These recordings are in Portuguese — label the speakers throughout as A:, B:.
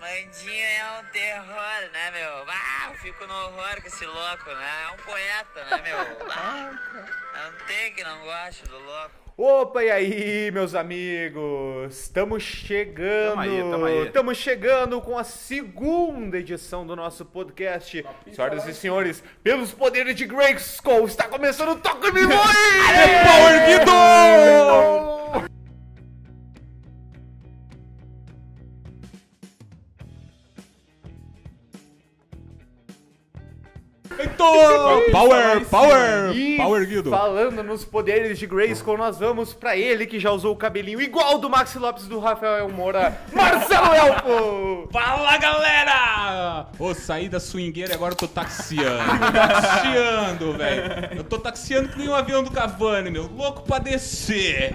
A: Landinho é um terror, né, meu? Ah, eu fico no horror com esse louco, né? É um poeta, né, meu? Ah, não tem que não goste do louco.
B: Opa, e aí, meus amigos? Estamos chegando.
C: Tamo aí, tamo aí.
B: Estamos chegando com a segunda edição do nosso podcast. Senhoras e senhores, pelos poderes de Grayskull, está começando o Toca Me Voe! Power Guido!
C: Então, Power, power,
B: E
C: power Guido.
B: Falando nos poderes de Grayskull, nós vamos pra ele que já usou o cabelinho igual do Maxi Lopes do Rafael Moura, Marcelo Elfo!
C: Fala galera! Ô, saí da swingueira e agora eu tô taxiando. taxiando, velho. Eu tô taxiando que nem um avião do Cavani, meu. Louco pra descer.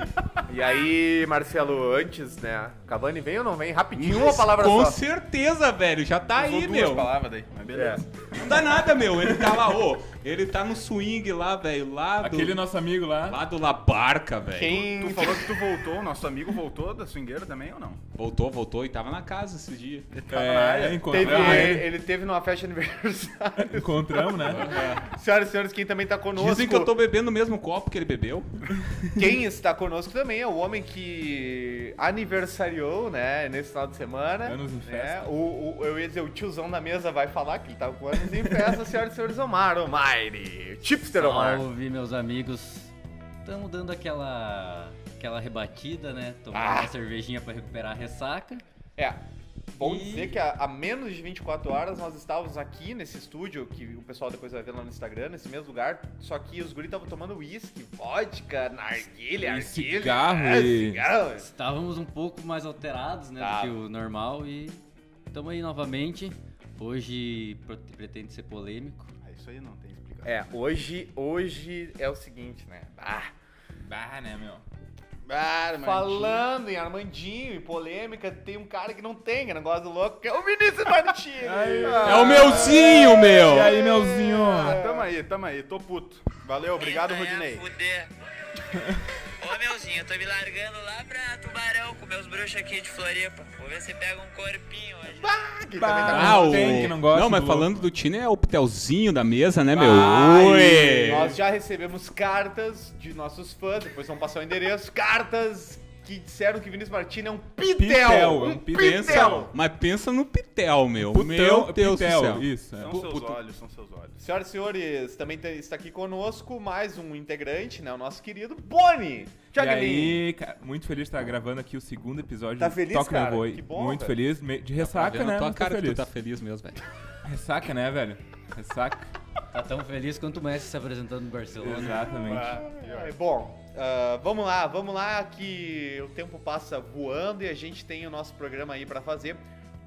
B: E aí, Marcelo, antes, né? Cavani vem ou não vem? Rapidinho, uma palavra
C: Com
B: só.
C: certeza, velho. Já tá aí, meu.
D: palavras daí, mas
B: É.
D: beleza.
C: Não dá nada, meu. Ele tá lá, ô. Ele tá no swing lá, velho. Lá do.
D: É. Aquele nosso amigo lá.
C: Lá do La Barca, velho.
B: Quem
D: Tu falou que tu voltou, nosso amigo voltou da swingueira também ou não?
C: Voltou, voltou e tava na casa esse dia.
D: É,
B: teve,
D: encontramos,
B: ele, ele teve numa festa de aniversário.
D: Encontramos, né?
B: Senhoras e senhores, quem também tá conosco.
C: Dizem que eu tô bebendo o mesmo copo que ele bebeu.
B: Quem está conosco também é o homem que aniversariou, né, nesse final de semana.
D: Anos em
B: né?
D: festa.
B: O, o- eu ia dizer, o tiozão da mesa vai falar que ele tava com anos em festa, senhoras e senhores, Omar, Omaire, Chipster Omar.
E: Salve, Então, meus amigos. Estamos dando aquela aquela rebatida, né? Tomando
B: Ah.
E: uma cervejinha pra recuperar a ressaca.
B: É. Bom
E: E-
B: dizer que há, há menos de 24 horas nós estávamos aqui nesse estúdio, que o pessoal depois vai ver lá no Instagram, nesse mesmo lugar, só que os guris estavam tomando uísque, vodka, narguilha,
C: E
B: arquilha,
C: cigarro
B: é,
C: e-
B: cigarro.
E: Estávamos um pouco mais alterados, né,
B: Tá.
E: do que o normal e estamos aí novamente. Hoje pro- pretende ser polêmico.
D: Ah, isso aí não tem explicação.
B: É, hoje, hoje é o seguinte, né? Ah,
D: Ah, né, meu?
B: falando em Armandinho e polêmica, tem um cara que não tem, que não gosta do louco, que é o Vinícius Martins.
C: É o meuzinho, meu!
D: E aí, meuzinho?
B: Ah,
D: tamo aí, tamo aí. Tô puto. Valeu, obrigado,
A: Tenta é
D: Rodinei.
A: Fuder. Ô meuzinho, eu tô me largando lá pra Tubarão com meus bruxos aqui de Floripa. Vou ver se pega um corpinho hoje.
B: Que também tá
C: Ah, o...
D: Tem que não gosta
C: Não, mas
D: do
C: falando do Tino é o Ptelzinho da mesa, né, meu?
B: Ai,
C: Ui!
B: Nós já recebemos cartas de nossos fãs, depois vão passar o endereço, cartas que disseram que Vinícius Martins é um pitel.
D: Pitel, é um
B: um
D: pitel.
B: pitel.
C: Mas pensa no Pitel, meu.
F: Putão,
C: meu Deus
F: Pitel,
C: do céu.
F: Isso. é.
D: São
B: Então,
C: Pu-
D: seus
C: puto-
D: olhos, são seus olhos.
B: Senhoras e senhores, também tem- está aqui conosco mais um integrante, né? O nosso querido Boni.
F: E
B: Jagmin.
F: aí, cara, muito feliz de estar gravando aqui o segundo episódio
B: Tá
F: do
B: feliz,
F: Toque Me
B: cara?
F: Voe.
B: Que bom,
F: Muito
B: velho.
F: feliz, me- de
C: Tá
F: ressaca,
C: vendo
F: né?
C: a tua
F: Mas tô
C: cara que tu
F: feliz.
C: tá feliz mesmo, velho.
F: Ressaca, né, velho? Ressaca.
E: Tá tão feliz quanto o Messi se apresentando no Barcelona.
F: Exatamente.
B: É, Bom, ah, vamos lá, vamos lá que o tempo passa voando e a gente tem o nosso programa aí pra fazer.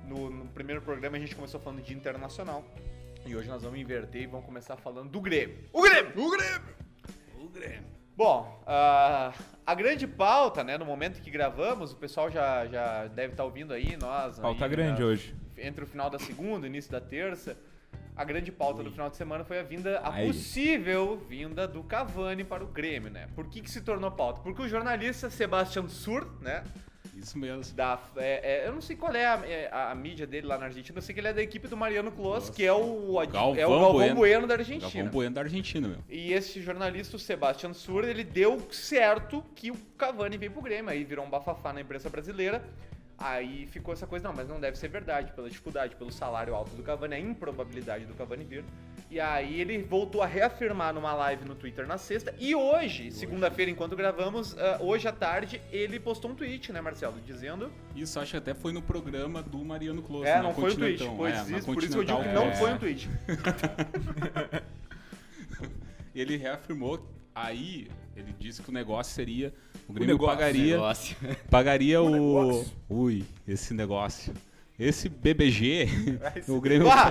B: No, no primeiro programa a gente começou falando de internacional. E hoje nós vamos inverter e vamos começar falando do Grêmio. O Grêmio! O Grêmio! Bom, ah, a grande pauta, né, no momento que gravamos, o pessoal já, já deve estar ouvindo aí, nós.
F: Falta
B: aí,
F: tá grande
B: né,
F: hoje.
B: Entre o final da segunda, início da terça, a grande pauta do final de semana foi a vinda, a
F: Aí.
B: possível vinda do Cavani para o Grêmio, né? Por que que se tornou pauta? Porque o jornalista Sebastião Sur, né?
C: Isso mesmo.
B: Da, é- é- eu não sei qual é a, é a- a mídia dele lá na Argentina, eu sei que ele é da equipe do Mariano Clos, que é o, ad-
C: Galvão
B: é o Galvão Bueno,
C: Bueno.
B: da
C: Galvão
B: Argentina.
C: Bueno da Argentina, meu.
B: E esse jornalista, o Sebastian Sur, ele deu certo que o Cavani veio pro Grêmio. Aí virou um bafafá na imprensa brasileira. Aí ficou essa coisa, não, mas não deve ser verdade, pela dificuldade, pelo salário alto do Cavani, a improbabilidade do Cavani vir. E aí ele voltou a reafirmar numa live no Twitter na sexta. E hoje, segunda-feira, enquanto gravamos, ah, hoje à tarde, ele postou um tweet, né, Marcelo? Dizendo.
C: Isso acho que até foi no programa do Mariano Close.
B: é,
C: na
B: não foi um tweet.
C: Continental.
B: Pois
C: É, na
B: isso, por isso que eu digo que
C: Continental,
B: não
C: é.
B: foi um tweet.
C: Ele reafirmou, aí ele disse que o negócio seria... O Grêmio
F: negócio.
C: pagaria...
E: Negócio.
C: Pagaria
F: Um
C: o.
F: negócio.
C: Ui, esse negócio. Esse BBG, o Grêmio,
B: Ah!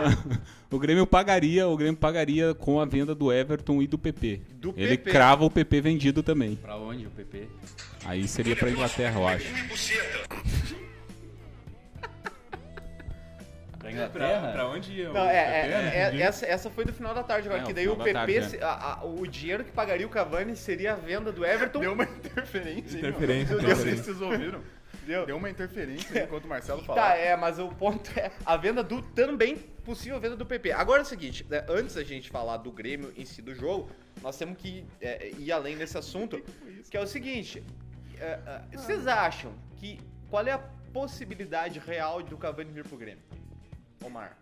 C: o Grêmio pagaria, o Grêmio pagaria com a venda do Everton e do PP.
B: Do
C: Ele
B: PP.
C: crava o PP vendido também.
E: Pra onde o PP?
C: Aí seria pra Inglaterra, eu acho.
E: Pra
F: Pra,
E: Inglaterra?
F: pra onde ia? o
B: Não, é, é,
F: PP, né?
B: é,
F: Entendi.
B: essa, essa foi do final da tarde agora,
C: É,
B: que
C: o
B: daí o
C: final da
B: PP,
C: tarde,
B: se- a- a- o dinheiro que pagaria o Cavani seria a venda do Everton.
D: Deu uma interferência, hein, meu?
F: Interferência,
D: Meu Deus,
F: interferência.
D: vocês ouviram?
B: Entendeu?
D: Deu uma interferência enquanto o Marcelo falava.
B: Tá, é, mas o ponto é a venda do também possível venda do PP. Agora é o seguinte, né, antes da gente falar do Grêmio em si do jogo, nós temos que é, ir além desse assunto, que é o seguinte, é, é, vocês acham que qual é a possibilidade real do Cavani vir pro Grêmio? Omar.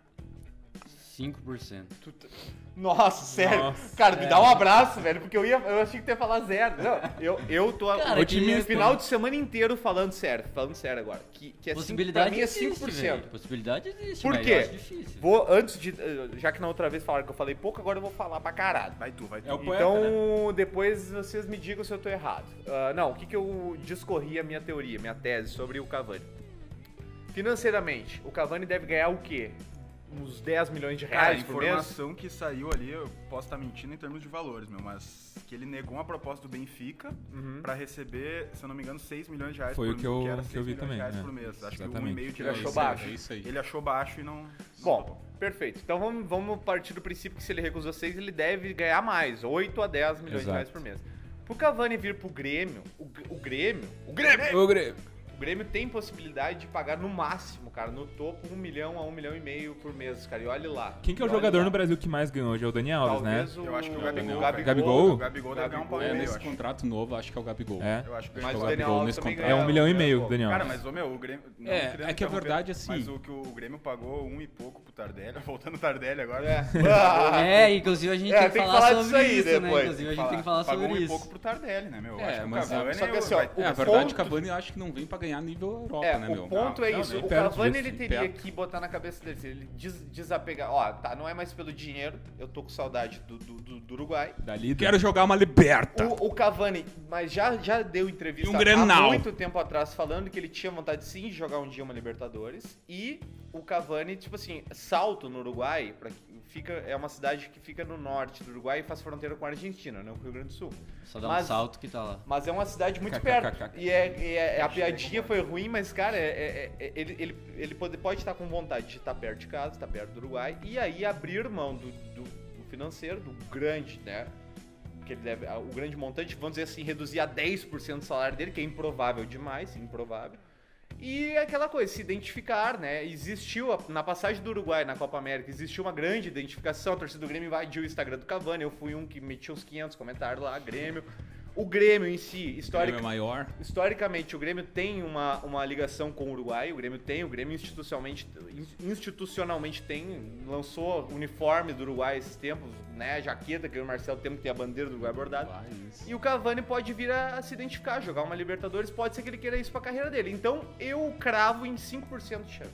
E: 5%.
B: Tu t- Nossa, sério. Cara, me dá um abraço, velho, porque eu ia. Eu achei que tu ia falar zero. Não, eu, eu tô
E: Cara,
B: otimista.
E: que- né?
B: final de semana inteiro falando sério. Falando sério agora. Que, que é
E: Possibilidade
B: cinco,
E: existe,
B: pra mim é 5%.
E: velho. Possibilidade existe,
B: Por
E: mas
B: quê?
E: eu acho difícil.
B: Vou, antes de. eh, Já que na outra vez falaram que eu falei pouco, agora eu vou falar pra caralho.
D: Vai tu, vai tu.
F: É o poeta, né?
B: Então, depois vocês me digam se eu tô errado. Ah, não, o que, que eu discorri a minha teoria, minha tese sobre o Cavani? Financeiramente, o Cavani deve ganhar o quê? Uns 10 milhões de
D: Cara, a
B: reais por mês?
D: informação que saiu ali, eu posso estar mentindo em termos de valores, meu, mas que ele negou uma proposta do Benfica pra receber, se eu não me engano, 6 milhões de reais
F: Foi
D: por
F: o que eu-
D: era
F: que eu
D: 6
F: vi
D: milhões de
F: também,
D: reais
F: né?
D: por mês. Acho que um
F: Exatamente.
D: e-mail que
B: Ele
D: ele
B: achou
D: achou
B: baixo.
C: É isso aí.
D: Ele achou baixo e não. não tá
B: Bom, perfeito. Então vamos, vamos partir do princípio que se ele recusou 6, ele deve ganhar mais, 8 a 10 milhões de
F: Exato.
B: reais por mês. Pro Cavani vir pro Grêmio, o, Gr- o Grêmio, o Grêmio,
F: Ô, Grêmio.
B: O Grêmio tem possibilidade de pagar no máximo, cara, no topo, um milhão a um milhão e meio por mês, cara. E olha lá.
F: Quem que é o
B: E olha
F: jogador
B: lá.
F: no Brasil que mais ganhou hoje? É o Dani Alves,
B: Talvez
F: né?
B: o...
D: Eu acho que o Gabigol,
B: Gabigol.
F: Gabigol?
D: O Gabigol deve ganhar um pau
C: É,
D: e meio, eu
C: nesse
D: acho.
C: contrato novo, acho que é o Gabigol.
F: É.
D: Eu acho que
B: Mas
D: ganhou
B: o
D: um
B: Daniel
D: pau.
F: Gabigol
B: Alves
F: nesse
B: também
F: contrato. É um milhão e meio,
B: pô.
F: Daniel.
D: Cara, mas ô meu, o Grêmio. não
C: É,
D: querendo
C: é que a
D: interromper,
C: verdade, assim-
D: Mas o que o Grêmio pagou um e pouco pro Tardelli, voltando o Tardelli agora.
B: É.
A: né,
E: É, inclusive a gente
B: É,
E: tem que falar sobre
B: disso aí
E: isso,
B: depois.
E: né? Inclusive a gente tem que falar
D: pagou
E: sobre
D: um e pouco
E: isso.
D: pro Tardelli, né, meu? Eu
C: É,
D: acho que o
C: mas-
D: Cavani
B: só que assim, ó,
D: vai-
B: O
C: É, a verdade,
B: ponto-
C: Cavani eu acho que não vem pra ganhar nível Europa,
B: É,
C: né,
B: o
C: meu?
B: ponto é
D: Não,
B: isso.
F: nem
B: o
F: perto
B: Cavani
F: disso,
B: ele
F: nem
B: teria
F: perto.
B: que botar na cabeça dele, se ele des- desapegar. Ó, tá, não é mais pelo dinheiro, eu tô com saudade do, do, do- do Uruguai.
F: Da Lida.
C: Quero jogar uma liberta.
B: O, o Cavani, mas já, já deu entrevista
C: Tá. E um
B: há
C: Grenal.
B: muito tempo atrás falando que ele tinha vontade sim de jogar um dia uma Libertadores. E o Cavani, tipo assim, Salto no Uruguai, pra, quem fica, é uma cidade que fica no norte do Uruguai e faz fronteira com a Argentina, né? Com o Rio Grande do Sul.
E: Só dá um
B: Mas-
E: salto que tá lá.
B: Mas é uma cidade muito perto.
F: KKKK.
B: E, é, e é- a piadinha foi ruim, mas, cara, é- é- é- ele, ele, ele pode, pode estar com vontade de estar perto de casa, estar perto do Uruguai, e aí abrir mão do, do, do financeiro, do grande, né? Que ele deve, o grande montante, vamos dizer assim, reduzir a 10% do salário dele, que é improvável demais, improvável. E aquela coisa, se identificar, né? Existiu, a- na passagem do Uruguai na Copa América, existiu uma grande identificação. A torcida do Grêmio invadiu o Instagram do Cavani. Eu fui um que metia uns 500 comentários lá, Grêmio. O Grêmio em si,
C: Grêmio
B: historica,
C: é maior.
B: historicamente, o Grêmio tem uma, uma ligação com o Uruguai. O Grêmio tem, o Grêmio institucionalmente, institucionalmente tem. Lançou uniforme do Uruguai esses tempos, né? A jaqueta que eu e o Marcelo temos que tem a bandeira do Uruguai bordada.
C: Vai, isso.
B: E o Cavani pode vir a, a se identificar, jogar uma Libertadores, pode ser que ele queira isso pra carreira dele. Então eu cravo em 5% de chance.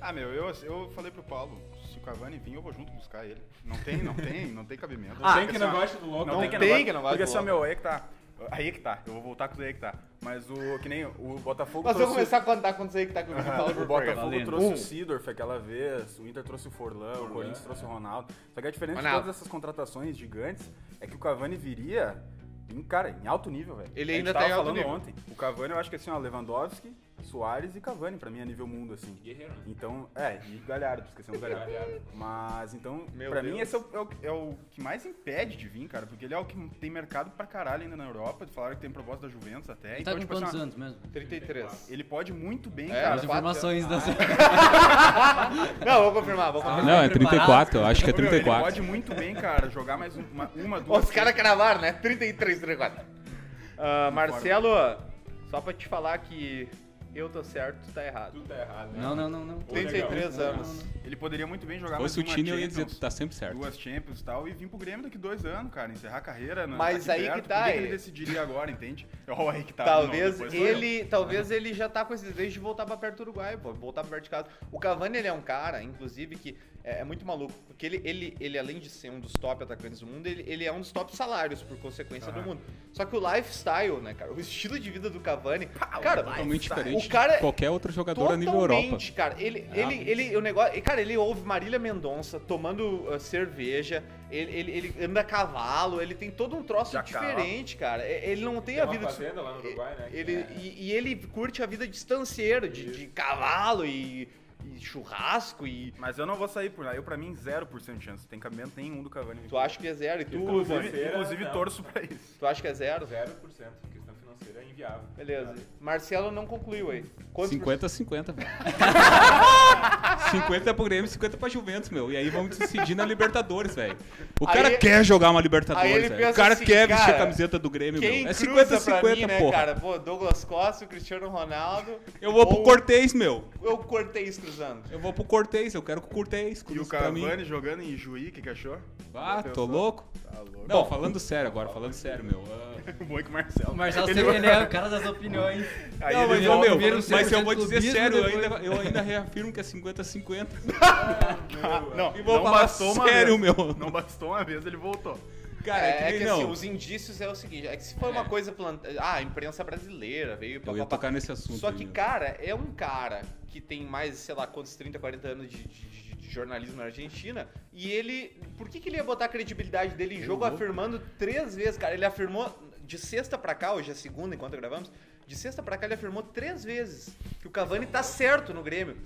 D: Ah, meu, eu, eu falei pro Paulo, se o Cavani vir, eu vou junto buscar ele. Não tem, não tem, não tem cabimento.
B: Ah,
F: Tem que não gosta do louco.
D: assim,
F: né?
D: Não, tem que
B: né? tem
D: não gosta-
B: que não gosta
D: Porque
B: do
D: assim, ó,
B: Lobo.
D: meu, aí que tá. Aí que tá. Eu vou voltar com o aí que tá. Mas o que nem o Botafogo
B: Nós vamos
D: trouxe-
B: começar a contar quantos aí que tá comigo.
D: Ah,
B: Fala pro
D: o Botafogo
B: programa.
D: trouxe
B: Um.
D: o Sidorf aquela vez, o Inter trouxe o Forlan, o Corinthians trouxe o Ronaldo. Só que a diferença
B: É. Ronaldo.
D: de todas essas contratações gigantes é que o Cavani viria em, cara, em alto nível, velho.
B: Ele
D: A gente
B: ainda tá
D: tava
B: em alto
D: falando
B: nível.
D: ontem. O Cavani, eu acho que assim, ó, Lewandowski, Soares e Cavani, pra mim, a nível mundo, assim. Guerreiro.
B: né?
D: Então, é, e Galhardo, esquecemos o Galhardo. Mas, então,
B: Meu
D: pra mim,
B: Deus.
D: esse é o, é o- é o que mais impede de vir, cara, porque ele é o que tem mercado pra caralho ainda na Europa. Falaram que tem proposta da Juventus até.
E: Ele
D: então,
E: tá com
D: tipo, assim,
E: quantos
D: ó,
E: anos mesmo?
B: 33.
D: ele pode muito bem,
B: É,
D: cara.
E: As
B: quatro Ah.
E: informações das...
B: Não, vou confirmar, vou confirmar.
F: Não, é 34, eu acho que é
D: Ô, meu, Ele
F: 34.
D: pode muito bem, cara, jogar mais um- uma, uma
B: Ó,
D: duas.
B: Os caras cravaram, né? 33, 34. Ah, Marcelo, só pra te falar que eu tô certo, tu tá errado.
F: Tudo tá errado, né?
E: Não, não, não, não.
B: 33
F: legal.
B: anos.
D: Ele poderia muito bem jogar
C: Se fosse o
D: mais uma
C: Tino, eu ia
D: Champions,
C: dizer, tu tá sempre certo.
D: duas Champions e tal, e vir pro Grêmio daqui dois anos, cara, encerrar a carreira. né,
B: Mas
D: aqui
B: aí que
D: perto.
B: tá,
D: Por
B: é.
D: que ele decidiria agora, entende? Ó, aí que tá.
B: Talvez
D: não, depois sou eu.
B: ele, talvez ele já tá com esse desejo de voltar pra perto do Uruguai, pô, voltar pra perto de casa. O Cavani ele é um cara, inclusive que é, é muito maluco, porque ele, ele, ele além de ser um dos top atacantes do mundo, ele, ele é um dos top salários por consequência do mundo. Só que o lifestyle, né, cara, o estilo de vida do Cavani,
D: Ah,
B: cara,
D: é
C: Totalmente diferente
B: o cara é
C: de qualquer outro jogador a
B: Totalmente,
C: nível Europa.
B: cara. Ele,
C: Ah,
B: ele, ele, o negócio, cara, ele ouve Marília Mendonça tomando ah, cerveja, ele, ele, ele anda a cavalo, ele tem todo um troço
D: Jacaré.
B: diferente, cara. E- Ele não tem, a vida de-
F: fazenda lá no Uruguai, né, que
B: Ele,
F: é-
B: e, e ele curte a vida de estanceiro, de, de cavalo e, e churrasco e
D: Mas eu não vou sair por lá. Eu, pra mim, 0% de chance. Tem cabimento nenhum do Cavani. vir
B: tu acha que é zero e tu,
D: Inclusive,
B: Giovanni?
D: inclusive
F: Não.
D: torço pra isso.
B: tu acha que é zero?
F: 0%, questão financeira. não, seria inviável.
B: Beleza. Marcelo não concluiu aí. Quantos
C: 50 a 50, velho. 50 pro Grêmio, 50 pra Juventus, meu. E aí vamos decidir na Libertadores, velho. O
B: Aí
C: cara
B: ele-
C: quer jogar uma
B: aí ele
C: Libertadores, velho.
B: pensa
C: O cara
B: assim,
C: quer vestir
B: cara,
C: a camiseta do Grêmio,
B: Quem
C: meu. É
B: cruza
C: 50 a
B: pra
C: 50,
B: mim, né,
C: porra.
B: cara? Pô, Douglas Costa, o Cristiano Ronaldo.
C: Eu vou
B: ou-
C: pro Cortez, meu.
B: Eu cortei isso cruzando.
C: Eu vou pro Cortez, eu quero que o Cortez
G: E o
C: cruze pra mim.
G: Cavani jogando em Juí, o que, que achou?
C: Ah, tô
G: Pensou?
C: louco.
G: Tá louco.
C: Não, falando sério agora, falando sério, meu. Ah,
G: Boi com o Marcelo.
E: O Marcelo sempre ele é o cara das opiniões.
G: Aí
C: não,
G: ele
C: mas,
E: volta,
C: ô, meu,
E: vira um
C: mas eu vou
E: 100%
C: dizer sério, eu
E: clubismo
C: ainda, eu ainda reafirmo que é 50 a 50.
G: Não,
C: E vou
G: não
C: falar
G: bastou uma
C: sério,
G: vez.
C: meu.
G: Não bastou uma vez, ele voltou.
C: Cara,
B: é,
C: é que,
B: que
C: nem- não.
B: assim, os indícios é o seguinte, é que se for uma coisa plantada... Ah, a imprensa brasileira veio...
C: Eu ia
B: papapá.
C: tocar nesse assunto.
B: Só que,
C: aí, né? meu.
B: cara, é um cara que tem mais, sei lá, quantos 30, 40 anos de, de- de- de jornalismo na Argentina, e ele... Por que, que ele ia botar a credibilidade dele em jogo afirmando três vezes, cara? Ele afirmou de sexta pra cá, hoje é segunda, enquanto gravamos, de sexta pra cá ele afirmou três vezes que o Cavani tá certo no Grêmio.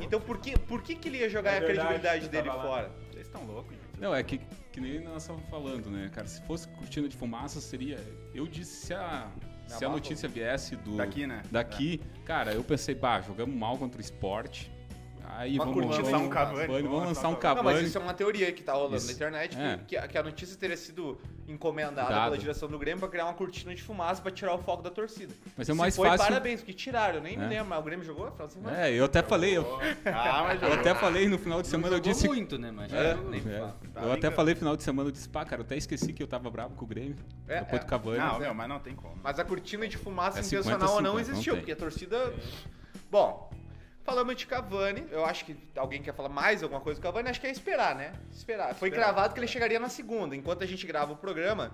B: Então por que, por que, que ele ia jogar
F: É
B: a
F: verdade,
B: credibilidade
F: eu
B: dele
F: tava lá.
B: fora?
G: Vocês estão loucos, gente.
C: Não, é que, que nem nós estávamos falando, né, cara? Se fosse cortina de fumaça, seria. Eu disse se a, se a
B: Abafo.
C: notícia viesse do.
G: Daqui, né?
C: Daqui, cara, eu pensei, bah, jogamos mal contra o esporte. Aí
B: Uma
C: vamos,
B: cortina,
C: vamos,
G: lançar um Cavani,
C: Vamos,
G: vamos
C: lançar um
B: Não, mas
C: Cavani.
B: isso é uma teoria que tá rolando
C: Isso.
B: na internet, que-
C: É.
B: que, a- que a notícia teria sido encomendada
C: Dado.
B: pela direção do Grêmio pra criar uma cortina de fumaça pra tirar o foco da torcida.
C: Mas é
B: Se
C: mais
B: foi,
C: fácil-
B: parabéns, porque tiraram, eu nem me
C: É.
B: lembro. mas O Grêmio jogou? Afinal de semana?
C: É, eu até falei, eu,
G: Ah, mas
C: eu
G: jogou.
C: até falei no final de semana, eu
E: Jogou
C: disse.
E: muito, né? Mas
C: É,
E: nem
C: é.
E: fala.
C: eu
G: Tá
C: até
G: brincando.
C: falei no final de semana, eu disse, pá, cara, eu até esqueci que eu tava bravo com o Grêmio.
B: É,
C: depois
B: é.
C: do Cavani.
G: Não, meu, mas não tem como.
B: Mas a cortina de fumaça
C: É
B: intencional ou
C: 50,
B: não
C: 50,
B: existiu,
C: não tem.
B: porque a torcida. Bom, falamos de Cavani. Eu acho que alguém quer falar mais alguma coisa do Cavani. Acho que é esperar, né? Esperar. Foi cravado que ele chegaria na segunda. Enquanto a gente grava o programa,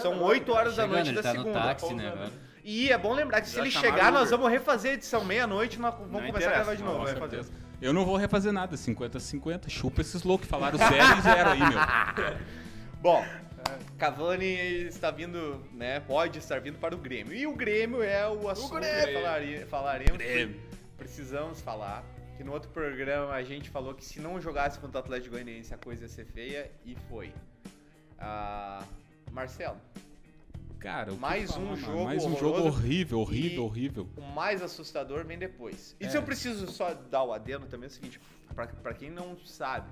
B: são 8 horas da
E: Chegando,
B: noite
E: ele
B: da
E: tá no
B: segunda.
E: táxi, né? agora?
B: E é bom lembrar que se
G: Já
B: ele
G: chamaram
B: chegar,
G: o Uber.
B: nós vamos refazer a edição meia-noite, nós vamos começar a
G: interessa,
B: gravar de
G: não,
B: novo.
G: com
B: né?
G: certeza.
C: Eu não vou refazer nada, 50-50. Chupa esses loucos que falaram 0 e 0 aí, meu.
B: Bom, É. Cavani está vindo, né? Pode estar vindo para o Grêmio. E o Grêmio é o assunto que falari- falaremos. Precisamos falar. Que no outro programa a gente falou que se não jogasse contra o Atlético Goianiense a coisa ia ser feia e foi. Ah, Marcelo,
C: Cara, o que
B: Mais
C: falar,
B: um
C: mano?
B: jogo
C: Mais um jogo
B: horroroso
C: horrível, horrível,
B: e- tá
C: horrível.
B: o mais assustador vem depois. E se
C: É.
B: eu preciso só dar o adeno também é o seguinte, pra, pra quem não sabe,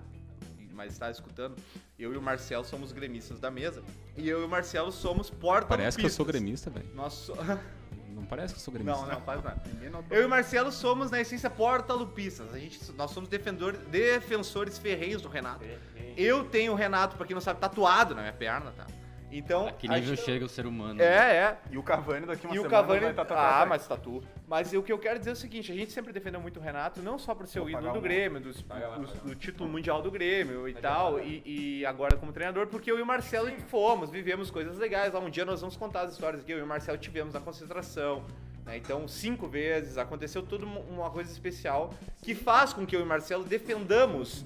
B: mas está escutando, eu e o Marcelo somos gremistas da mesa. E eu e o Marcelo somos porta
C: Parece que eu sou gremista, velho.
B: Nós so-
C: Não parece que eu sou gremista.
B: Não, né? não, faz nada.
G: Ninguém notou.
B: Eu e o Marcelo somos, na essência, porta-lupistas. A gente, nós somos defendor, defensores ferrenhos do Renato. Eu tenho o Renato, pra quem não sabe, tatuado na minha perna, tá? Então.
E: A que
B: a
E: nível
B: gente-
E: chega o ser humano. né?
B: É, é.
G: E o Cavani daqui uma
B: E o
G: semana
B: Cavani.
G: vai tá estar
B: ah,
G: tatuado.
B: mas tatu. Mas o que eu quero dizer é o seguinte: a gente sempre defendeu muito o Renato, não só por ser
G: Vou
B: o ídolo
G: pagar
B: do
G: um-
B: Grêmio, dos-
F: Paga lá,
B: os-
F: paga lá.
B: do título mundial do Grêmio e tal, e, e agora como treinador, porque eu e o Marcelo fomos, vivemos coisas legais. Lá um dia nós vamos contar as histórias que eu e o Marcelo tivemos na concentração. né? Então, cinco vezes, aconteceu tudo uma- uma coisa especial que faz com que eu e o Marcelo defendamos.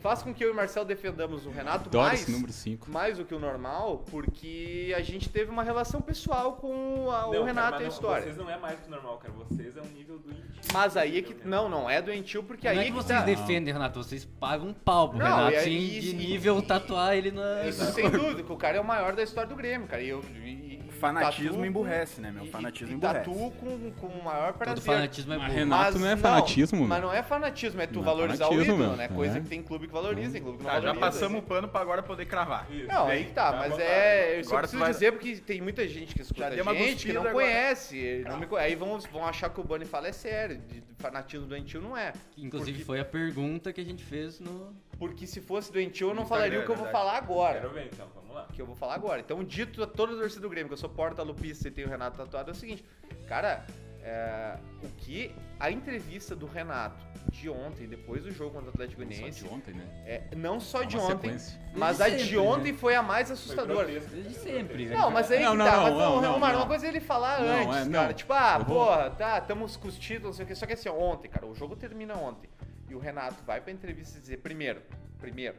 B: Faz com que eu e o Marcelo defendamos o Renato
C: Adoro
B: mais
C: esse número 5.
B: mais do que o normal, porque a gente teve uma relação pessoal com a- o Renato e a história.
F: Vocês não é mais que normal, cara. Vocês é um nível do íntimo.
B: Mas aí é que. Não, não é doentio, porque
E: Não
B: aí
E: é
B: é
E: que
B: que
E: vocês
B: tá.
E: defendem, Renato. Vocês pagam um pau pro
B: Não, e
E: Renato,
B: aí-
E: sim, de
B: e-
E: nível tatuar ele na...
B: Isso sem dúvida, que o cara é o maior da história do Grêmio, cara. E eu, e- e-
G: O fanatismo
B: tatu com-
G: emburrece, né, meu?
B: e-
G: O fanatismo
B: e, e
G: emburrece.
B: tatu com, com o maior
E: Todo
B: prazer.
E: fanatismo é
C: Mas
E: burro.
C: Renato não é fanatismo, meu.
B: Mas não é fanatismo, é tu
C: Não é
B: valorizar o
C: fanatismo,
B: ídolo,
C: meu.
B: né? Coisa
C: É.
B: que tem clube que valoriza, tem
D: Ah,
B: clube que não
G: Tá, já
B: valoriza.
G: passamos o pano pra agora poder cravar.
B: Não, aí que tá,
F: Vai
B: mas
F: botar.
B: é. Eu só
G: Agora
B: preciso
G: tu vai-
B: dizer porque tem muita gente que escuta
G: Já
B: a
G: deu uma
B: gente que não
G: cuspida agora.
B: conhece. Não me, conhe- aí vão, vão achar que o Bunny fala é sério, de fanatismo doentio não é.
E: Que, Inclusive
B: porque,
E: foi a pergunta que a gente fez no...
B: porque se fosse doentio eu não
G: No
B: falaria
G: Instagram, é
B: o que eu vou
G: verdade. um-
B: falar agora.
F: Quero ver então, vamos lá.
B: Que eu vou falar agora. Então, dito a toda a torcida do Grêmio, que eu sou porta-lupista e tenho o Renato tatuado, é o seguinte, cara, é, o que a entrevista do Renato de ontem, depois do jogo contra o Atlético
C: Só
B: Goianiense,
C: de ontem, né?
B: é, não só
C: É
B: de
C: uma
B: ontem,
C: sequência.
B: mas a
E: Desde
B: de
E: sempre,
B: ontem
E: né?
B: foi a mais
F: Foi
B: assustadora.
F: grotesco.
E: Desde sempre, né? velho.
B: Não, mas aí
C: Não,
B: que
C: não,
B: tá.
C: não,
B: mas
C: não, não,
B: Omar,
C: não.
B: uma coisa é ele falar
C: Não,
B: antes,
C: é, não.
B: cara. Tipo, ah,
C: Eu vou-
B: porra, tá, estamos com os títulos, não sei o que. Só que assim, ó, ontem, cara, o jogo termina ontem. E o Renato vai pra entrevista e dizer, primeiro, primeiro,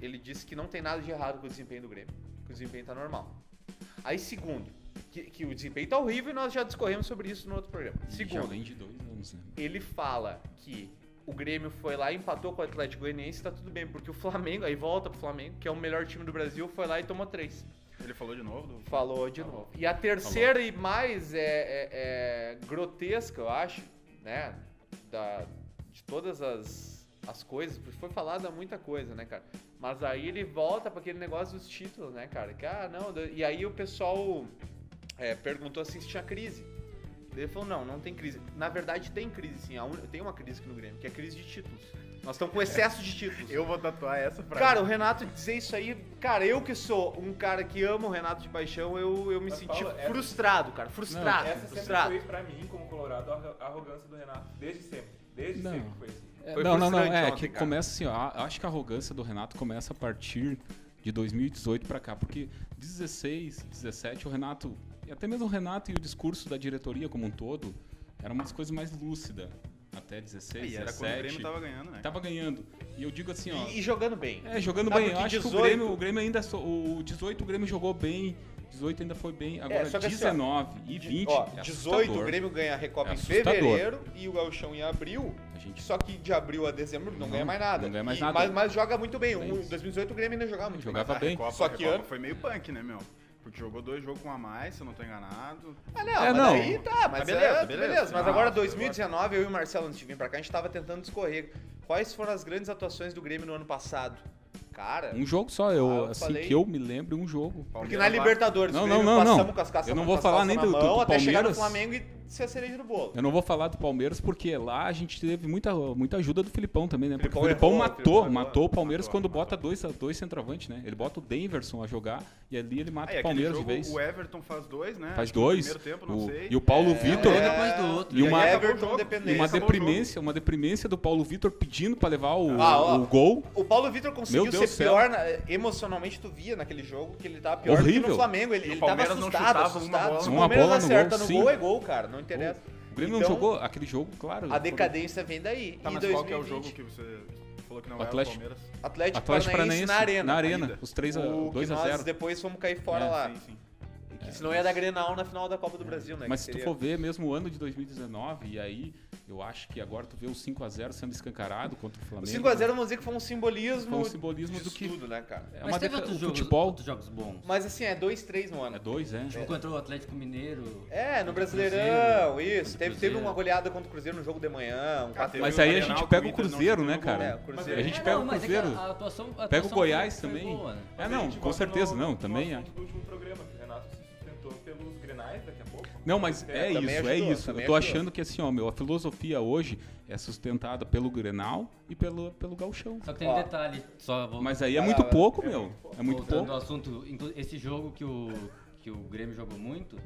B: ele disse que não tem nada de errado com o desempenho do Grêmio. Que o desempenho tá normal. Aí, segundo, que, que o desempenho tá horrível e nós já discorremos sobre isso no outro programa.
C: E Já
B: Segundo,
C: vem de dois anos, né?
B: ele fala que o Grêmio foi lá, empatou com o Atlético Goianiense, tá tudo bem, porque o Flamengo, aí volta pro Flamengo, que é o melhor time do Brasil, foi lá e tomou três.
G: Ele falou de novo do.
B: Falou de novo. E a terceira e mais é, é- é grotesca, eu acho, né? Da, de todas as, as coisas, porque foi falada muita coisa, né, cara? Mas aí ele volta para aquele negócio dos títulos, né, cara? Que, ah, não. da- E aí o pessoal é, perguntou assim se tinha crise. Ele falou, não, não tem crise. Na verdade, tem crise, sim. A un- Tem uma crise aqui no Grêmio, que é a crise de títulos. Nós estamos com excesso de títulos.
G: Eu vou tatuar essa frase.
B: Cara, o Renato dizer isso aí, cara, eu que sou um cara que ama o Renato de paixão, eu, eu me
F: Mas,
B: senti
F: Paulo, essa-
B: frustrado, cara, frustrado,
F: Essa sempre
B: Ah, frustrado.
F: foi pra mim, como colorado, a arro- a arrogância do Renato. Desde sempre. Desde
C: Não.
F: sempre foi assim.
C: É,
B: Foi
C: não, não, não.
B: frustrante
C: É,
B: ontem,
C: que
B: cara.
C: começa assim, ó. a- Acho que a arrogância do Renato começa a partir de 2018 pra cá, porque 16, 17, o Renato, e até mesmo o Renato e o discurso da diretoria como um todo, era umas coisas mais lúcida até 16,
G: E era quando o
C: 17.
G: Grêmio tava ganhando, né?
C: Tava ganhando. E eu digo assim, ó.
B: E, e jogando bem.
C: É, jogando
B: Tá,
C: bem. Eu
B: porque
C: acho que o
B: 18
C: Grêmio, o Grêmio ainda. so- O 18 o Grêmio jogou bem. 18 ainda foi bem. Agora
B: só que assim, ó,
C: 19 e 20.
B: Ó, 18,
C: é assustador.
B: o Grêmio ganha a Recopa
C: É
B: em
C: assustador.
B: fevereiro e o Gauchão em abril.
C: A gente-
B: Só que de abril a dezembro não,
C: Não,
B: ganha mais nada.
C: não ganha mais
B: E-
C: nada.
B: Mas, mas joga muito bem. Um,
C: Bem.
B: Em 2018 o Grêmio ainda jogava muito
C: Jogava
G: Mas a
C: bem.
G: Recopa-
B: Só
G: a
B: que
G: Recopa
B: ano-
G: foi meio punk, né, meu? Porque jogou dois jogos com um a mais, se eu não tô enganado.
B: bem. Ah, não,
C: É,
B: mas
C: não.
B: aí tá, mas
G: Tá beleza,
B: é,
G: beleza.
B: Mas
G: Ah,
B: agora
G: agora-
B: 2019, eu e o Marcelo, antes de vir pra cá, a gente tava tentando discorrer. Quais foram as grandes atuações do Grêmio no ano passado? Cara,
C: Um jogo só, eu,
B: Ah, eu
C: assim,
B: falei-
C: que eu me lembro, um jogo.
B: Porque na Libertadores,
C: Não,
B: o Grêmio
C: não, não,
B: passamos
C: não.
B: com as caças
C: Eu não
B: com
C: vou
B: as
C: falar
B: calças
C: nem
B: na
C: do- do
B: mão, até chegar no
C: Palmeiras.
B: Flamengo e ser a cereja do bolo.
C: Eu não vou falar do Palmeiras porque lá a gente teve muita, muita ajuda do Filipão também, né? Porque
B: Filipão
C: o Filipão
B: errou,
C: matou,
B: Filipão errou.
C: matou o Palmeiras
G: Matou,
C: quando bota dois, dois centroavantes, né? Ele bota o Denverson a jogar e ali ele mata o
G: Aí, Ah, aquele
C: Palmeiras
G: jogo,
C: de vez.
G: O Everton faz dois, né?
C: Faz
G: Acho que no
C: dois.
G: Primeiro tempo, não
C: o-
G: sei.
C: E o Paulo Vitor.
E: um depois do outro.
B: E
C: E
B: uma
C: uma-
B: Everton
D: é
C: E
D: um
B: dependente.
C: uma
G: Acabou o
C: deprimência, uma deprimência do Paulo Vitor pedindo pra levar o,
B: Ah, ó.
C: o gol.
B: O Paulo Vitor conseguiu
C: Meu
B: ser
C: Deus do céu.
B: pior na- emocionalmente, tu via naquele jogo que ele tava pior do que no
C: Horrível.
B: Flamengo. Ele,
G: E o
B: ele tava
G: Palmeiras não
B: assustado,
G: chutava uma
B: assustado.
G: bola.
B: Se o
C: Uma
B: Palmeiras
C: bola no gol,
B: acerta no
C: sim.
B: gol, é gol, cara. Não interessa.
C: O Grêmio
B: Então,
C: não jogou aquele jogo, claro.
B: A
C: foi-
B: decadência vem daí.
G: Tá,
B: e
G: mas
B: 2020,
G: qual que é o jogo que você falou que não era o
C: Atlético.
G: Palmeiras?
B: Atlético,
C: Atlético
B: Paranaense,
C: Paranaense
B: na Arena.
C: Na Arena.
G: ainda.
C: Os 3 a,
B: O que
C: 2 a 0.
B: nós depois fomos cair fora
C: É,
B: lá.
G: Sim, sim.
B: Que senão ia dar Grenal na final da Copa do Brasil, né?
C: Mas
B: que
C: se tu
B: seria-
C: for ver mesmo o ano de 2019, e aí eu acho que agora tu vê o 5x0 sendo escancarado contra o
B: O
C: Flamengo.
B: 5x0, vamos dizer que foi um simbolismo,
C: Foi um simbolismo
B: de
C: do que-
B: tudo, né, cara?
C: É
E: Mas
C: uma
E: teve
C: defa-
E: outros
C: o
E: jogos,
C: futebol.
E: outros jogos bons.
B: Mas assim, é 2-3 no
C: É
B: ano.
C: dois, é.
E: Jogo contra o Atlético Mineiro.
B: É, no
E: Contra o
B: Brasileirão,
E: Cruzeiro,
C: né?
B: isso.
E: contra o
B: Teve, teve
E: Cruzeiro.
B: uma goleada contra o Cruzeiro no jogo de manhã, um
G: Cara,
B: 4
C: Mas
G: Teve
C: aí
G: o
C: a
G: Grenal
C: gente
G: que
C: pega
G: o
C: o
G: Inter não
C: Cruzeiro, né,
G: jogou,
B: É,
C: cara?
B: o Cruzeiro.
C: A gente pega o
E: mas é que
C: Cruzeiro.
E: a- a atuação- a
C: Pega o
E: atuação foi-
C: Goiás
E: foi
C: também.
E: boa, né?
C: É,
F: Mas a
C: não,
F: gente
C: com
F: volta
C: certeza
F: no-
C: não,
F: no
C: também. é.
F: assunto do último programa, que o Renato se sustentou pelos grenais daqui a pouco.
C: Não, mas é
B: também
C: isso, é
B: ajudou,
C: isso.
B: também
C: Eu tô
B: ajudou.
C: achando que assim, ó, meu, a filosofia hoje é sustentada pelo Grenal e pelo, pelo Galchão.
E: Só que tem
B: Ó.
E: um detalhe. Só vou,
C: Mas aí é
B: Vai lá,
C: muito
B: vai.
C: pouco, meu. É muito
E: voltando ao
C: pouco.
E: assunto. inclu- Esse jogo que o, que o Grêmio jogou muito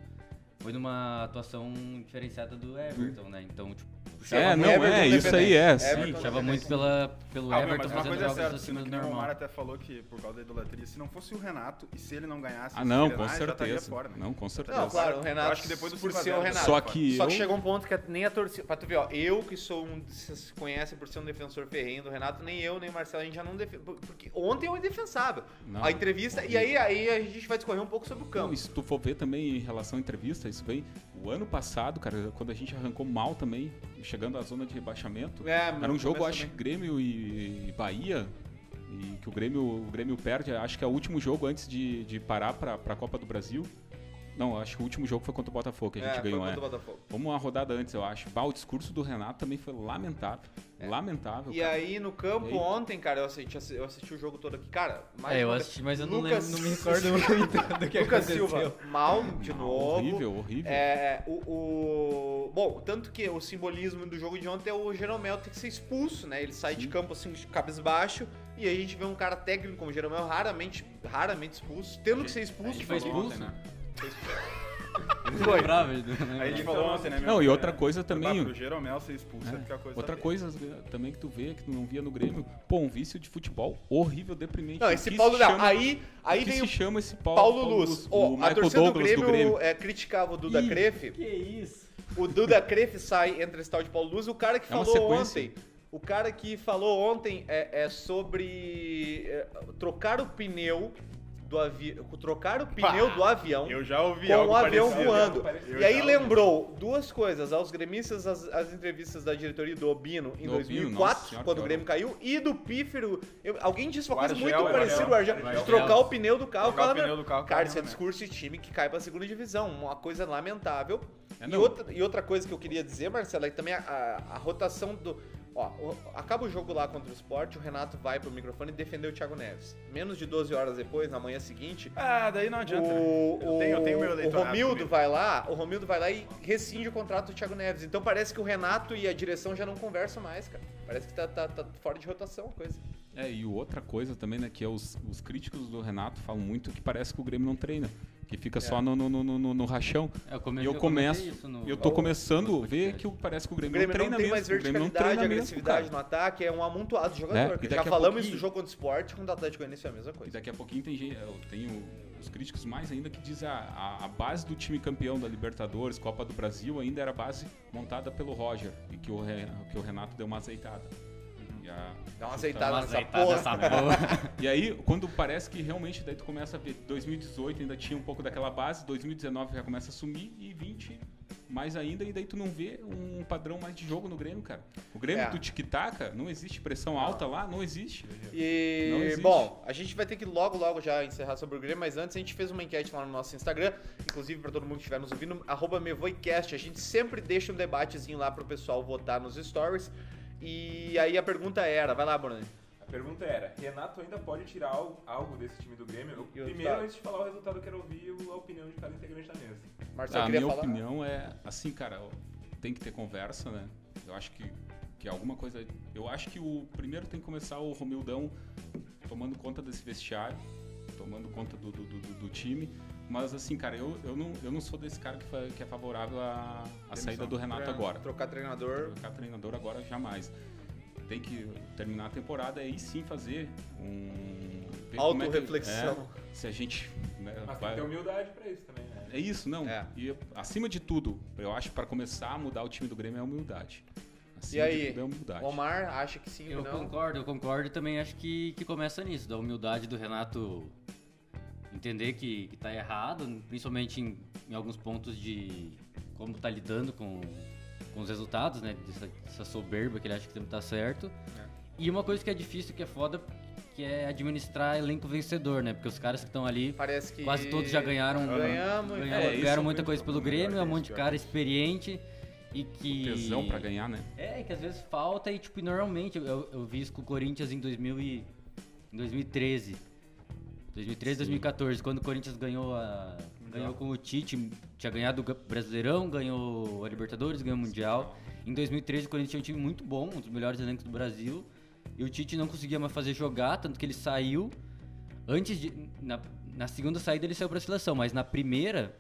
E: foi numa atuação diferenciada do Everton, né? Então, tipo, puxava
C: É,
E: muito,
C: não, é,
B: Everton
C: isso aí é,
B: Everton
C: sim.
E: puxava muito pela, pelo
G: Ah, meu,
E: Everton
G: mas uma
E: fazendo
G: coisa é
E: jogos
G: certa,
E: acima do
G: sendo que nem o Omar
E: normal.
G: até falou que por causa da idolatria, se não fosse o Renato e se ele não ganhasse,
C: Ah,
G: esses
C: não, com
G: Grenais, já
B: tá
G: estaria
C: certeza.
G: Fora, né?
C: Não, com certeza.
B: Não, claro, o Renato.
G: Eu acho que depois do
B: por
G: 5 a
B: ser o
G: 0,
B: Renato.
C: Só que
B: Só que
C: eu-
B: chegou um ponto que nem a torcida. Pra tu ver, ó, eu que sou um. Vocês conhecem por ser um defensor ferrenho do Renato, nem eu, nem o Marcelo, a gente já não defende. Porque ontem eu indefensável.
C: Não,
B: a entrevista. E aí, aí a gente vai discorrer um pouco sobre o
C: Não,
B: campo.
C: e se tu for ver também em relação à entrevista, isso vem o ano passado, cara, quando a gente arrancou mal também, chegando à zona de rebaixamento.
B: É,
C: Era um
B: no
C: jogo,
B: começo
C: acho,
B: também.
C: Grêmio e e Bahia, e que o Grêmio, o Grêmio perde, acho que é o último jogo antes de, de parar pra, pra Copa do Brasil. Não, acho que o último jogo foi contra o Botafogo que a
B: é,
C: gente
B: foi
C: ganhou,
B: contra
C: é.
B: o Botafogo.
C: Vamos uma rodada antes, eu acho. Bah, o discurso do Renato também foi lamentável. Lamentável,
B: É. E
C: cara.
B: aí no campo
C: Eita.
B: ontem, cara, eu assisti, eu assisti o jogo todo aqui, cara. mais
E: É, eu
B: uma-
E: assisti, mas eu não, lembro,
B: Lucas-
E: não me recordo muito do que
B: Lucas
E: aconteceu.
B: Silva, mal de
C: Não,
B: novo.
C: Horrível, horrível.
B: É, o, o- Bom, tanto que o simbolismo do jogo de ontem é o Jeromel ter que ser expulso, né? Ele sai de campo assim, de cabisbaixo, e aí a gente vê um cara técnico como o Jeromel raramente, raramente expulso, tendo que ser expulso.
E: Ele foi
B: falou.
E: expulso?
B: Foi.
E: Bravo, ele- né?
G: Aí a gente falou ontem, né, meu?
E: É.
C: Não, e outra coisa também,
G: Vai pro Jeromel ser expulso, é. ficar coisa
C: Outra
G: feia.
C: coisa né, também que tu vê, que tu não via no Grêmio, pô, um vício de futebol horrível, deprimente.
B: Não,
C: O
B: esse
C: que
B: Paulo
C: se
B: não.
C: chama-
B: Aí, aí
C: o que
B: vem
C: se
B: o
C: chama esse Paulo,
B: Paulo Luz. Ó,
C: o
B: a
C: Michael
B: torcida do
C: Douglas
B: Grêmio,
C: do Grêmio.
B: é, criticava o Duda
C: Ih.
B: Crefe.
E: Que isso?
B: O Duda Cref sai entre esse tal de Paulo Luz. O cara que
C: É uma
B: falou
C: sequência.
B: ontem. O cara que falou ontem é, é sobre é, trocar o pneu do avião. Trocar o pneu do avião
G: Eu já ouvi
B: com
G: algo
B: o avião
G: parecido.
B: voando.
G: Eu
B: E aí
G: já
B: lembrou duas coisas, aos gremistas, as, as entrevistas da diretoria do Obino em
C: Do Obino,
B: 2004,
C: nossa senhora,
B: quando
C: que
B: o Grêmio caiu, e do Pífero. Eu- alguém disse uma coisa
G: Argel,
B: muito
G: Argel,
B: parecida, o Argel,
E: Argel.
B: de trocar o pneu do carro.
G: Trocar o
B: Fala,
G: pneu
B: meu,
G: do carro,
B: cara,
G: cara,
B: isso é
G: né?
B: discurso de time que cai pra segunda divisão, uma coisa lamentável.
C: É,
B: e,
C: não.
B: outra, e outra coisa que eu queria dizer, Marcelo, é que também a, a- a rotação do... Ó, o- acaba o jogo lá contra o esporte, o Renato vai pro microfone defender o Thiago Neves. Menos de 12 horas depois, na manhã seguinte,
G: Ah, daí não adianta. né?
B: o,
G: Eu tenho- eu tenho meu
B: o
G: eleitorado
B: Romildo
G: comigo.
B: vai lá, o Romildo vai lá e rescinde o contrato do Thiago Neves. Então parece que o Renato e a direção já não conversam mais, cara. Parece que tá, tá- tá fora de rotação a coisa.
C: É, e outra coisa também, né, que é os, os críticos do Renato falam muito que parece que o Grêmio não treina, que fica
B: É.
C: só no, no, no, no- no- no rachão.
E: É, Eu come-
C: e eu
E: eu
C: começo,
E: comentei isso no-
C: eu tô
E: no
C: começando a
E: podcast.
C: ver que o- parece que
B: O
C: o Grêmio,
B: Grêmio
C: não treina
B: não tem
C: mesmo.
B: mais
C: o Grêmio não
B: verticalidade,
C: treina mesmo,
B: agressividade
C: cara.
B: no ataque, é um amontoado de
C: É,
B: jogador.
C: e
B: cara. Já
C: daqui a
B: falamos
C: pouquinho-
B: isso do jogo contra o esporte, contra o Atlético Goianiense é a mesma
C: E
B: coisa.
C: daqui a pouquinho tem gente, eu tenho os críticos mais ainda que dizem a, a, a base do time campeão da Libertadores, Copa do Brasil, ainda era a base montada pelo Roger e que o, Re- que o Renato deu uma azeitada. E a-
B: Dá uma
E: Tá
B: aceitada
E: uma
B: nessa
E: azeitada
B: porra.
E: essa porra.
C: E aí, quando parece que realmente daí tu começa a ver 2018 ainda tinha um pouco daquela base, 2019 já começa a sumir e 20 mais ainda e daí tu não vê um padrão mais de jogo no Grêmio, cara. O Grêmio
B: É.
C: do tic-taca, não existe pressão alta lá, não existe. Não
B: E,
C: existe.
B: bom, a gente vai ter que logo, logo já encerrar sobre o Grêmio, mas antes a gente fez uma enquete lá no nosso Instagram, inclusive pra todo mundo que estiver nos ouvindo, arroba mevoicast, a gente sempre deixa um debatezinho lá pro pessoal votar nos stories, e aí a pergunta era, vai lá, Bruno.
F: A pergunta era, Renato ainda pode tirar al- algo desse time do Grêmio? Eu- tá.
B: E o
F: primeiro,
B: resultado?
F: antes de falar o resultado, eu quero ouvir o- a opinião de cada integrante da mesa.
B: Marcelo,
C: A
B: queria
C: Ah, minha
B: falar.
C: opinião é assim, cara, ó, tem que ter conversa, né? Eu acho que, que alguma coisa. Eu acho que o primeiro tem que começar o Romildão tomando conta desse vestiário, tomando conta do, do, do- do- do time. Mas assim, cara, eu, eu, não, eu não sou desse cara que, fa- que é favorável à, à saída do Renato
B: Pra
C: agora.
B: Trocar treinador.
C: Trocar treinador agora jamais. Tem que terminar a temporada e aí sim fazer um. ver como é que-
B: Autoreflexão.
C: é, se a gente. né,
F: Mas tem
C: vai-
F: que ter humildade pra isso também, né?
C: é isso, não.
B: É.
C: E acima de tudo, eu acho que para começar a mudar o time do Grêmio é a humildade. Acima
B: E aí?
C: de tudo é a humildade.
B: Omar acha que sim ou
E: Eu
B: não.
E: concordo, eu concordo e também acho que, que começa nisso, da humildade do Renato entender que, que tá errado, principalmente em, em alguns pontos de como tá lidando com, com os resultados, né? Dessa, dessa soberba que ele acha que sempre tá certo. E uma coisa que é difícil, que é foda, que é administrar elenco vencedor, né? Porque os caras que estão ali,
B: Parece que...
E: quase todos já ganharam. um
B: Ganhamos. então.
E: ganharam,
C: É, isso é
E: ganharam muita
G: muito
E: coisa pelo
G: melhor
E: Grêmio,
G: que
E: é um
G: isso,
E: monte de
G: pior
E: cara experiente e que.
C: É Tesão para ganhar, né?
E: É, que às vezes falta e, tipo, normalmente, eu- eu, eu vi isso com o Corinthians em, 2000 e, em 2013. 2013, 2014, quando o Corinthians ganhou a. Ganhou com o Tite, tinha ganhado o Ga- Brasileirão, ganhou a Libertadores, ganhou o Mundial. Em 2013 o Corinthians tinha um time muito bom, um dos melhores elencos do Brasil. E o Tite não conseguia mais fazer jogar, tanto que ele saiu. Antes de. Na, na segunda saída ele saiu pra seleção, mas na primeira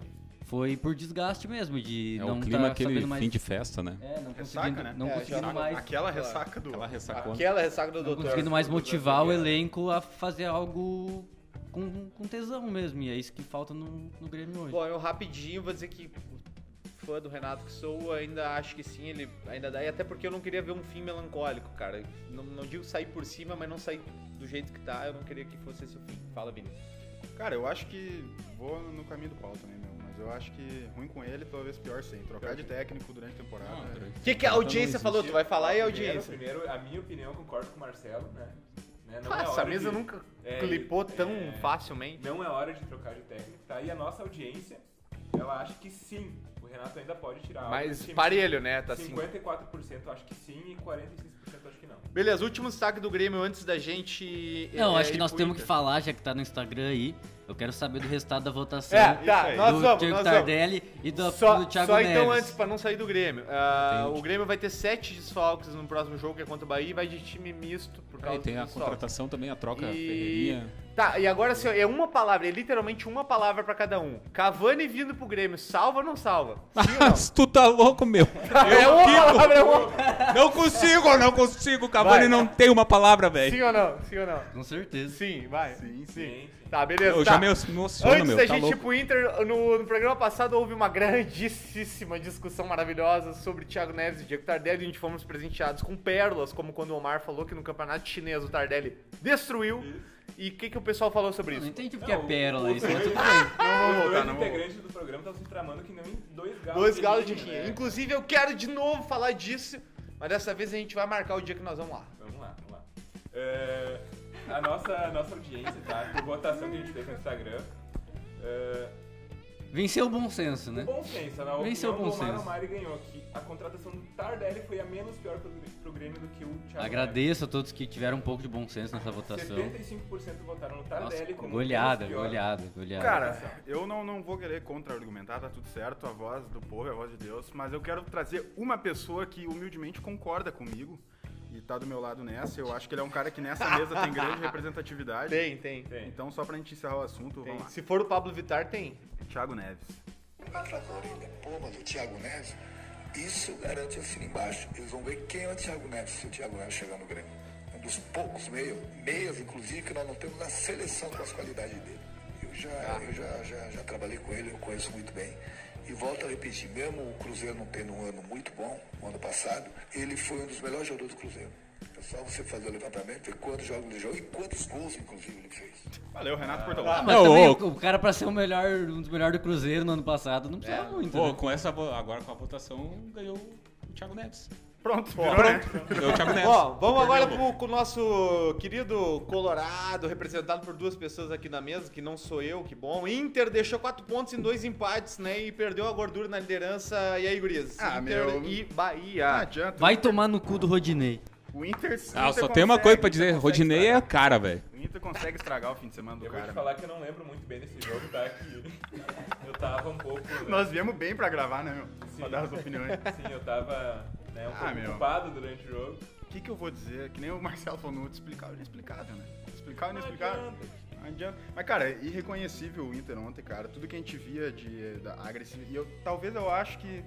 E: foi por desgaste mesmo, de
C: É
E: não
C: o clima
E: tá
C: aquele
E: sabendo mais.
C: fim de festa, né?
E: É, não
G: Ressaca,
E: conseguindo,
G: né?
E: não
B: É, já-
E: conseguindo mais.
G: Aquela ressaca do.
C: Ela
F: Ah,
C: ressacou.
B: Aquela ressaca do
E: Não
B: doutor.
E: conseguindo mais
B: Do
E: motivar o
B: doutor.
E: elenco a fazer algo com, com tesão mesmo. E é isso que falta no, no Grêmio hoje.
B: Bom, eu rapidinho vou dizer que fã do Renato que sou, ainda acho que sim, ele ainda dá. E até porque eu não queria ver um fim melancólico, cara. Não, não digo sair por cima, mas não sair do jeito que tá. Eu não queria que fosse esse o fim. Fala, Vini.
G: Cara, eu acho que vou no caminho do pau também, meu. Mas eu acho que ruim com ele, talvez pior sem. Trocar de técnico durante a temporada.
C: Não,
G: é-
B: O que, que a audiência falou? Tu vai falar e a
F: Primeiro,
B: audiência.
F: primeiro, a minha opinião, eu concordo com o Marcelo, né? Né, não é
B: Nossa,
F: hora
B: a mesa
F: de-
B: nunca
F: é,
B: clipou tão
F: é,
B: facilmente.
F: Não é hora de trocar de técnico, tá? E a nossa audiência, ela acha que sim, o Renato ainda pode tirar algo
B: Mas
F: desse time.
B: parelho, né? Tá assim.
F: 54% acho que sim e 46% acho que não.
B: Beleza, último destaque do Grêmio antes da gente.
E: Não,
B: é,
E: acho que
B: ir
E: nós
B: pro
E: temos que
B: Inter.
E: falar, já que tá no Instagram aí. Eu quero saber do resultado da votação
B: É,
G: Isso
B: tá,
G: aí.
B: nós
E: do
B: vamos,
E: Diego
B: nós vamos.
E: Tardelli e do,
B: só,
E: do Thiago
B: só
E: Neves.
B: então antes, pra não sair do Grêmio. Ah,
C: Entendi.
B: o Grêmio vai ter sete desfalques no próximo jogo, que é contra o Bahia, e vai de time misto por causa
C: Aí tem a
B: dos desfalques.
C: contratação também, a troca
B: E-
C: Ferreirinha.
B: Tá, e agora assim, ó, é uma palavra, é literalmente uma palavra pra cada um. Cavani vindo pro Grêmio, salva ou não salva? Sim ou não?
C: Mas tu tá louco, meu.
B: é uma palavra, é uma...
C: Não consigo, não consigo. O Cavani
B: Vai.
C: não tem uma palavra, velho.
B: Sim ou não? Sim ou não?
E: Com certeza.
B: Sim, vai.
G: Sim, sim.
F: Sim, sim.
B: Tá, beleza.
C: Eu
B: tá.
C: já me emociono,
B: Antes
C: meu.
B: da
C: tá
B: gente ir
C: louco.
B: pro Inter, no, no programa passado houve uma grandíssima discussão maravilhosa sobre Thiago Neves e Diego Tardelli. A gente fomos presenteados com pérolas, como quando o Omar falou que no campeonato chinês o Tardelli destruiu. E o que, que o pessoal falou sobre
E: Não
B: isso?
E: entendi porque
F: Não,
E: é pérola
F: o-
E: isso,
F: o-
E: mas tudo bem.
B: Não vou
F: Os
B: voltar,
F: dois
B: não vou voltar.
F: integrantes do programa estavam se tramando que não em dois galos.
B: Dois galos de
F: rinha,
B: rinha.
F: né?
B: Inclusive, eu quero de novo falar disso, mas dessa vez a gente vai marcar o dia que nós vamos lá.
F: Vamos lá, vamos lá. É, a, nossa, a nossa audiência, tá? Por votação que a gente fez no Instagram. é,
E: Venceu o bom senso,
F: o
E: né?
F: bom senso, na
E: Venceu
F: opinião
E: o bom
F: do Omar
E: senso.
F: Omari ganhou que a contratação do Tardelli foi a menos pior pro, pro Grêmio do que o Thiago
E: Agradeço a todos que tiveram um pouco de bom senso nessa
F: Neves.
E: votação.
F: 75% votaram no
E: Nossa,
F: Tardelli como
E: goleada,
F: menos pior.
E: goleada, goleada.
D: Cara, eu não, não vou querer contra-argumentar, tá tudo certo, a voz do povo é a voz de Deus, mas eu quero trazer uma pessoa que humildemente concorda comigo e tá do meu lado nessa. Eu acho que ele é um cara que nessa mesa tem grande representatividade.
B: Tem, tem.
F: Tem.
D: Então, só pra gente encerrar o assunto,
B: tem.
D: vamos lá.
B: Se for o Pablo Vittar, tem.
D: Thiago Neves.
H: Marca Florida, porra do Thiago Neves, isso garante assim embaixo. Eles vão ver quem é o Thiago Neves se o Thiago Neves chegar no Grêmio. Um dos poucos meio, meias, inclusive, que nós não temos na seleção com as qualidades dele. Eu já, eu já, já, já trabalhei com ele, eu conheço muito bem. E volto a repetir, mesmo o Cruzeiro não tendo um ano muito bom, o ano passado, ele foi um dos melhores jogadores do Cruzeiro. É só você fazer o levantamento, ver quantos jogos ele jogou e quantos gols, inclusive, ele fez.
D: Valeu, Renato Portaluppi.
E: Ah, Mas
C: Não,
E: também,
C: ô.
E: o cara pra ser o melhor, um dos melhores do Cruzeiro no ano passado, não
B: É,
E: precisava muito,
C: Pô,
E: né?
C: com essa, vo- agora com a votação, ganhou o Thiago Neves.
D: Pronto, virou, né?
C: Ganhou o Thiago Neves.
B: Ó, vamos agora
C: Perdeu.
B: pro, com o nosso querido Colorado, representado por duas pessoas aqui na mesa, que não sou eu, que bom. Inter deixou quatro pontos em dois empates, né? E perdeu a gordura na liderança. E aí, gurias?
G: Ah,
B: Inter
G: meu. Ah,
B: e
G: Não
B: Bahia.
G: adianta.
E: Vai tomar no cu do Rodinei.
D: O Inter.
C: Ah,
D: Inter
C: só tem uma
D: consegue,
C: coisa pra
D: o Inter
C: dizer,
D: consegue
C: Rodinei é a
D: estragar.
C: cara, velho.
D: O Inter consegue estragar o fim de semana do
F: Eu vou
D: cara.
F: te falar que eu não lembro muito bem desse jogo, tá? Que eu tava um pouco. né?
G: Nós viemos bem pra gravar, né, meu? Pra
F: Sim.
G: dar as opiniões.
F: Sim, assim, eu tava né, um
D: Ah,
F: pouco
D: meu.
F: culpado durante o jogo.
D: O que, que eu vou dizer? Que nem o Marcelo falou no outro, explicável e inexplicável, né? Explicável e inexplicável. Não adianta. Mas, cara, é irreconhecível o Inter ontem, cara. Tudo que a gente via de da agressividade. E eu, talvez eu acho que,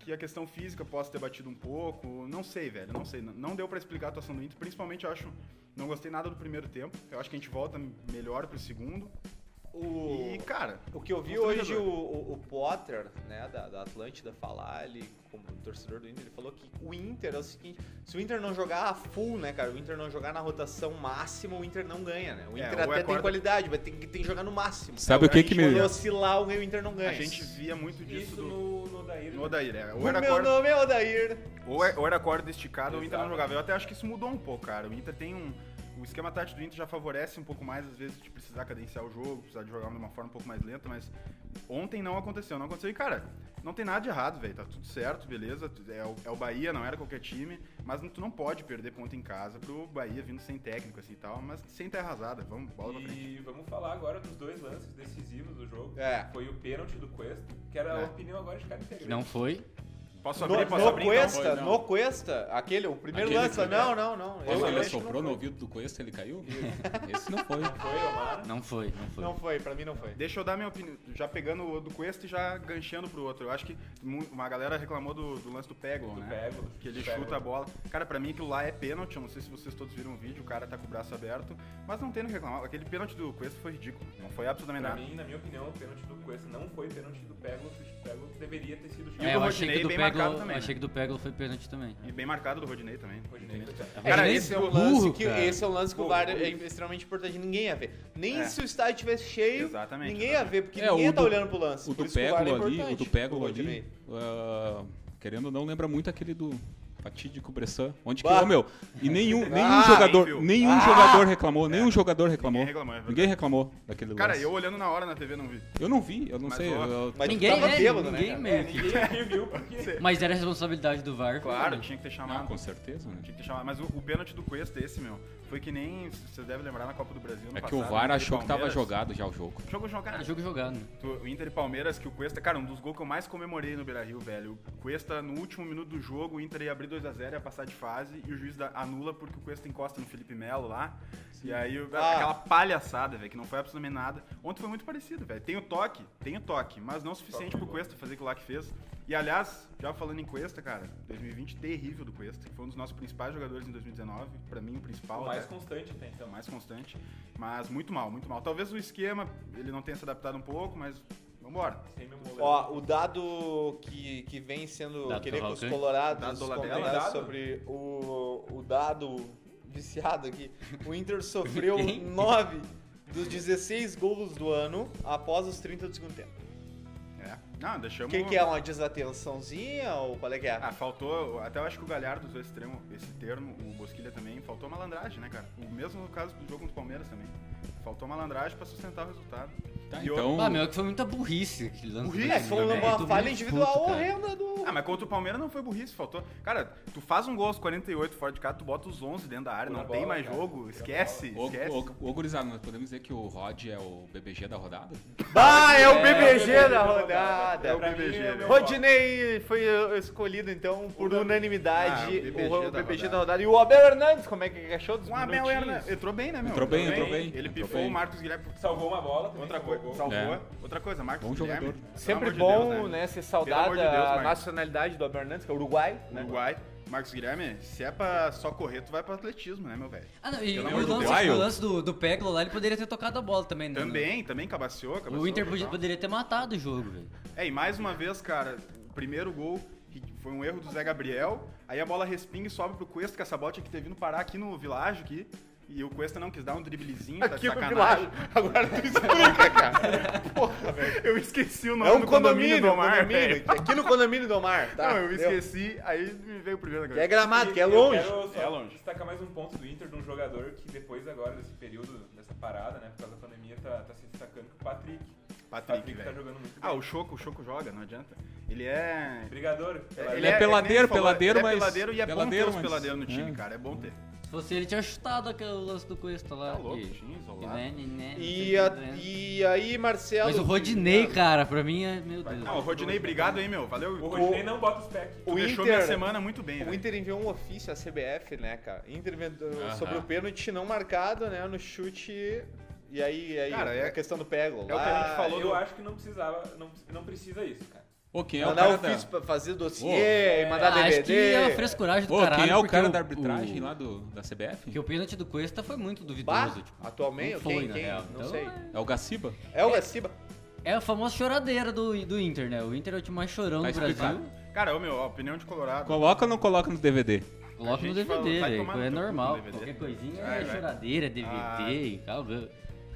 D: que a questão física possa ter batido um pouco. Não sei, velho. Não sei. Não, não deu pra explicar a atuação do Inter. Principalmente, eu acho. Não gostei nada do primeiro tempo. Eu acho que a gente volta melhor pro segundo.
B: O,
D: E, cara.
B: o que eu vi hoje o, o- o Potter, né, da, da Atlântida, falar, ele, como um torcedor do Inter, ele falou que o Inter é o seguinte: se o Inter não jogar a full, né, cara, o Inter não jogar na rotação máxima, o Inter não ganha, né? O
D: É,
B: Inter até
D: ou
B: tem
D: acorda-
B: qualidade, mas tem, que- tem que jogar no máximo.
C: Sabe o que que me-
B: Quando oscilar, o Inter não ganha.
D: A gente via muito disso
F: Isso
D: do,
F: no, no Daíra.
D: no Odair. É. Ou
B: O
D: era
B: meu
D: corda-
B: nome é Odair.
D: Ou, é- ou era corda esticada ou o Inter não
F: Exato.
D: jogava. Eu até acho que isso mudou um pouco, cara. O Inter tem um. O esquema tático do Inter já favorece um pouco mais, às vezes, de precisar cadenciar o jogo, precisar de jogar de uma forma um pouco mais lenta, mas ontem não aconteceu. Não aconteceu. E, cara, não tem nada de errado, velho. Tá tudo certo, beleza. Tu- É o, é o Bahia, não era qualquer time, mas não- tu não pode perder ponto em casa pro Bahia vindo sem técnico, assim e tal, mas sem terra arrasada. Vamos, bola pra frente.
F: E vamos falar agora dos dois lances decisivos do jogo.
B: É.
F: Foi o pênalti do Cuesta, que era
D: É.
F: a opinião agora de cada integrante.
E: Não foi?
D: Posso
B: No,
D: abrir? posso
B: no
D: abrir? então?
B: Cuesta,
C: Foi, não.
B: no Cuesta, aquele, o primeiro
C: Aquele
B: lance,
C: que-
B: não, não, não. Eu-
C: Quando
B: eu
C: ele
B: acho que
C: soprou no
B: não,
C: ouvido do Cuesta, ele caiu? Esse não foi.
F: Foi, Omar.
E: Não foi, não foi.
B: foi. não foi, pra mim não foi.
D: Deixa eu dar minha opinião, já pegando o do Quest e já ganchando pro outro. Eu acho que mu- uma galera reclamou do, do lance do Pego,
F: Do
D: né?
F: Pego.
D: Que ele
F: Do Pego.
D: chuta a bola. Cara, pra mim aquilo lá é pênalti. Eu não sei se vocês todos viram o vídeo, o cara tá com o braço aberto. Mas não tem no que reclamar. Aquele pênalti do Quest foi ridículo. Não foi absolutamente
F: Pra
D: nada.
F: mim, na minha opinião, o pênalti do Cuesta não foi pênalti do Pego. O chute do Pego deveria ter sido chute
D: do
E: É, eu achei
D: Rodinei
E: que do
D: bem
E: Pego,
D: marcado também,
E: achei
D: né?
E: que do Pego foi pênalti também.
D: E bem marcado do Rodinei também.
F: Rodinei.
B: Cara,
E: Rodinei
B: esse é um
E: burro,
B: lance que,
E: cara.
B: esse é um lance que o VAR é
F: burro.
B: extremamente importante, ninguém ia ver. Nem
D: É.
B: se o estádio tivesse cheio,
D: Exatamente,
B: ninguém ia
D: exatamente.
B: ver, porque
C: É,
B: ninguém
C: o
B: tá
C: do-
B: olhando pro lance.
C: O
B: por
C: do
B: isso que VAR é
C: Pégolo ali, o do
B: importante,
C: Pégolo
B: o
C: ali,
B: Rodinei.
C: ah, querendo ou não, lembra muito aquele do fatídico Bressan. Onde que,
B: Bah.
C: ô meu, e nenhum, nenhum
B: Ah,
D: nem
C: jogador,
D: viu.
C: nenhum jogador reclamou, nenhum jogador reclamou.
D: Ninguém reclamou, é verdade.
C: Ninguém reclamou daquele lance.
D: Cara, eu olhando na hora na TV não vi.
C: Eu não vi, eu não
D: Mas,
C: sei.
D: ó,
C: eu-
B: Mas
E: ninguém,
B: tava
E: né?
B: bêbado, né,
E: ninguém
B: cara?
E: meio que-
F: Ninguém aqui viu porque.
E: Mas era a responsabilidade do VAR.
D: Claro,
E: né?
D: tinha que ter
C: Ah,
D: chamado.
C: com certeza, né?
D: Tinha que ter chamado. Mas o, o pênalti do Quest esse, meu, foi que nem. Vocês devem lembrar na Copa do Brasil. No
C: É que
D: passado,
C: o VAR
D: Inter e
C: achou que tava
D: né, Palmeiras.
C: jogado já o jogo.
D: Jogo jogado.
E: Era
F: Ah,
E: jogo jogado. né?
D: Tu- O Inter e Palmeiras, que o Cuesta. Cara, um dos gols que eu mais comemorei no Beira Rio, velho. O Cuesta, no último minuto do jogo, o Inter ia abrir 2x0, ia passar de fase, e o juiz da- anula porque o Cuesta encosta no Felipe Melo lá. E aí, o-
B: Ah.
D: aquela palhaçada, velho, que não foi absolutamente nada. Ontem foi muito parecido, velho. Tem o toque, tem o toque, mas não o suficiente pro Cuesta fazer aquilo lá que fez. E aliás, já falando em Cuesta, cara, 2020 terrível do Cuesta. Foi um dos nossos principais jogadores em 2019. Pra mim, o principal.
F: O mais
D: até.
F: constante até então.
D: é mais constante. Mas muito mal, muito mal. Talvez o esquema ele não tenha se adaptado um pouco, mas vambora.
F: Sem meu moleque.
B: Ó, o dado que, que vem sendo
E: Dado
B: querer com os
E: Cavalcante?
B: colorados
D: Dado do
B: comentar
D: Labela,
F: dado?
B: sobre o, o dado viciado aqui. O Inter sofreu
E: Quem?
B: 9 dos 16 gols do ano após os 30 do segundo tempo.
D: É. Não,
B: O
D: deixamos.
B: que, que é? Uma desatençãozinha ou qual é que é?
D: Ah, faltou. Até eu acho que o Galhardo usou esse termo, esse termo, o Bosquilha também. Faltou malandragem, né, cara? O mesmo caso do jogo contra o Palmeiras também. Faltou malandragem pra sustentar o resultado.
C: Tá,
D: E
C: então.
E: Ah, meu, que foi muita burrice aquele lance.
D: Burrice?
B: é, foi
D: também.
B: uma
E: Tô
B: falha
E: muito
B: individual
E: puto, cara.
B: horrenda do.
D: Ah, mas contra o Palmeiras não foi burrice, faltou. Cara, tu faz um gol aos 48 fora de casa, tu bota os 11 dentro da área,
F: Pura
D: não tem
F: bola,
D: mais
F: cara.
D: jogo,
F: Pura
D: esquece,
C: Ô,
D: esquece.
C: ô, ô, gurizada, nós podemos dizer que o Rod é o BBG da rodada?
B: Ah, é o BBG
F: É o
B: da
F: BBG
B: rodada.
D: É o
F: Pra mim,
D: BBG,
F: é
D: né?
F: meu
B: Rodinei foi eh, escolhido então por
F: O da-
B: unanimidade
D: Ah,
B: o
D: o BBG
B: BBG, o,
D: da
B: BBG da,
D: rodada.
B: rodada. E o Abel Hernandes, como é que achou dos
D: O Abel
B: minutinhos?
D: Hernan- entrou bem, Um né, meu?
C: Entrou bem, entrou bem.
D: Ele
C: Entrou
D: pifou
C: bem.
D: o Marcos Guilherme.
F: Salvou uma bola. também,
D: Outra
F: salvou
D: coisa,
F: gol.
D: salvou.
C: É.
D: Outra coisa, Marcos
C: Bom
D: Guilherme.
C: jogador.
D: pelo
B: Sempre
D: amor de
B: bom,
D: Deus,
B: né? Ser
D: Pelo
B: saudada
D: amor de Deus,
B: a
D: Marcos.
B: nacionalidade do Abel Hernandes, que é Uruguai, né?
D: Uruguai. Marcos Guilherme, se é pra só correr, tu vai pro atletismo, né, meu velho?
E: Ah, não, e
D: Pelo
E: o
D: amor de
E: lance,
C: Deus.
E: o lance do, do Peglo lá, ele poderia ter tocado a bola também, né?
D: Também, também cabaciou, cabaciou.
E: O Inter podia-
D: total.
E: poderia ter matado o jogo, velho.
D: É, e mais uma vez, cara, o primeiro gol que foi um erro do Zé Gabriel, aí a bola respinga e sobe pro Cuesta, que essa bola tinha que ter vindo parar aqui no Világio, aqui, e o Cuesta não quis dar um driblezinho, tá de
B: Aqui no
D: sacanagem.
B: Világio. Agora tu explica, cara. Porra, velho.
D: Eu esqueci o nome
B: É um
D: do
B: condomínio,
D: do Omar,
B: condomínio.
D: velho.
B: Aqui no condomínio do Omar, tá?
D: não, eu
B: Entendeu?
D: esqueci, aí me veio o primeiro
B: Que é
D: agora.
B: gramado, que é
F: Eu
B: longe.
F: quero só
D: É longe.
F: destacar mais um ponto do Inter de um jogador que depois agora desse período, dessa parada, né, por causa da pandemia, tá, tá se destacando que o Patrick.
D: Patrick,
F: tá
D: velho.
F: jogando muito bem.
D: Ah, o Choco, o Choco joga, não adianta. Ele é...
F: Brigador. pela-
C: ele é
D: que
C: peladeiro,
D: nem tu falou,
C: peladeiro,
D: ele é
C: mas-
D: peladeiro e é
C: peladeiro,
D: bom ter os
C: mas-
D: peladeiros no time,
C: é.
D: cara, é bom ter.
E: Se fosse ele, tinha chutado aquele lance do Cuesta lá.
D: Tá louco,
E: que-
D: tinha
E: que
D: isolado.
E: né, né, né,
B: E, a-
E: né.
B: e aí, Marcelo. Ah,
E: Mas o Rodinei, cara, pra mim é. Meu Deus.
D: Não, o Rodinei, obrigado aí, meu, valeu.
F: O Rodinei não bota os packs.
D: Tu
B: O
D: deixou
B: Inter-
D: minha semana muito bem,
B: O
D: velho.
B: Inter enviou um ofício à CBF, né, cara? Inter inventou-
C: Aham.
B: sobre o pênalti não marcado, né? No chute. E aí, aí
D: Cara,
B: a
D: é-
B: questão do pego.
D: É o que a gente falou
F: Eu
D: do-
F: acho que não precisava, não, não precisa isso, cara.
C: Ô, quem é o
B: Mandar
D: né?
C: cara
B: o ofício
C: da...
B: pra fazer dossiê,
C: Oh.
B: mandar
E: Ah,
B: DVD.
E: acho que é uma frescuragem do
C: Ô,
E: caralho.
C: quem é o
E: porque
C: cara da arbitragem lá do, da
E: Porque
C: CBF?
E: o pênalti do Cuesta foi muito
B: Bah,
E: duvidoso. Tipo,
B: atualmente?
E: não foi,
B: quem?
E: na
B: quem?
E: real.
B: Não
E: Então,
B: sei.
C: É o Gaciba?
B: É o Gaciba.
E: É a famosa choradeira do, do Inter, né? O Inter é o time mais chorão
C: Tá
E: do Brasil.
C: explicado.
D: Cara, ô meu, ó, opinião de Colorado.
C: Coloca ou não coloca no DVD?
E: Coloca
D: A
E: no
D: gente
E: DVD,
D: falou, vai
E: velho.
D: tomar no
E: É
D: teu cu no
E: normal.
D: DVD.
E: Qualquer coisinha
D: Vai,
E: é
D: vai. Ah,
E: choradeira, DVD, calma.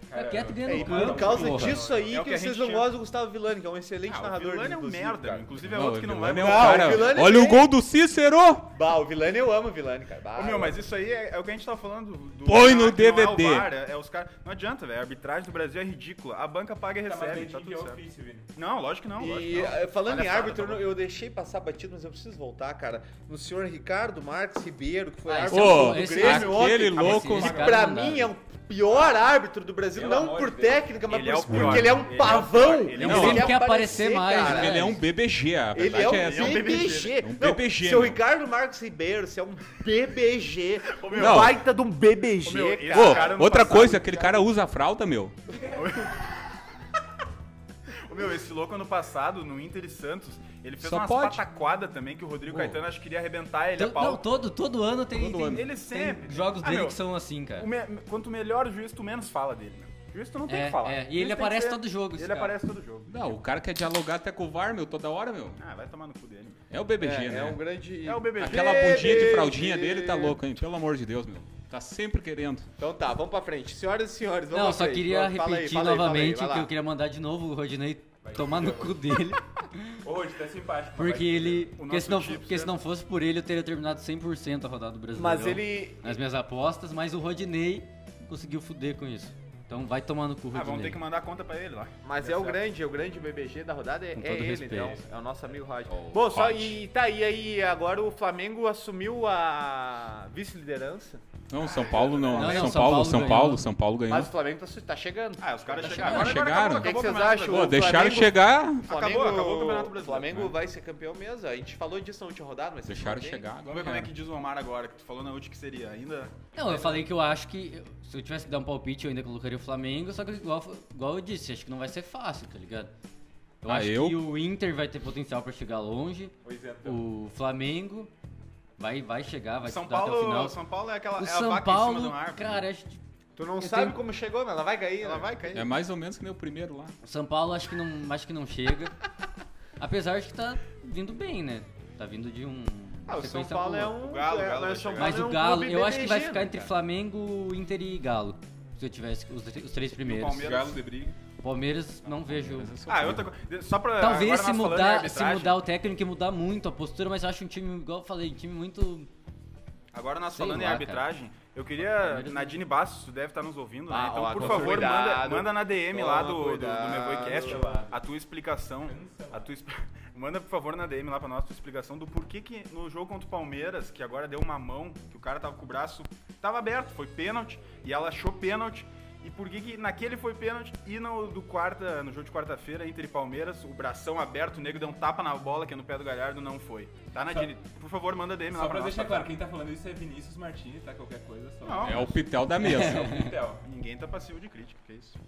E: Cara, quieto ganha
B: É,
E: no
B: e
E: campo.
B: por causa
E: porra.
B: disso aí
D: É o
B: que,
D: que a
B: vocês
D: gente
B: não
D: tinha.
B: gostam do Gustavo Villani, que é um excelente
D: Ah, o
B: narrador.
D: Vilani é um
B: inclusive,
D: merda,
B: cara.
D: inclusive é outro que não vai.
C: Vilani é
D: pro-
C: um
B: Não,
C: cara.
B: o Vilani
C: Olha
B: é
C: o
B: bem.
C: gol do Cícero!
B: Bah, o Villani eu amo o Villani, cara. Bah,
D: Ô meu, mas isso aí é, é o que a gente tá falando do- do.
C: Põe no
D: que não é o
C: DVD.
D: VAR, É, é os caras. Não adianta, velho. A arbitragem do Brasil é ridícula. A banca paga e
F: Tá, mas
D: recebe,
F: daí
D: tá
F: tinha que
D: tudo
F: é
D: certo.
F: ofício, Vini.
D: Não, lógico que não. lógico
B: E
D: que não.
B: eh, falando em
D: Palhaçada,
B: árbitro,
D: tá bom.
B: eu deixei passar batido, mas eu preciso voltar, cara. No senhor Ricardo Marques Ribeiro, que foi
E: Ah, esse
B: árbitro
E: é um-
C: Ô,
B: do
E: esse-
B: Grêmio
C: aquele
B: ontem.
C: louco...
E: esse-
B: Que
E: cara
B: pra
E: não dá,
B: mim
E: né?
B: é o pior árbitro do Brasil,
F: Pelo
B: não
F: amor
B: por
F: de Deus.
B: técnica, mas
D: Ele
B: por-
D: é o pior.
B: porque ele é um
D: Ele é o
B: pavão.
D: pior. Ele
C: é o pior.
E: Ele quer aparecer mais,
B: cara.
E: né?
C: Ele é um BBG, a
B: Ele
C: verdade
B: é um
C: é essa.
B: BBG.
C: É um
B: Não,
C: BBG,
B: seu
C: meu.
B: Ricardo Marques Ribeiro, você é um BBG. Um
C: meu.
B: baita de um BBG,
D: Ô, meu, esse
B: cara.
C: Ô,
D: cara no
C: outra
D: passado,
C: coisa, aquele cara usa fralda, meu.
D: Ô, meu, esse louco ano passado, no Inter e Santos, ele fez
C: Só
D: umas
C: pode.
D: pataquadas também que o Rodrigo
C: Ô.
D: Caetano acho que queria arrebentar ele a
E: Então,
D: pau.
E: não, todo, todo ano tem, tem-
D: Ele sempre.
E: tem jogos
D: Ah,
E: dele
D: meu,
E: que são assim, cara.
D: O me- Quanto melhor o juiz, tu menos fala dele, meu. Juiz tu não tem
E: É,
D: que falar.
E: é. E
D: Juiz
E: ele
D: tem que
E: aparece
D: ser-
E: todo jogo, esse
D: Ele
E: cara.
D: aparece todo jogo.
C: Não, o cara quer dialogar até com o VAR, meu, toda hora, meu.
D: Ah, vai tomar no cu dele. meu.
C: É o BBG,
B: É,
C: né?
B: é um grande.
D: É o BBG.
C: Aquela bundinha de fraldinha dele tá louca, hein? Pelo amor de Deus, meu. Tá sempre querendo.
B: Então tá, vamos pra frente. Senhoras e senhores, Então vamos
E: Não,
B: pra
E: só
B: frente.
E: queria
B: Vamos, fala aí,
E: repetir
B: fala aí, fala aí,
E: novamente
B: vai lá.
E: que eu queria mandar de novo o Rodinei tomar no cu dele.
F: Ô, Rod, tá simpático. mas
E: Porque
F: vai-
E: ele.
D: O
E: Porque
D: nosso
E: se, não,
D: Chips
E: porque se
D: é-
E: não fosse por ele, eu teria terminado 100% a rodada do
B: né?
E: Brasil.
B: Mas ele.
E: Nas minhas apostas, mas o Rodinei conseguiu fuder com isso. Então vai tomar no
D: Ah,
E: cu, Rodinei.
D: vamos ter que mandar a conta pra ele lá.
B: Mas é o grande, é o grande BBG da rodada, é,
E: Com
B: é
E: todo
B: ele,
E: respeito.
B: então. É o nosso amigo Rod. Bom, só e tá aí, aí agora o Flamengo assumiu a vice-liderança,
C: Não, São Paulo não. né?
E: Não, não,
C: São,
E: São
C: Paulo,
E: Paulo
C: São
E: ganhou.
C: Paulo, São Paulo ganhou.
B: mas o Flamengo tá, su- tá chegando.
D: Ah, os caras
E: Tá
D: chegaram. Agora,
E: chegando,
D: agora
C: chegaram.
B: O
D: acabou,
B: que que
D: acabou
B: vocês
D: o Campeonato
B: acham?
C: Pô,
D: Brasileiro.
C: deixaram
B: Flamengo-
C: chegar.
D: Acabou, acabou o Campeonato Brasileiro.
B: Flamengo vai ser campeão mesmo. A gente falou disso na última rodada, mas vocês
C: Deixaram
B: não têm.
C: chegar.
D: Vamos ver como é que diz o Omar agora, que tu falou na última que seria. Ainda.
E: Não, eu falei que eu acho que se eu tivesse que dar um palpite, eu ainda colocaria o Flamengo, só que igual, igual eu disse, acho que não vai ser fácil, tá ligado? Eu
C: Ah,
E: acho
C: eu?
E: que o Inter vai ter potencial pra chegar longe.
F: O
B: é, então.
F: isentão.
E: O Flamengo vai, vai chegar, vai
D: São
E: disputar até o final.
D: Paulo, São Paulo é aquela
E: o
D: é a
E: São
D: vaca em
E: Paulo,
D: cima de uma árvore. né?
E: cara, acho que-
B: Tu não
E: Eu
B: sabe
E: tenho-
B: como chegou, mas ela vai cair,
D: ela
B: né?
D: vai cair.
C: É mais ou menos que nem o primeiro lá.
E: o São Paulo acho que não, acho que não chega. Apesar de que tá vindo bem, né? Tá vindo de um
B: Ah, o São
E: sequência
B: Paulo é
E: boa.
B: um.
F: O Galo,
B: é-
F: o
B: mas
F: Galo vai
B: São
F: chegar.
E: Mas
B: Paulo
E: o
B: é um
E: Galo,
B: clube
E: eu acho que vai
B: BBG,
E: ficar entre
B: cara.
E: Flamengo, Inter e Galo. Se eu tivesse os, os três
D: O
E: primeiros.
D: Palmeiras.
F: Galo de briga.
E: Palmeiras não vejo.
C: Mas é só
D: Ah,
C: o
D: outra coisa. Só pra.
E: Talvez
D: agora
E: se
D: nós falando em
E: mudar, se
D: arbitragem,
E: mudar o técnico e mudar muito a postura, mas eu acho um time, igual eu falei, um time muito.
D: Agora nós
E: Sei
D: falando em
E: lá,
D: arbitragem, eu queria.
E: Palmeiras-
D: Nadine Bastos tu deve estar nos ouvindo,
B: Ah,
D: né? Então,
B: ó,
D: por
B: toma
D: favor, manda,
B: cuidado.
D: manda na DM lá do, do, do meu
B: cuidado.
D: podcast a tua explicação. A tua, expli- manda, por favor, na DM lá pra nós a tua explicação do porquê que no jogo contra o Palmeiras, que agora deu uma mão, que o cara tava com o braço. Tava aberto, foi pênalti, e ela achou pênalti. E por que, que naquele foi pênalti e no, do quarta, no jogo de quarta-feira, Inter e Palmeiras, o bração aberto, o nego deu um tapa na bola, que é no pé do Galhardo, não foi. Tá, Nadine? Por favor, manda DM lá
F: Só pra
D: nós,
F: deixar
D: tá?
F: claro, quem tá falando isso é Vinícius Martins, tá? Qualquer coisa só.
D: Não.
C: É o pitel da mesa.
F: Então,
D: Ninguém tá passivo de crítica, que isso.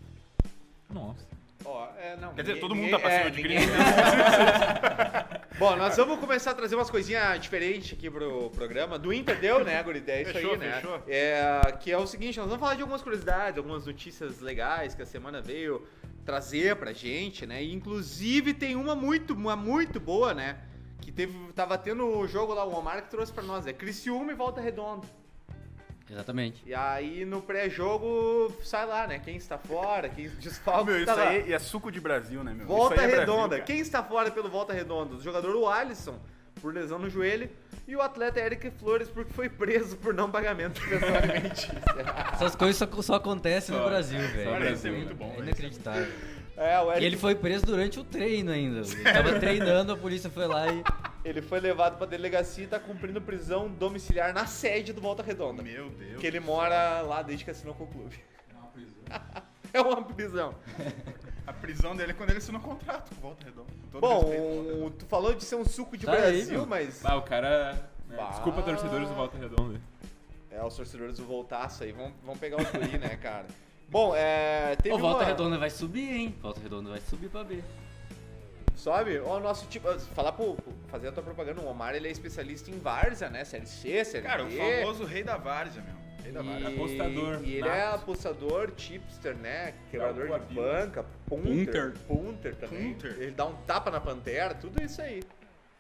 G: Nossa.
B: Ó, é, não,
D: Quer dizer,
B: ninguém-
D: todo mundo
B: ninguém-
D: tá passivo
B: é,
D: de
B: ninguém-
D: crítica.
B: Bom, nós vamos começar a trazer umas coisinhas diferentes aqui pro programa. Do Inter deu, né, Guridé? É isso
D: Fechou,
B: aí, né?
D: fechou.
B: É, que é o seguinte, nós vamos falar de algumas curiosidades, algumas notícias legais que a semana veio trazer pra gente, né? E, inclusive tem uma muito, uma muito boa, né? Que teve, tava tendo o jogo lá, o Omar que trouxe pra nós, é Criciúma e Volta Redonda.
E: Exatamente.
B: E aí no pré-jogo, sai lá, né? Quem está fora, quem desfalca,
D: Meu,
B: tá
D: isso
B: lá.
D: aí é suco de Brasil, né, meu?
B: Volta
D: Isso aí é Brasil,
B: Redonda.
D: cara.
B: Quem está fora pelo Volta Redonda? O jogador o Alisson, por lesão no joelho, e o atleta Eric Flores, porque foi preso por não pagamento pessoalmente.
E: Essas coisas só, só acontecem no
F: Só-
E: Brasil, velho.
F: Cara, isso
E: Brasil,
F: é muito bom,
E: É
D: né?
F: velho.
E: inacreditável.
B: é, o
E: E
B: Eric,
E: ele
B: ele...
E: foi preso durante o treino ainda.
B: É
E: Ele tava treinando, a polícia foi lá e.
B: foi levado pra delegacia e tá cumprindo prisão domiciliar na sede do Volta Redonda.
D: Meu Deus.
B: Porque ele mora lá desde que assinou com o clube. É uma prisão.
D: A prisão dele é quando ele assina um contrato com o Volta Redonda. Com todo
B: Bom,
D: respeito, Volta Redonda.
B: um- tu falou de ser um suco de
E: Tá aí,
B: Brasil,
E: meu.
B: mas
F: ah, o cara. né,
B: Bah.
F: Desculpa, torcedores do Volta Redonda.
B: é, os torcedores do Voltaço aí vão, vão pegar o guri, né, cara? Bom, é, teve
E: Ô, Volta
B: uma...
E: Redonda vai subir, hein? Volta Redonda vai subir pra B.
B: Sobe? Ó, o nosso tipo. Falar pro. pro- Fazer a tua propaganda. O Omar ele é especialista em Várzea, né? Série C, Série
D: Cara, o
B: D.
D: famoso rei da várzea, meu. Rei da várzea.
B: E-
F: apostador,
B: E ele é
F: nato.
B: apostador, chipster, né? Quebrador
F: Boa
B: de
F: vida.
B: banca, punter.
C: Punter.
B: Punter também.
D: Punter.
B: Ele dá um tapa na pantera, tudo isso aí.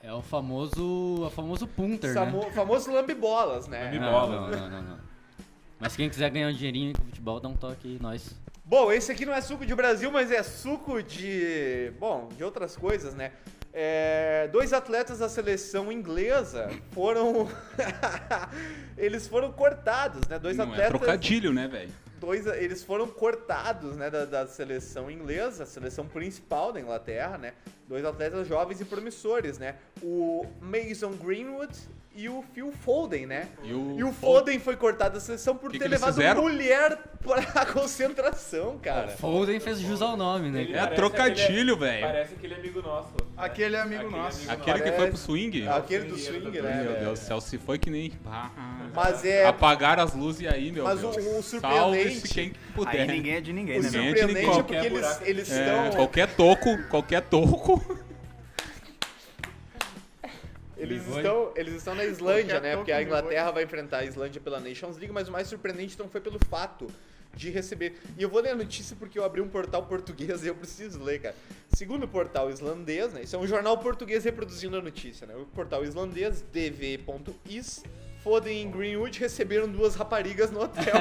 E: É o famoso. O famoso punter, né?
B: Samo- Famoso lambibolas, né?
F: Lambi-
E: Não,
F: bola,
E: não,
F: né?
E: não, não, não. Mas quem quiser ganhar um dinheirinho com futebol, dá um toque aí, nós.
B: Bom, esse aqui não é suco de Brasil, mas é suco de. Bom, de outras coisas, né? É, dois atletas da seleção inglesa foram. Eles foram cortados, né? Dois
C: Não é
B: atletas.
C: trocadilho, né, velho?
B: dois, eles foram cortados, né, da, da seleção inglesa, a seleção principal da Inglaterra, né? Dois atletas jovens e promissores, né? O Mason Greenwood e o Phil Foden, né?
C: E o,
B: E o Foden foi cortado da seleção por
C: Que
B: ter
C: que eles
B: levado
C: fizeram?
B: mulher pra concentração, cara.
E: Foden fez jus ao nome, né?
F: Ele
C: É
E: cara?
F: Parece
C: trocadilho,
F: É.
C: velho.
F: Parece aquele amigo nosso. né?
D: Aquele amigo nosso.
C: Aquele que foi pro swing.
B: Aquele do swing, né?
C: Meu
D: É.
B: velho?
C: Deus do céu, se foi que nem. Bah.
B: Mas é.
C: Apagaram as luzes aí, meu
B: Mas
C: Deus.
B: o- o surpreendente-
C: Salve-se quem puder.
D: Aí ninguém então, é de ninguém,
B: O
D: né, meu?
C: Ninguém.
B: surpreendente é porque
C: qualquer
B: eles,
F: buraco.
B: eles
C: É,
B: estão.
C: Qualquer toco, qualquer toco.
B: Eles
E: Livone.
B: estão, eles estão na Islândia,
D: Qualquer
B: né? Porque a
D: toque, Livone.
B: Inglaterra vai enfrentar a Islândia pela Nations League, mas o mais surpreendente então foi pelo fato de receber. E eu vou ler a notícia porque eu abri um portal português e eu preciso ler, cara. Segundo o portal islandês, né? Isso é um jornal português reproduzindo a notícia, né? O portal islandês dv.is Foden e Greenwood receberam duas raparigas no hotel.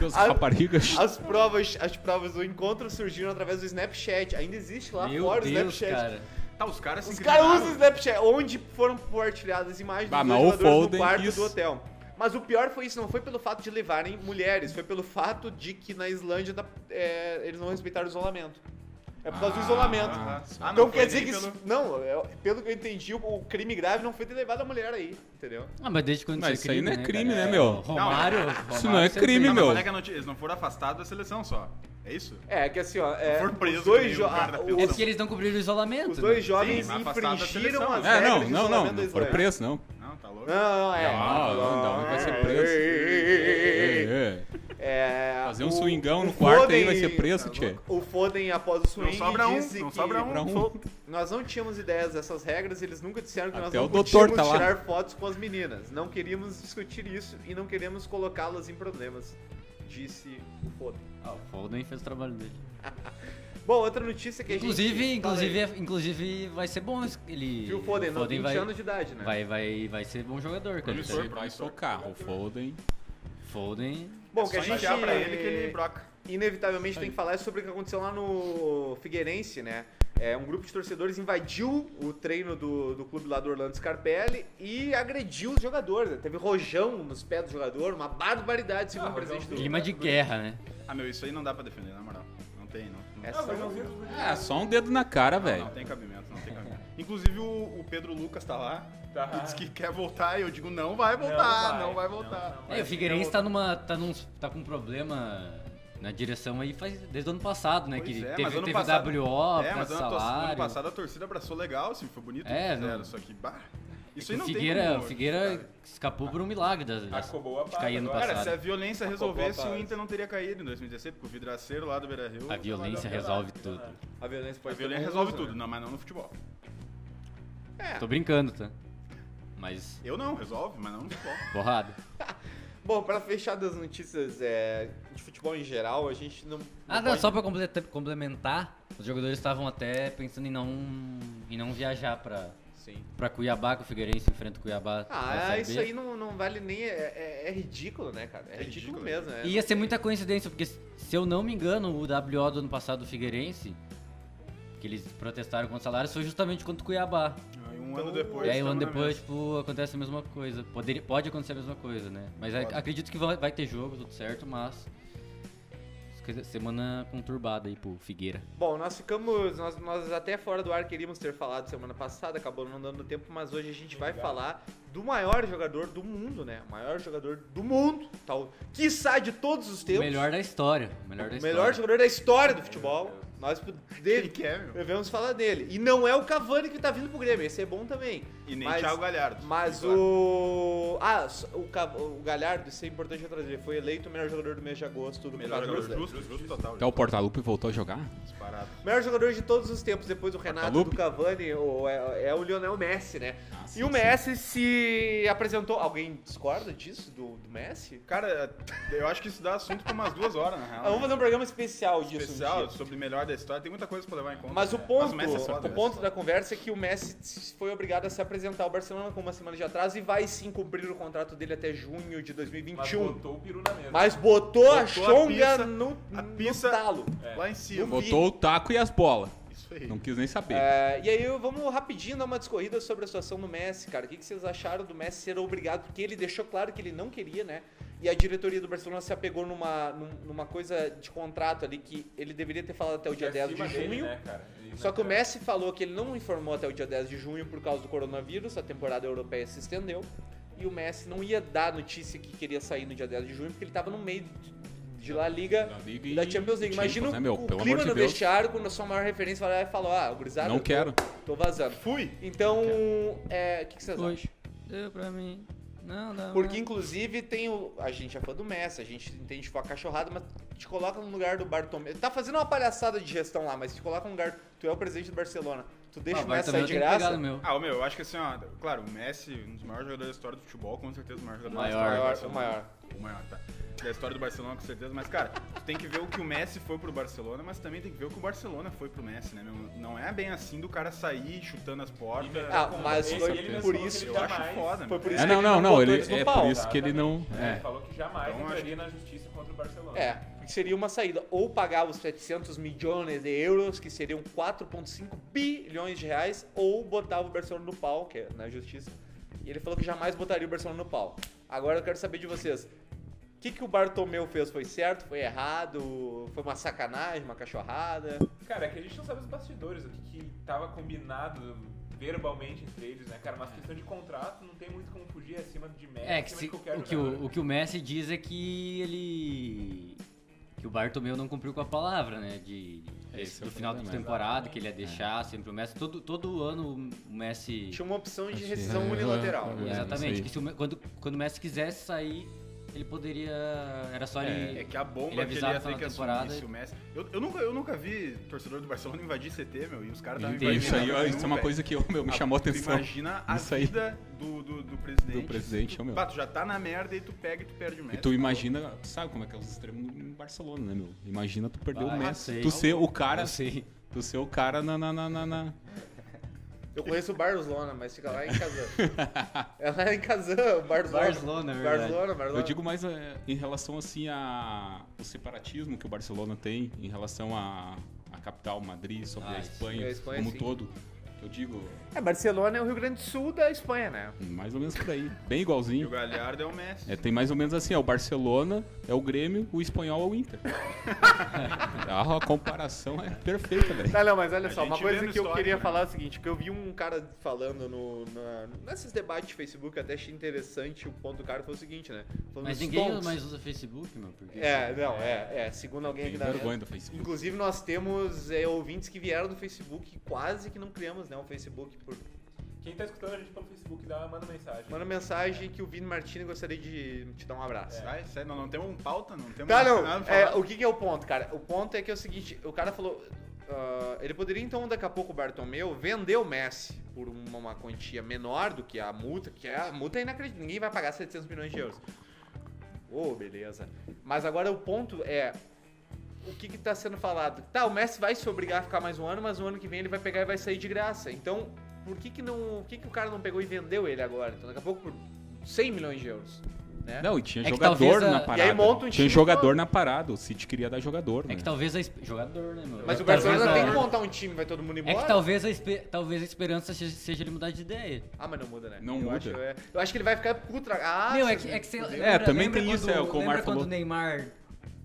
C: Deus,
B: A-
C: raparigas.
B: as provas, as provas do encontro surgiram através do Snapchat. Ainda existe lá
E: Meu
B: fora o
E: Deus,
B: Snapchat.
E: cara.
D: Tá, os caras se
B: Os caras
D: incriminaram.
B: usam Snapchat, onde foram compartilhadas imagens
C: Ah,
B: dos
C: mas
B: dois
C: o
B: jogadores no
C: Foden
B: quarto
C: quis-
B: do hotel. Mas o pior foi isso, não foi pelo fato de levarem mulheres, foi pelo fato de que na Islândia tá- é, eles não respeitaram o isolamento. É por causa do isolamento.
C: Ah,
D: Ah,
B: então
D: não,
B: quer
D: foi
B: dizer
D: nem
B: que.
D: pelo-
B: isso- Não, é- pelo que eu entendi, o- o crime grave não foi ter levado a mulher aí, entendeu?
E: Ah, mas desde quando
C: Mas
E: isso
C: isso
E: é
C: aí
E: crime,
C: não é
E: né,
C: crime,
E: cara?
C: né, meu?
E: Romário, Romário
C: Isso não é
E: sempre-
C: crime,
D: Não, mas
C: meu.
D: qual é que é a notícia? Eles não foram afastados da seleção só. É isso?
B: É, que assim, ó. É,
D: For preso
B: os dois,
D: que nem
B: jo-
D: o cara da
B: ah,
E: É
D: pelada.
B: os-
E: porque eles não cobriram o isolamento. né?
B: os dois jovens
D: Sim, mas afastado da
B: infringiram
D: seleção.
B: as
C: É,
B: regras
C: não,
B: de
C: não, não.
B: isolamento da
C: Não foram
B: Islândia.
C: presos, não. Ah,
D: Não, tá louco?
B: Não, não, é.
C: Não, não, não vai ser preso.
B: É,
C: É, é. Fazer um
B: o-
C: swingão no quarto aí vai ser preso, tchê.
B: O Foden após o swing
D: sobra um,
B: disse
D: não
B: que
D: sobra um.
C: Pra um.
B: Fo- nós não tínhamos ideias dessas regras, eles nunca disseram que
C: Até
B: nós
C: o
B: não
C: doutor
B: podíamos
C: tá lá.
B: tirar fotos com as meninas. Não queríamos discutir isso e não queremos colocá-las em problemas, disse o Foden.
E: Ah, o Foden fez o trabalho dele.
B: Bom, outra notícia que a
E: Inclusive,
B: gente... Fala aí.
E: inclusive, é- inclusive vai ser bom esse- ele.
B: Viu o Foden, não, 20
E: vai,
B: anos de idade,
D: É.
B: né?
E: vai, vai, vai ser bom jogador, cara.
C: Ele
E: Tá-
C: vai socar o Foden.
E: Foden.
B: Bom, que a
D: É Só
B: gente... É,
D: enfiar pra ele que ele broca.
B: inevitavelmente tem que falar sobre o que aconteceu lá no Figueirense, né? É, um grupo de torcedores invadiu o treino do, do clube lá do Orlando Scarpelli e agrediu os jogadores. né? Teve rojão nos pés do jogador, uma barbaridade, segundo o presidente do
E: Clima de guerra, né?
D: Ah, meu, isso aí não dá pra defender, na moral. Não tem, não. Não,
B: Essa-
C: É, só um dedo na cara,
D: não,
C: velho.
D: tem cabimento, não tem cabimento. Inclusive, o, o Pedro Lucas tá lá
F: Tá.
D: e diz que quer voltar. E eu digo, não vai voltar,
F: vai,
D: não vai,
F: não,
D: voltar.
F: não.
E: É, o Figueirense tá numa. tá num. tá com um problema na direção aí faz, desde o ano passado, né?
D: Pois
E: que
D: é,
E: teve,
D: mas ano
E: teve
D: passado-
E: o WO,
D: É,
E: pra
D: mas ano, to- ano
E: salário.
D: passado a torcida abraçou legal, assim, foi bonito.
E: É,
D: zero,
E: não.
D: Só que, bah, isso
E: o
D: aí não
E: Figueira,
D: tem
E: o
D: como-
E: Figueira escapou por um milagre das, das,
F: Acabou a
E: de
F: paz
E: cair ano
F: agora.
D: Cara,
E: passado.
D: se a violência resolvesse,
F: paz.
D: o Inter não teria caído em 2016, porque o vidraceiro lá do Beira Rio.
E: A violência resolve né? tudo.
B: A violência
D: A
B: pode
D: violência
B: ter
D: resolve
B: conclusão,
D: tudo, não, mas não no futebol. É.
E: Tô brincando, tá? Mas,
D: Eu não, resolve, mas não no futebol.
E: porrada.
B: Bom, pra fechar das notícias é, de futebol em geral, a gente não.
E: Ah, não,
B: pode-
E: só pra completa- complementar, os jogadores estavam até pensando em não, em não viajar pra,
B: Sim.
E: pra Cuiabá, que o Figueirense enfrenta o Cuiabá.
D: é
E: na
B: Ah,
E: Série
B: isso
E: B.
B: aí não, não vale nem. É, é- é ridículo, né, cara? É, ridículo,
D: ridículo.
B: mesmo, né?
E: E assim, ia ser muita coincidência, porque se eu não me engano, o WO do ano passado do Figueirense, que eles protestaram contra o salário, foi justamente contra o Cuiabá.
D: Aí um ano depois. né?
E: e aí, um
D: tamo
E: ano
D: na
E: depois,
D: mesa.
E: tipo, acontece a mesma coisa. Poderia, pode acontecer a mesma coisa, né? Mas ac-
D: Pode.
E: acredito que vai, vai ter jogo, tudo certo, mas... quer dizer, Semana conturbada aí pro Figueira.
B: Bom, nós ficamos. Nós, nós até fora do ar queríamos ter falado semana passada, acabou não dando tempo, mas hoje a gente vai falar do maior jogador do mundo, né? O maior jogador do mundo, tal. Quiçá de todos os
E: O
B: tempos.
E: melhor da história. o Melhor da
B: o
E: história.
B: melhor jogador da história do futebol. Nós
D: Quem
B: dele,
D: que é, meu?
B: devemos falar dele. E não é o Cavani que tá vindo pro Grêmio, esse é bom também.
D: E nem
B: Mas-
D: Thiago Galhardo.
B: Mas
D: Claro.
B: o. Ah, o, Ca- o Galhardo, isso é importante eu trazer, foi eleito o melhor jogador do mês de agosto do
D: Melhor
B: Campeonato
D: jogador
B: Brasileiro.
D: justo, justo total.
B: Então-
C: Até o Portalupe voltou a jogar?
D: Disparado.
B: Melhor jogador de todos os tempos, depois do
D: Tá
B: Renato,
C: Portaluppi?
B: do Cavani, o- é, é o Lionel Messi, né?
D: Ah,
C: sim,
B: e o
C: sim.
B: Messi se apresentou. Alguém discorda disso, do, do Messi?
D: Cara, eu acho que isso dá assunto pra umas duas horas, na
B: Ah,
D: real. né?
B: vamos fazer um programa especial disso. um
D: especial
B: dia.
D: sobre o melhor da história. Tem muita coisa pra levar em conta.
B: Mas o
D: né?
B: ponto,
D: Messi é foda,
B: o
D: né?
B: ponto da conversa é que o Messi foi obrigado a se apresentar ao Barcelona com uma semana de atraso e vai sim cumprir o contrato dele até junho de
F: Mas
B: 2021.
F: botou o peru na mesa.
B: Mas botou,
D: Botou a
B: a chonga
D: pizza-
B: no,
D: a
B: no
D: pizza-
B: talo.
D: Lá em cima.
C: Botou o taco e as bolas.
D: É. Isso aí.
C: Não quis nem saber.
B: É, e aí vamos rapidinho dar uma discorrida sobre a situação do Messi, cara. O que que vocês acharam do Messi ser obrigado? Porque ele deixou claro que ele não queria, né? E a diretoria do Barcelona se apegou numa, num- numa coisa de contrato ali que ele deveria ter falado até o
C: é
B: dia 10 de
F: Acima
B: junho.
F: dele, né, cara? Ele-
B: Só que o Messi falou que ele não informou até o dia 10 de junho por causa do coronavírus, a temporada europeia se estendeu. E o Messi não ia dar notícia que queria sair no dia 10 de junho, porque ele tava no meio de- de La Liga
C: Da Liga
B: e
C: e
B: da Champions League.
C: Champions,
B: Imagina
C: né, meu?
B: o
C: Pelo
B: clima
C: amor de
B: no
C: Deus.
B: vestiário quando a sua maior referência vai lá e falou, ah, gurizada,
C: Não
B: eu tô-
C: quero.
B: Tô vazando.
D: Fui.
B: Então, é, o que, que vocês acham?
E: Hoje. Deu pra mim. Não, não.
B: Porque, inclusive, tem o. A gente é fã do Messi, a gente entende tipo, a cachorrada, mas te coloca no lugar do Bartomeu. Tá fazendo uma palhaçada de gestão lá, mas te coloca no lugar. Tu é o presidente do Barcelona. Tu
E: Ah,
C: Ah,
B: deixa o Messi é sair de graça.
E: Meu.
D: Ah, ô, meu, eu acho que assim, ó, claro, o Messi, um dos maiores jogadores da história do futebol, com certeza o maior jogador
E: Maior.
D: da
B: Maior,
D: história.
B: o
D: do
B: maior.
D: Barcelona. O maior, tá. Da história do Barcelona, com certeza. Mas, cara, tu tem que ver o que o Messi foi pro Barcelona, mas também tem que ver o que o Barcelona foi pro Messi, né, meu? Não é bem assim do cara sair chutando as portas.
B: Ah, mas
F: Ele-
B: foi
F: ele mesmo
B: por
F: falou é que
B: isso.
F: ele
D: Eu acho
F: jamais-
D: foda,
B: Foi
D: meu.
B: por isso
C: É,
B: que
C: não, não, não.
B: botou
C: Ele,
B: eles no
C: é
B: pau.
C: por isso que ele não.
F: Exatamente. Ele
C: É.
F: falou que jamais
D: Então,
F: entraria na justiça contra o Barcelona.
B: É, porque seria uma saída. Ou pagar os 700 milhões de euros, que seriam 4,5 bilhões de reais, ou botava o Barcelona no pau, que é na justiça. E ele falou que jamais botaria o Barcelona no pau. Agora eu quero saber de vocês. O que, que o Bartomeu fez? Foi certo? Foi errado? Foi uma sacanagem? Uma cachorrada?
F: Cara, é que a gente não sabe os bastidores, o que, que tava combinado verbalmente entre eles, né, cara?
B: É.
F: Mas questão de contrato não tem muito como fugir acima de média,
E: É, que
F: acima
E: se-
F: de qualquer né?
E: o, que
F: jogador.
E: o, o que o Messi diz é que ele. Que o Bartomeu não cumpriu com a palavra, né? De,
C: Esse é
E: do
C: o
E: final da
C: problema,
E: temporada, que ele
C: É.
E: ia deixar sempre o Messi. Todo, todo ano o Messi.
B: Tinha um uma opção de
C: Achei-
B: rescisão
C: É,
B: unilateral.
C: é, é.
E: Exatamente.
C: isso aí.
E: que se o Me- quando, quando o Messi quisesse sair, ele poderia. Era só ele.
D: É, é que a bomba que ele
E: avisava
D: ia ter
E: no final
D: que
E: da
D: assumir
E: temporada.
D: se o Messi... Eu, eu, nunca, eu nunca vi torcedor do Barcelona invadir CT, meu, e os caras estavam
C: Isso,
D: invadindo.
C: isso aí, ó,
D: cada
C: isso é
D: um,
C: uma
D: velho.
C: coisa que ô, meu, me
D: Ah,
C: chamou a
D: tu
C: atenção.
D: Imagina a
C: Isso aí.
D: vida do, do, do presidente.
C: Do presidente,
D: tu,
C: ô, meu.
D: pá, tu já tá na merda e tu pega e tu perde o Messi.
C: E tu imagina, tu sabe como é que é os extremos em Barcelona, né, meu? Imagina tu perder
E: Ah,
C: o Messi.
E: sei.
C: Tu ser o cara.
E: Eu sei.
C: Tu ser o cara na. na, na, na, na-
B: Eu conheço o Barcelona, mas fica lá em Kazan. é lá em Kazan, o Barcelona.
E: Barcelona, é verdade.
B: Barcelona, Barcelona.
C: Eu digo mais é, em relação assim a o separatismo que o Barcelona tem em relação à a, capital Madrid, sobre
E: Ah,
C: a,
E: isso.
C: Espanha,
B: É, a Espanha,
C: como um
B: sim.
C: todo. Eu digo,
B: É, Barcelona é o Rio Grande do Sul da Espanha, né?
C: mais ou menos por aí. Bem
D: E o
C: igualzinho.
D: Galhardo é o Messi.
C: É, tem mais ou menos assim, ó, o Barcelona é o Grêmio, o espanhol é o Inter. Ah, a comparação é perfeita, velho.
B: Tá, não, mas olha
D: A
B: só, uma
D: gente
B: coisa
D: vendo
B: que eu
D: história,
B: queria
D: né?
B: falar é o seguinte, que eu vi um cara falando no, na- nesses debates de Facebook, até achei interessante o ponto do cara, foi o seguinte, né? Falando
E: Mas
B: dos
E: ninguém
B: tontos.
E: mais usa Facebook, meu. Porque
B: É, não, é, é, segundo alguém
C: Tem
B: aqui da mesa.
C: vergonha do Facebook.
B: Inclusive, nós temos é, ouvintes que vieram do Facebook, quase que não criamos, né, um Facebook. Por...
F: Quem tá escutando a gente pelo Facebook, dá, manda mensagem.
B: Manda mensagem que o Vini Martini gostaria de te dar um abraço.
D: Vai, sério, não, não temos um pauta, não temos
B: Tá,
D: nada
B: não.
D: pra
B: É,
D: falar.
B: o que, que é o ponto, cara? O ponto é que é o seguinte, o cara falou. ah, ele poderia, então, daqui a pouco, o Bartomeu vender o Messi por uma, uma quantia menor do que a multa, que é a multa é inacreditável. Ninguém vai pagar 700 milhões de euros. Ô, beleza. Mas agora o ponto é. O que que tá sendo falado? Tá, o Messi vai se obrigar a ficar mais um ano, mas no ano que vem ele vai pegar e vai sair de graça. Então, por que que não. Por que que o cara não pegou e vendeu ele agora? Então, daqui a pouco por 100 milhões de euros. Né?
C: Não, e tinha
E: É que
C: jogador
E: talvez a-
C: na
E: E aí
C: parada.
B: monta um
C: tinha
B: time
C: jogador
B: todo.
C: na parada. O City queria dar jogador,
E: né? É
C: né?
E: que talvez a. esp- Jogador, né, meu?
B: Mas o
E: Talvez
B: Barcelona
E: a-
B: tem que montar um time, vai todo mundo
E: É
B: embora.
E: que talvez a, espe- talvez a esperança se- seja ele mudar de ideia.
B: Ah, mas não muda, né?
C: Não
B: eu
C: muda.
B: Acho, é. Eu acho que ele vai ficar putra. Ah,
E: Meu, é
B: vocês
E: que,
B: me
E: é que você.
B: fuderam.
E: Lembra,
C: também
E: lembra
C: tem
E: quando,
C: isso, é, o que o
E: lembra
C: Omar
E: quando
C: falou.
E: o Neymar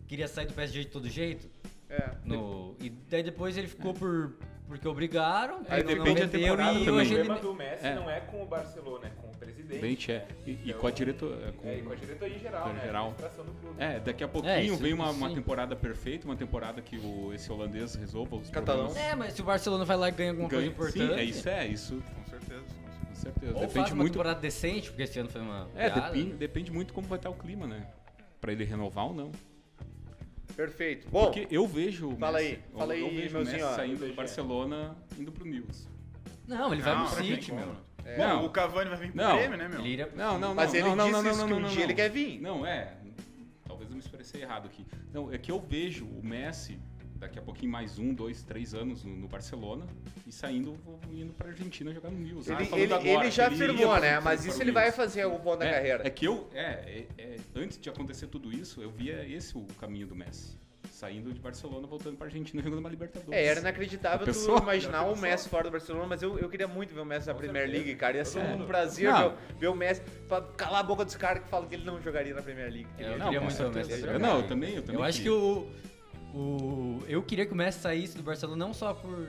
E: queria sair do PSG de todo jeito?
B: É.
E: No, e daí depois ele ficou por. Porque obrigaram,
C: Aí
E: porque não
C: depende da
E: vendeu,
C: temporada
E: e
C: também.
E: hoje
F: O
E: ele.
F: problema do Messi
C: É.
F: não é com o Barcelona, é com o presidente.
C: Dente, é. E, e com a diretora. com-
F: É, e com a diretoria em geral,
C: Em
F: né?
C: geral.
F: A administração do clube.
C: É, daqui a pouquinho
E: É, isso-
C: vem uma,
E: isso
C: uma
E: sim.
C: temporada perfeita, uma temporada que o, esse holandês resolva os
B: Catalão.
C: problemas.
E: É, mas se o Barcelona vai lá e ganha alguma
C: Ganha-
E: coisa
C: Sim,
E: importante.
C: é isso, é isso,
D: Com certeza, com certeza.
C: com certeza.
E: Ou faz
C: depende
E: uma
C: muito.
E: temporada decente, porque esse ano foi uma.
C: É,
E: piada,
C: depende,
E: né?
C: depende muito como vai estar o clima, né? Pra ele renovar ou não.
B: Perfeito. Bom,
C: Porque eu vejo. o
B: fala
C: Messi-
B: aí, fala
C: eu, eu
B: aí,
C: vejo
B: meu
C: o Messi
B: senhor. é.
C: saindo do Barcelona, indo pro News.
E: Não, ele vai
D: Não,
E: pro
D: pra
E: City,
D: quem?
E: meu.
B: É.
D: Bom,
C: Não.
D: o Cavani vai vir pro
C: Não.
D: Grêmio, né, meu?
E: Ele iria pro
C: Não, não, não.
B: Mas ele
C: não, não,
B: disse
C: não,
B: isso
C: não,
B: que um
C: não,
B: dia
C: não.
B: ele quer vir.
C: Não, é. Talvez eu me expressei errado aqui. Não, é que eu vejo o Messi daqui a pouquinho mais um, dois, três anos no, no Barcelona e saindo, indo pra Argentina jogar no News.
B: ele,
C: Ah, falando
B: ele-
C: agora,
B: ele já
C: que ele
B: afirmou,
C: ia
B: né?
C: pro-
B: Mas
C: pro
B: isso ele
C: News.
B: vai fazer em algum ponto da
C: é,
B: carreira.
C: É que eu, é, é- é, antes de acontecer tudo isso, eu via esse o caminho do Messi. Saindo de Barcelona, voltando pra Argentina, jogando uma Libertadores.
B: É, era inacreditável
C: Já pensou?
B: tu imaginar
C: Já
B: o
C: pensou?
B: Messi fora do Barcelona, mas eu, eu queria muito ver o Messi na Premier
F: certeza.
B: League, cara. Ia ser
C: Todo
B: um
C: mundo.
B: prazer
C: Não.
B: ver, o- ver o Messi. pra calar a boca dos caras que falam que ele não jogaria na Premier League.
E: É, eu
C: Não,
E: queria
C: com
B: então,
E: muito ver o
B: né?
C: certeza.
E: Messi
C: Eu
E: jogar.
C: não, eu também, eu também
E: Eu acho que
C: queria.
E: o, o. Eu queria que o Messi saísse do Barcelona não só por.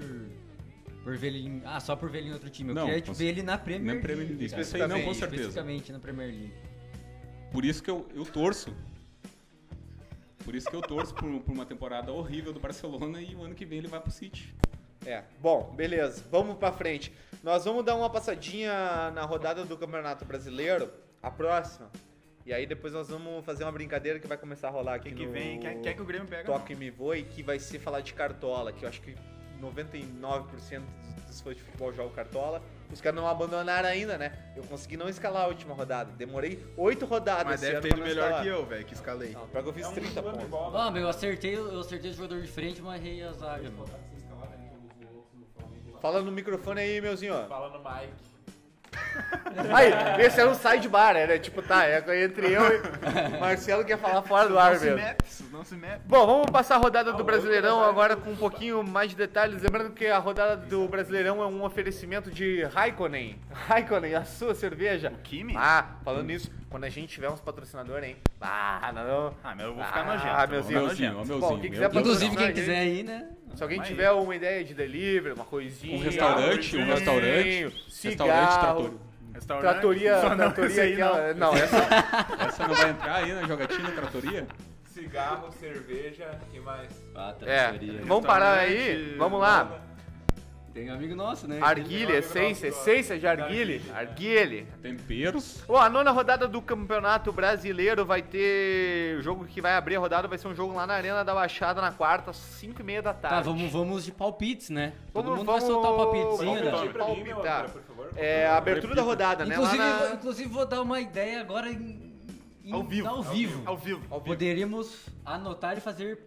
E: Por ver ele em, ah, só por ver ele em outro time. Eu
C: Não,
E: queria tipo,
C: com
E: ver ele na Premier
C: Na
E: League.
C: Premier League.
E: cara.
C: Isso aí não, com
B: Especificamente,
C: certeza.
E: Especificamente na Premier League.
C: Por isso que eu, eu torço. Por isso que eu torço por, por uma temporada horrível do Barcelona e o ano que vem ele vai pro City.
B: É, bom, beleza. Vamos pra frente. Nós vamos dar uma passadinha na rodada do Campeonato Brasileiro, a próxima. E aí depois nós vamos fazer uma brincadeira que vai começar a rolar aqui
D: Quem que
B: no
D: vem? Quer, quer que o Grêmio pega?
B: Toque Me Voe, que vai ser falar de Cartola, que eu acho que 99% dos- dos fãs de futebol jogam Cartola. Os caras não abandonaram ainda, né? Eu consegui não escalar a última rodada. Demorei oito rodadas
D: Mas
B: esse
D: deve
B: ano
D: ter
B: pra
D: ido
B: não
D: melhor
B: escalar.
D: que eu, velho, que escalei.
B: Não, pior que eu fiz
F: É um
B: 30
F: chute de
B: pontos.
F: bola.
E: Ah, meu, eu acertei, eu acertei o jogador de frente, mas errei a zaga, mano.
B: Fala no microfone aí, meuzinho.
F: Fala no Mike.
B: Aí, esse era um sidebar, era tipo, tá, é entre eu e Marcelo que ia falar fora do ar
D: Não se
B: mesmo.
D: mete, isso não se mete.
B: Bom, vamos passar a rodada do Brasileirão agora com um pouquinho mais de detalhes. Lembrando que a rodada do Brasileirão é um oferecimento de Raikkonen. Raikkonen, a sua cerveja.
D: O Kimi?
B: Ah, falando nisso, quando a gente tiver uns patrocinadores, hein? Ah, não.
D: Ah, meu, eu vou ficar
B: Ah,
D: nojento.
B: meu
D: eu vou
B: Zinho,
D: ficar
C: meuzinho,
D: nojento.
C: ó,
B: Bom,
C: meuzinho.
B: quem
C: meu
B: quiser
C: Deus.
E: Inclusive,
B: patrocinar a gente-
E: quem quiser aí, né?
B: Se alguém
D: Mas-
B: tiver uma ideia de delivery, uma coisinha.
C: Um restaurante, um restaurante.
B: cigarro,
C: Restaurante, trator.
D: Restaurante?
B: Tratoria,
D: Só não esse
B: tratoria
D: aí, não.
B: aquela. Não, essa
C: Essa não vai entrar aí na jogatina, tratoria?
F: Cigarro,
B: tá,
F: cerveja, que mais?
E: Ah,
B: É, vamos parar aí, vamos lá.
E: Tem amigo nosso, né?
B: Arguile, essência, essência de arguile. Arguile.
C: Temperos.
B: Bom, a nona rodada do Campeonato Brasileiro vai ter. O jogo que vai abrir a rodada vai ser um jogo lá na Arena da Baixada na quarta, 5 e meia da tarde.
E: Tá, vamos, vamos de palpites, né? Todo
B: Vamos-
E: mundo vai
B: vamos-
E: soltar o palpitezinho,
B: vamos
E: né?
B: palpitar.
F: Pra mim, meu
B: Palpitar.
F: amor, por favor.
B: É a abertura da rodada, né?
E: Inclusive,
B: lá na-
E: vou- inclusive vou dar uma ideia agora em, em-
D: Ao vivo.
E: Ao vivo.
D: Ao vivo. Ao vivo.
E: Poderíamos anotar e fazer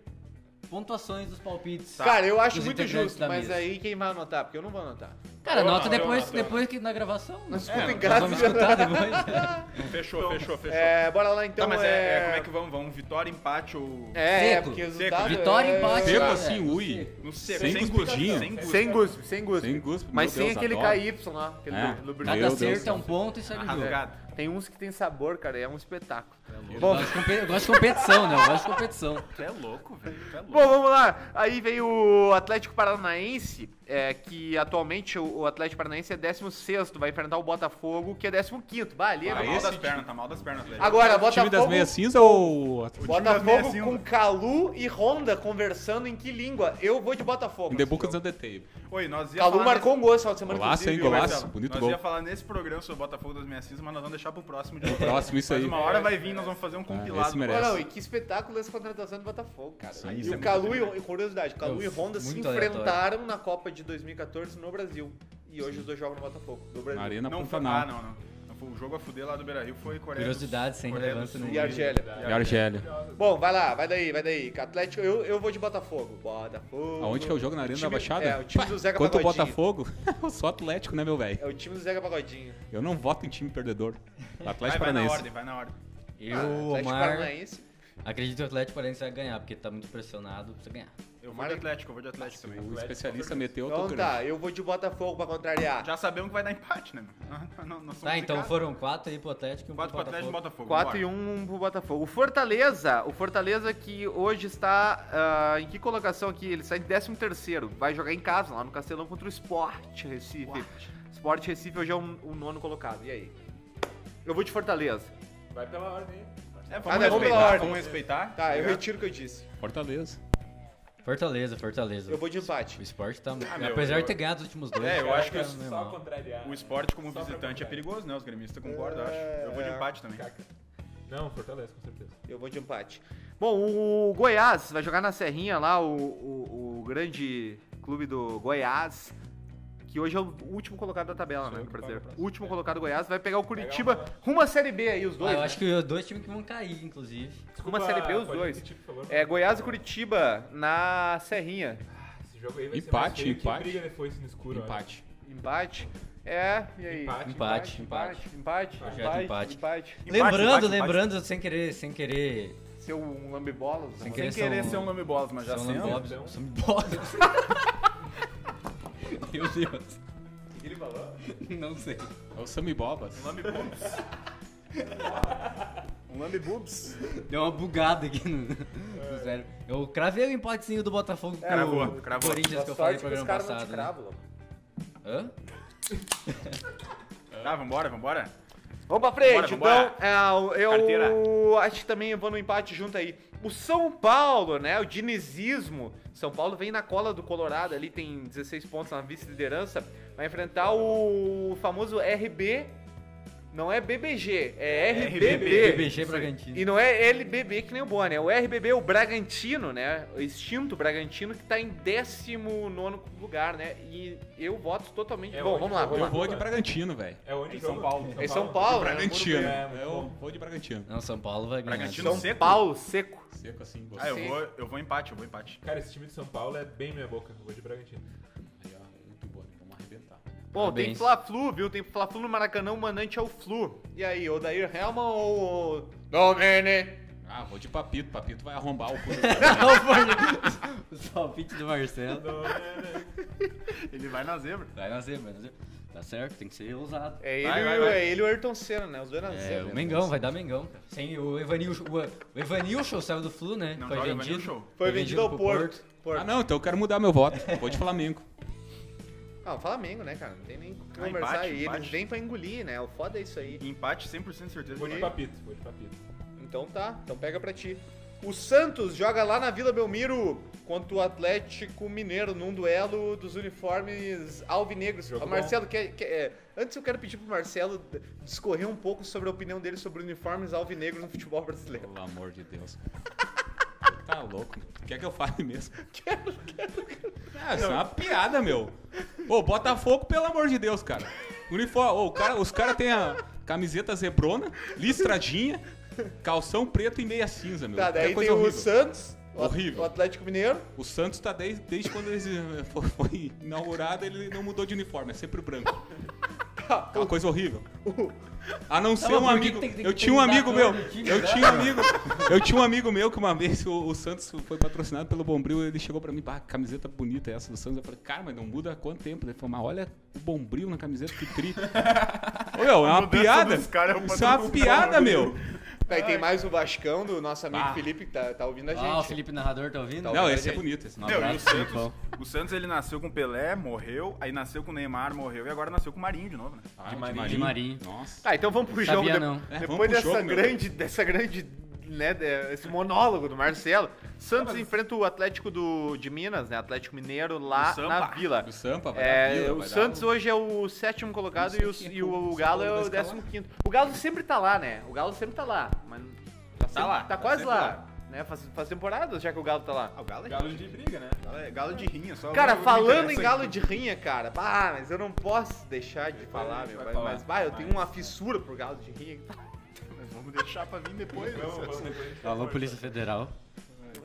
E: pontuações dos palpites.
B: Tá. Cara, eu acho
E: dos
B: muito
E: integrantes
B: justo,
E: da
B: mas
E: mesa.
B: aí quem vai anotar? Porque eu não vou anotar.
E: Cara,
G: Eu
E: anota
G: não, eu
E: depois,
G: não, eu
E: depois que na gravação.
B: Não
E: É, Nós
B: escutem,
E: vamos
B: graças a Deus.
E: escutar depois.
G: Fechou, fechou, fechou.
B: É, bora lá então.
D: Tá, mas é, é, como é que
B: é,
D: vamos? Vamos vitória, empate ou...
B: é,
E: Seco.
B: porque o
D: Seco.
B: resultado
E: Vitória,
B: é-
E: empate.
C: Seco
E: é,
C: assim,
E: é,
C: ui.
E: seco.
D: No seco,
C: Sem
D: explicação,
C: gostinho.
D: Sem guspe.
B: Sem guspe, sem guspe.
C: Sem guspe,
B: Mas
C: meu
B: sem
C: Deus,
B: aquele
C: adoro.
B: KY lá, aquele
C: É.
B: lubrificante.
E: Cada
C: Meu Deus
E: acerto
C: do
E: é um ponto e segue o jogo.
D: Rasgado.
B: Tem uns que tem sabor, cara, é um espetáculo.
E: Eu
B: Bom,
E: gosto de compe- Eu gosto de competição, né? Eu gosto de competição.
D: Tu é louco, velho. Tu é louco.
B: Bom, vamos lá. Aí veio o Atlético Paranaense, é, que atualmente o o Atlético Paranaense é 16º, vai enfrentar o Botafogo, que é 15º. Bah,
C: Ah,
B: ali é
D: Tá
B: normal.
D: mal das pernas, tá mal das pernas, velho.
B: Agora,
C: é Time das
B: Botafogo,
C: meias cinza ou...
D: O time das meias
B: Botafogo
D: cinza.
B: com Calu e Honda conversando em que língua? Eu vou de Botafogo.
C: In the book of the tape.
D: Oi, nós ia
B: Calu
C: né?
D: falar
B: marcou um gol essa semana,
C: Golaço,
B: inclusive,
C: hein,
B: viu,
C: golaço.
B: Marcelo?
C: Bonito
D: nós
C: gol.
D: ia falar nesse programa sobre o Botafogo das Minhas Cinzas, mas nós vamos deixar pro próximo de novo.
C: próximo, isso
D: Mas
C: aí.
D: uma hora vai vir, nós vamos fazer um compilado.
C: esse merece.
B: Não, não, e que espetáculo essa contratação do Botafogo, cara.
C: Sim,
B: e
C: isso
B: o
C: é muito
B: Calu, e, e curiosidade, Calu
E: Meu,
B: e Honda se
E: muito
B: enfrentaram na Copa de 2014 no Brasil. E hoje os dois jogam no Botafogo, no Brasil.
C: Na Arena
D: não foi. Ah,
C: Pantanal.
D: não, não. Não foi o jogo a fuder lá do Beira Rio foi Coreia. do
E: Curiosidade,
D: Sul,
E: sem
D: Coreia do
E: relevância
D: Sul.
B: E a
E: nenhuma.
B: Argélia.
C: E Argélia.
B: Bom, vai lá, vai daí, vai daí. Atlético, eu, eu vou de Botafogo. Botafogo.
C: Aonde que é o jogo? Na Arena
B: time-
C: da Baixada?
B: É, o time do Zeca
C: Quanto o
B: Pagodinho.
C: Botafogo, eu sou atlético, né, meu velho?
B: É o time do Zeca Pagodinho.
C: Eu não voto em time perdedor.
D: Vai,
C: Atlético
D: vai na
C: Paranaense.
D: ordem, vai na ordem.
E: Eu,
B: Ah, Atlético
E: Omar,
B: Paranaense.
E: acredito que o Atlético Paranaense vai ganhar, porque tá muito pressionado, precisa ganhar. Tá,
D: Eu vou
B: Mari-
D: de Atlético, eu vou de Atlético também.
C: O especialista meteu
B: Então
C: outro
B: tá, eu vou de Botafogo pra contrariar.
D: Já sabemos que vai dar empate, né, meu? Não, não somos
E: Tá, então
D: picados.
E: foram quatro aí pro Atlético e um pro
D: Quatro pro Atlético e
E: Botafogo.
D: Botafogo.
B: 4
D: bora.
B: e 1 pro Botafogo. O Fortaleza, o Fortaleza que hoje está ah, em que colocação aqui? Ele está em 13 terceiro, vai jogar em casa, lá no Castelão, contra o Sport Recife. Sport Recife hoje é o o nono colocado, e aí? Eu vou de Fortaleza.
F: Vai pela ordem.
G: um.
D: É,
B: Ah,
D: vamos
B: não, vamos pela
D: respeitar,
B: ordem.
D: vamos respeitar.
B: Tá, eu
D: ligado?
B: retiro o que eu disse.
C: Fortaleza.
E: Fortaleza, Fortaleza.
B: Eu vou de empate.
E: O esporte tá.
D: meu,
E: Apesar
D: eu-
E: de ter ganhado os últimos dois.
D: É, eu acho que
E: tá
D: isso
E: meio
F: Só
E: mal.
F: contrariar.
D: O esporte como
F: Só pra
D: visitante é
F: contrariar.
D: perigoso, né? Os gremistas concordam, eu acho. Eu
G: É.
D: vou de empate também.
F: Não, fortalece, com certeza.
B: Eu vou de empate. Bom, o Goiás vai jogar na Serrinha lá, o, o- o grande clube do Goiás, que hoje é o último colocado da tabela, né? Brasileiro. Último colocado do Goiás, vai pegar o Curitiba rumo à Série B aí, os dois.
E: Ah, eu
B: né?
E: acho que os dois times que vão cair, inclusive.
B: Uma Série B, os
F: pode
B: dois.
F: repetir, por favor?
B: É Goiás e Curitiba na Serrinha.
F: Esse jogo aí vai ser
C: Empate,
F: mais feio que
C: empate.
F: briga de foice no escuro, olha.
C: Empate.
B: Empate. É, e aí?
F: Empate,
E: empate,
B: empate, empate,
E: Projeto
B: empate, empate.
E: empate.
D: Empate,
E: lembrando,
D: empate, empate.
E: lembrando, sem querer, sem querer.
B: Ser um lambibolas.
E: Sem
B: né?
E: querer,
D: Sem querer
E: são-
D: ser um nome bolas, mas já
E: são
D: sendo.
E: Bob,
F: então.
E: são Bob. Meu Deus.
F: Ele falou?
E: Não sei.
C: É o Sami Bobas.
D: Um nome boobs.
E: Deu uma bugada aqui no, no cérebro. Eu cravei o empatezinho do Botafogo pro
D: cravou, cravou.
E: Corinthians que eu falei no
B: Sorte que os
E: programa
B: caras não te
E: passado. né?
B: cravam. louco.
E: Hã?
D: Tá, vambora, vambora.
B: Vamos pra frente,
D: Vambora,
B: então. É,
D: Carteira.
B: eu acho que também eu vou no empate junto aí. O São Paulo, né? O dinizismo. São Paulo vem na cola do Colorado ali, tem 16 pontos na vice-liderança. Vai enfrentar o famoso RB. Não é BBG, é RBB.
E: BBG Bragantino.
B: E não é LBB que nem o Boni, é o RBB, o Bragantino, né? O extinto Bragantino que tá em 19 lugar, né? E eu voto totalmente.
F: É
B: Bom,
F: hoje,
B: vamos lá,
F: eu
B: vamos
C: Eu
B: lá.
C: vou de Bragantino, velho.
F: É onde
D: Em São Paulo.
B: É São Paulo, né?
C: Bragantino.
F: É, muito
C: Eu
F: bom.
C: vou de Bragantino.
E: Não, São Paulo vai ganhar.
D: Bragantino
B: São
D: seco.
B: Paulo seco.
C: Seco assim,
D: Ah,
C: gostei.
D: eu vou, eu vou empate, eu vou empate.
F: Cara, esse time de São Paulo é bem minha boca. Eu vou de Bragantino.
C: Aí, ó, muito bom, né? vamos arrebentar.
B: Bom, tem
E: Parabéns.
B: Fla-Flu, viu? Tem Fla-Flu no Maracanã, o Manante é o Flu. E aí, Odair Helman ou... Domene?
C: Ah, vou de Papito. Papito vai arrombar o cu.
E: Os palpites do Marcelo.
D: Ele vai na zebra.
E: Vai nascer, vai nascer. Tá certo, tem que ser ousado.
B: É ele,
D: Vai,
B: e
D: vai,
B: o-
D: vai.
B: É ele e o Ayrton Senna, né? Os dois na
E: É,
B: zebra, né?
E: o Mengão, vai dar Mengão. cara. Sem o Evanilson, o o Evanilson saiu do Flu, né?
D: Não joga Evanilson. Show.
B: Foi vendido ao
E: pro
B: Porto. Porto.
C: ah, não, então eu quero mudar meu voto. Vou de Flamengo.
B: Ah, o Flamengo, né, cara? Não tem nem o que
D: Ah, empate,
B: conversar. aí. Eles
D: empate.
B: vêm pra engolir, né? O foda é isso aí.
D: E Empate 100% de certeza.
F: Vou de
D: que vai.
F: papito, vou de papito.
B: Então tá, então pega pra ti. O Santos joga lá na Vila Belmiro contra o Atlético Mineiro num duelo dos uniformes alvinegros.
F: Jogo
B: Ó, Marcelo, quer, quer- é, antes eu quero pedir pro Marcelo d- discorrer um pouco sobre a opinião dele sobre uniformes alvinegros no futebol brasileiro.
C: Pelo amor de Deus. tá louco? Quer que eu fale mesmo? Quero, quero, quero. Ah, isso é uma piada, meu. Ô, Botafogo, pelo amor de Deus, cara. Uniforme. Ô, o cara, os caras têm a camiseta zebrona, listradinha, calção preto e meia cinza, meu.
B: Tá,
C: Que
B: daí
C: É coisa
B: tem o
C: horrível.
B: Santos, o At-
C: Horrível.
B: o Atlético Mineiro.
C: O Santos tá desde, desde quando ele foi inaugurado, ele não mudou de uniforme, é sempre branco.
B: Tá,
C: Aquela coisa horrível. A não ser
E: Tá, mas
C: um
E: por que
C: amigo.
E: que tem que- tem
C: eu
E: que
C: tinha um
E: mudar a
C: amigo
E: cor
C: meu.
E: do time,
C: Eu
E: né?
C: tinha um amigo. Eu tinha um amigo meu que uma vez o, o Santos foi patrocinado pelo Bombril. Ele chegou pra mim, bah, camiseta bonita é essa do Santos. Eu falei, cara, mas não muda há quanto tempo? Ele falou, mas olha o Bombril na camiseta que tri. Ô, meu, é uma
G: mudança
C: piada.
G: dos caras é um
C: Isso é uma
G: padrão
C: piada, meu.
B: Daí tem mais o Vascão do nosso amigo
C: Bah.
B: Felipe que tá, tá ouvindo a gente.
E: Ah, o Felipe Narrador tá ouvindo?
B: Tá
C: Não,
B: ouvindo
C: esse é
B: gente.
C: bonito. Esse
E: Um
C: não.
G: Não, e o
E: abraço,
G: Santos,
E: Felipão.
G: o Santos ele nasceu com Pelé, morreu, aí nasceu com Neymar, morreu, e agora nasceu com Marinho de novo, né?
C: Ah,
E: De Marinho.
C: Nossa.
B: Tá, então vamos pro
E: Sabia
B: jogo. de-
E: não.
C: É, vamos pro
B: Depois dessa
C: jogo, meu.
B: grande, dessa grande, né, de- esse monólogo do Marcelo, Santos enfrenta o Atlético do, de Minas, né, Atlético Mineiro lá
G: O Sampa.
B: na Vila.
C: O Sampa vai
B: É,
C: dar vila,
B: o
C: vai dar- um-
B: Santos hoje é o sétimo colocado
C: Não sei
B: e, o,
C: quem é
B: e o-
C: o-
B: o Galo é
C: vai
B: o
C: escalar.
B: décimo quinto. O Galo sempre tá lá, né? O Galo sempre tá lá, mas tá, sempre-
G: lá,
B: tá
G: tá
B: quase
G: sempre
B: lá,
G: lá.
B: né? Faz, faz temporada já que o Galo tá lá.
G: Ah, o Galo é,
F: Galo de briga, né?
G: Galo é- Galo de rinha, só.
B: Cara,
G: o que me
B: falando em
G: interessa
B: galo
G: aqui.
B: de rinha, cara, bah, mas eu não posso deixar de falar, meu,
F: vai
B: mas,
F: falar.
B: mas bah, eu tenho
F: Mas-
B: uma fissura pro galo de rinha.
G: Mas vamos deixar pra vir depois.
F: Vamos,
G: né?
F: Então, vamos, depois a gente
E: Alô,
F: conversa.
E: Polícia Federal.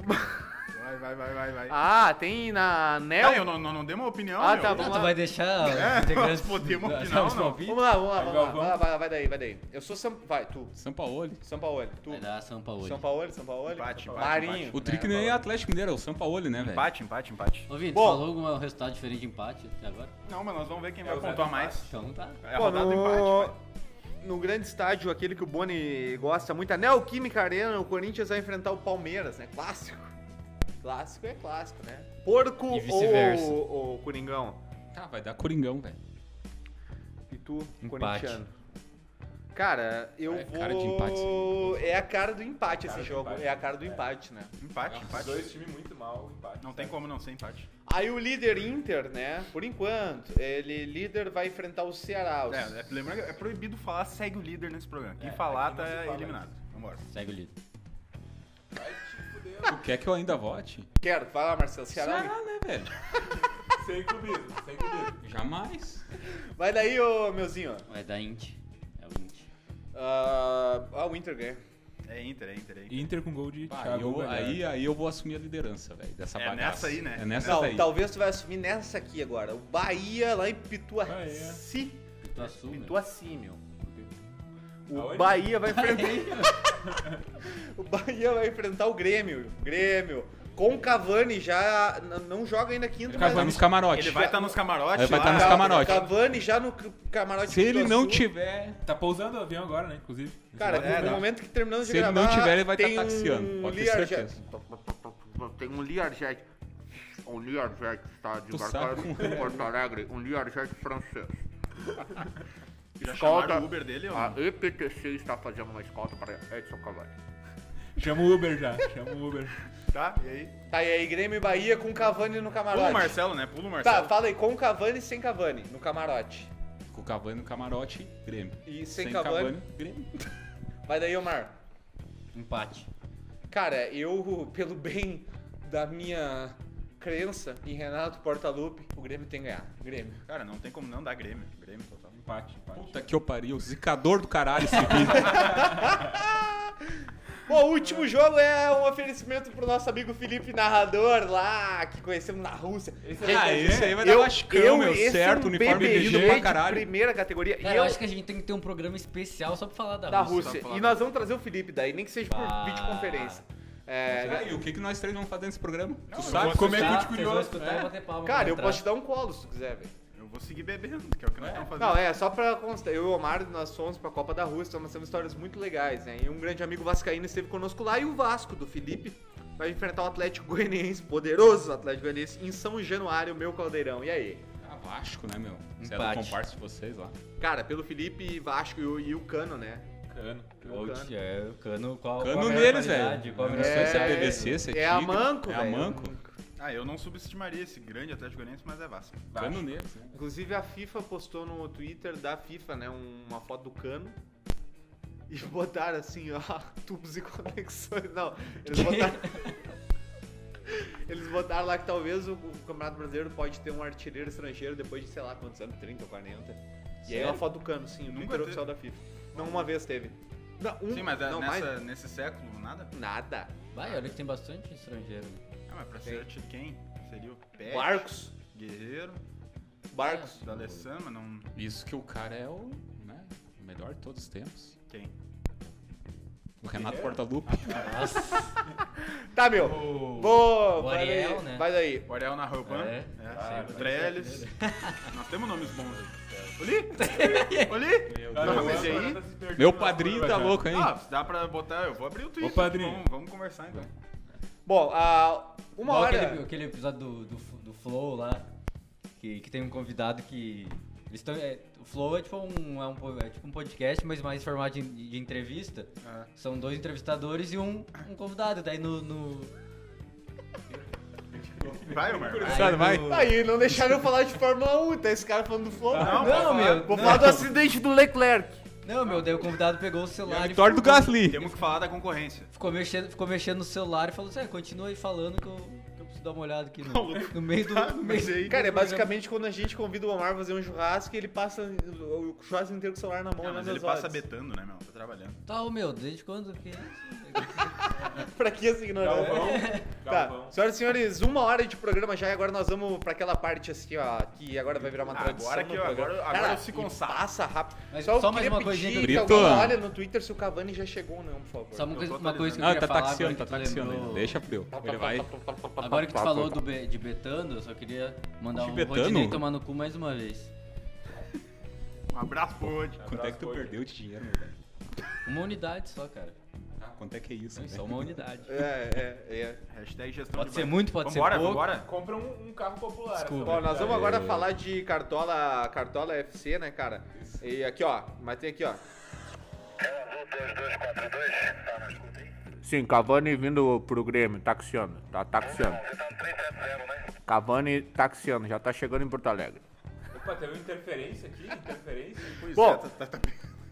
G: Vai, vai, vai, vai, vai.
B: Ah, tem na Nel...
G: Não, eu não, não, não dei uma opinião.
B: Ah,
G: meu.
B: tá,
E: Não,
B: vamos
E: tu
B: lá.
E: vai deixar os
G: É,
E: integrantes
G: nós podemos
E: da-
G: opinar
E: os
G: ou não?
E: palpites?
B: Vamos lá, vamos lá, vamos lá.
F: Galvão.
B: Vai, lá, vai, lá, vai daí, vai daí. Eu sou Sam... Vai, tu.
C: Sampaoli.
B: São Paulo, tu.
E: Vai dar São Paulo.
B: São Paulo, São Paulo.
G: Empate, empate,
B: Marinho.
C: O Trick nem é Atlético Mineiro, é o Sampaoli, né, velho?
G: Empate, empate, empate.
E: Ô, Vitor,
B: Bom.
E: falou algum resultado diferente de empate até agora?
G: Não, mas nós vamos ver quem
F: É,
G: vai
F: o
G: pontuar
F: Zé
G: mais.
E: Então tá.
G: É a
B: Pô,
G: rodada do
B: no...
G: empate. vai.
B: no grande estádio, aquele que o Boni gosta muito, a Neoquímica Arena, o Corinthians vai enfrentar o Palmeiras, né? Clássico. Clássico é clássico, né? Porco
E: E vice-versa.
B: ou, ou Coringão?
C: Tá, vai dar Coringão, velho.
B: E tu,
E: Empate.
B: corintiano. Cara, eu
C: É
B: vou...
C: cara de empate,
B: É a cara do empate esse
F: Cara de
B: jogo.
F: empate.
B: É a cara do empate, né?
G: Empate,
F: Os
G: empate.
F: dois times muito mal, empate.
G: Não tem como não ser empate.
B: Aí o líder Inter, né? Por enquanto, ele líder vai enfrentar o Ceará. Os-
D: né?
G: É, é, lembra, que é proibido falar segue o líder nesse programa. Quem
F: É,
G: falar
F: aqui não
G: tá
F: se fala
G: eliminado. Vambora.
E: Segue o líder.
C: Tu quer que eu ainda vote?
B: Quero, vai lá, Marcelo. Ceará.
C: né, velho?
F: Sem clubismo, sem clubismo.
C: Jamais.
B: Vai daí, ô meuzinho.
E: Vai dar Int. É o Int.
B: Ah, ah, o Inter ganha.
G: É Inter, é Inter, é Inter.
F: Inter com gol de
C: Bah, eu- aí, aí eu vou assumir a liderança, velho, dessa
G: É
C: bagaça.
G: nessa aí, né?
C: É nessa
B: Não,
C: daí.
B: talvez tu vai assumir nessa aqui agora. O Bahia lá em Pituaci.
E: Tu assume.
B: Pituaci, meu. O
F: Aonde?
B: Bahia vai enfrentar. o Bahia vai enfrentar o Grêmio. Grêmio. Com o Cavani já. n- Não joga ainda quinto,
C: Vai
B: mas-
C: nos camarotes.
G: Ele vai estar nos camarotes.
C: Ele vai
G: lá.
C: tá nos
B: Calma,
C: camarotes.
B: Cavani já no c- camarote
C: Se ele não
B: Pituaçu.
C: tiver...
F: Tá pousando o avião agora, né? Inclusive.
B: Cara,
F: Esse lado
B: no
F: do-
B: momento que terminamos de
C: é, Se ele
B: gravar,
C: não tiver, ele vai tá
B: tem um
C: taxiando, pode ter
B: Learjet.
C: certeza.
B: Tem um Learjet. Um Learjet que está
C: sabe
B: desembarcado em Porto Alegre. Um Learjet francês.
G: Já
B: Escolta.
G: chamaram o Uber dele, ó.
B: A EPTC está fazendo uma escolta para Edson Cavani.
F: Chama o Uber já, chama o Uber.
G: Tá, e aí?
B: Tá, e aí Grêmio e Bahia com Cavani no
G: Pula o
B: camarote.
G: Marcelo, né? Pula
B: Tá,
G: o Marcelo.
B: fala aí, com Cavani e sem Cavani no camarote.
C: Com o Cavani no camarote, Grêmio.
B: E sem, Cavani.
C: Grêmio.
B: Vai daí, Omar.
E: Empate.
B: Cara, eu, pelo bem da minha crença em Renato Portaluppi, o Grêmio tem que ganhar. Grêmio.
G: Cara, não tem como não dar Grêmio. Grêmio total.
F: Empate, empate.
C: Puta que eu pariu. Zicador do caralho esse vídeo.
B: Bom, o último jogo é um oferecimento pro nosso amigo Felipe Narrador lá, que conhecemos na Rússia.
C: Ah, esse aí vai dar lascão, meu.
B: esse é
C: certo,
B: um
C: uniforme
B: BBG
C: lindo pra
B: de
C: caralho.
B: primeira categoria.
E: Cara,
B: e eu,
E: eu... acho que a gente tem que ter um programa especial só pra falar da,
B: da
E: Rússia.
B: Rússia. E nós vamos trazer o Felipe daí, nem que seja por
E: Ah.
B: videoconferência. É,
C: E aí, o que, que nós três vamos fazer nesse programa? tu
F: Sabe
C: sabe?
F: vou como é
E: Tá,
F: que eu te
E: vocês vão
F: curioso?
E: escutar e bater palma
B: cara,
E: pra
B: eu
E: entrar.
B: posso te dar um colo se tu quiser, velho.
G: Eu vou seguir bebendo, que é o que nós estamos fazendo.
B: Não, é, só pra constar, eu e o Omar, nós fomos pra Copa da Rússia, então nós temos histórias muito legais, né? E um grande amigo vascaíno esteve conosco lá, e o Vasco, do Felipe, vai enfrentar o Atlético Goianiense, poderoso Atlético Goianiense, em São Januário, meu caldeirão. E aí?
C: Ah, Vasco, né, meu? Você é do
E: Empate.
C: comparsa de vocês lá.
B: Cara, pelo Felipe, Vasco e o, e o Cano, né?
F: Cano.
E: Ou
B: Cano.
E: t- É, o cano, qual, qual
C: Cano
E: a melhor
C: neles,
E: qualidade,
C: velho.
E: qual a
C: Não
E: melhor
C: sei se é
E: qualidade.
C: PVC, se é
B: É a
C: Tigra,
B: manco,
C: É a
B: velho.
C: manco.
D: Ah, eu não subestimaria esse grande Atlético Goianiense, mas é Vasco.
C: Cano neles, né?
B: Inclusive a FIFA postou no Twitter da FIFA, né, um- uma foto do cano. E botaram assim, ó, tubos e conexões. Não, eles botaram. Eles botaram lá que talvez o, o Campeonato Brasileiro pode ter um artilheiro estrangeiro depois de sei lá quantos anos, 30 ou 40. E aí é uma foto do cano, sim, no
D: Nunca
B: Twitter
D: teve.
B: oficial da FIFA. Não, uma vez teve. Não, um,
D: Sim, mas é
B: não,
D: nessa-
B: mais.
D: nesse século, nada?
B: Nada.
E: Vai, olha que tem bastante estrangeiro. né?
D: Ah, mas pra ser de quem? Seria o Pérez,
B: Barcos.
D: Guerreiro,
B: É. Barcos.
D: da Alessandra, Tá não...
C: Isso que o cara é o, né, o melhor de todos os tempos.
D: Quem?
C: O Renato Portaluppi.
B: Tá, meu. Vou.
E: o
B: vai
E: Ariel,
B: daí,
E: né?
B: Vai daí.
D: O Ariel na Ropan.
E: É?
D: É. Trellis. Nós temos nomes bons. Oli? Oli?
F: Cara,
D: mas
F: agora
D: aí-
F: tá se perdendo
C: Meu
F: na
C: padrinho
F: curva,
C: tá
F: cara.
C: louco, hein?
D: Ah, dá pra botar... Eu vou abrir o Twitter.
F: padrinho.
D: Vamos, vamos conversar, então.
B: Bom, a uma
E: Igual
B: hora. é.
E: Aquele, aquele episódio do, do, F- do Flow lá, que, que tem um convidado que. Eles tão, é, o Flow é tipo, um, é um, po- é tipo um podcast, mas mais formato de, de entrevista.
D: Ah.
E: São dois entrevistadores e um, um convidado. Daí no. no
D: Vai, Omar. vai.
E: aí
C: vai.
E: no-
B: Tá Aí, não deixaram eu falar de Fórmula 1, tá esse cara falando do Flow.
E: Não,
D: vou falar.
E: meu.
B: Vou
E: não.
B: falar do acidente do Leclerc.
E: Não, meu, daí o convidado pegou o celular e
C: É Vitória do Gasly.
D: Temos que falar da concorrência.
E: ficou mexendo, ficou mexendo no celular e falou assim: "É, continua aí falando que eu, que eu preciso dar uma olhada aqui no, no meio do. No meio do
B: Cara, é basicamente quando a gente convida o Omar a fazer um churrasco, ele passa o churrasco inteiro com o celular na mão.
D: Ah,
B: olhando
D: mas ele
B: as
D: passa
B: horas.
D: betando, né, meu? Tá trabalhando.
E: Tal, meu, desde quando que é isso?
B: Pra que essa ignorância?
F: Galvão.
B: Tá,
D: É.
F: Galvão.
B: senhoras e senhores, uma hora de programa já e agora nós vamos pra aquela parte assim, ó, que agora vai virar uma
D: Agora
B: tradição.
D: que
B: no
D: eu-
B: programa.
D: agora- agora
B: Cara,
D: eu se
B: e
D: consagro.
B: Passa rápido.
E: Mas
B: só eu
E: só mais
B: queria
E: uma coisinha
B: pedir
E: que eu
B: que
C: queria-
B: alguém
C: Brito.
B: olha no Twitter se o Cavani já chegou ou não, por favor.
E: Só uma
D: Eu
E: coisa,
D: tô
E: uma coisa que eu
C: Não,
E: queria
C: tá
E: falar
C: taxiando, tá
E: agora que tu
C: taxiando.
E: lembrou-
C: Deixa, Breu. Ele vai.
E: Agora que tu falou do Be- de Betano, eu só queria mandar um
C: Tibetano?
E: Rodinei tomar no cu mais uma vez.
D: Um abraço pro Rod.
C: Quanto é que tu
F: Abraço,
C: perdeu de dinheiro, meu velho?
E: Uma unidade só, cara.
C: Ah, Quanto é que é isso,
E: Não,
C: velho?
E: só uma unidade.
B: É, é, é.
D: Hashtag gestão
E: Pode
D: de
E: ser
D: banco.
E: muito, pode ser
D: vambora,
E: pouco.
D: Vambora,
F: Compra um, um carro popular. essa
E: Desculpa.
B: Bom, nós
F: verdade.
B: vamos agora falar de Cartola, Cartola FC, né, cara? E aqui, ó, matei aqui, ó. Sim, Cavani vindo pro Grêmio, taxiando, tá taxiando. Cavani taxiando, já tá chegando em Porto Alegre.
F: Opa, teve uma interferência aqui? Interferência?
D: Pois
B: Bom,
D: é, tá- tá- tá-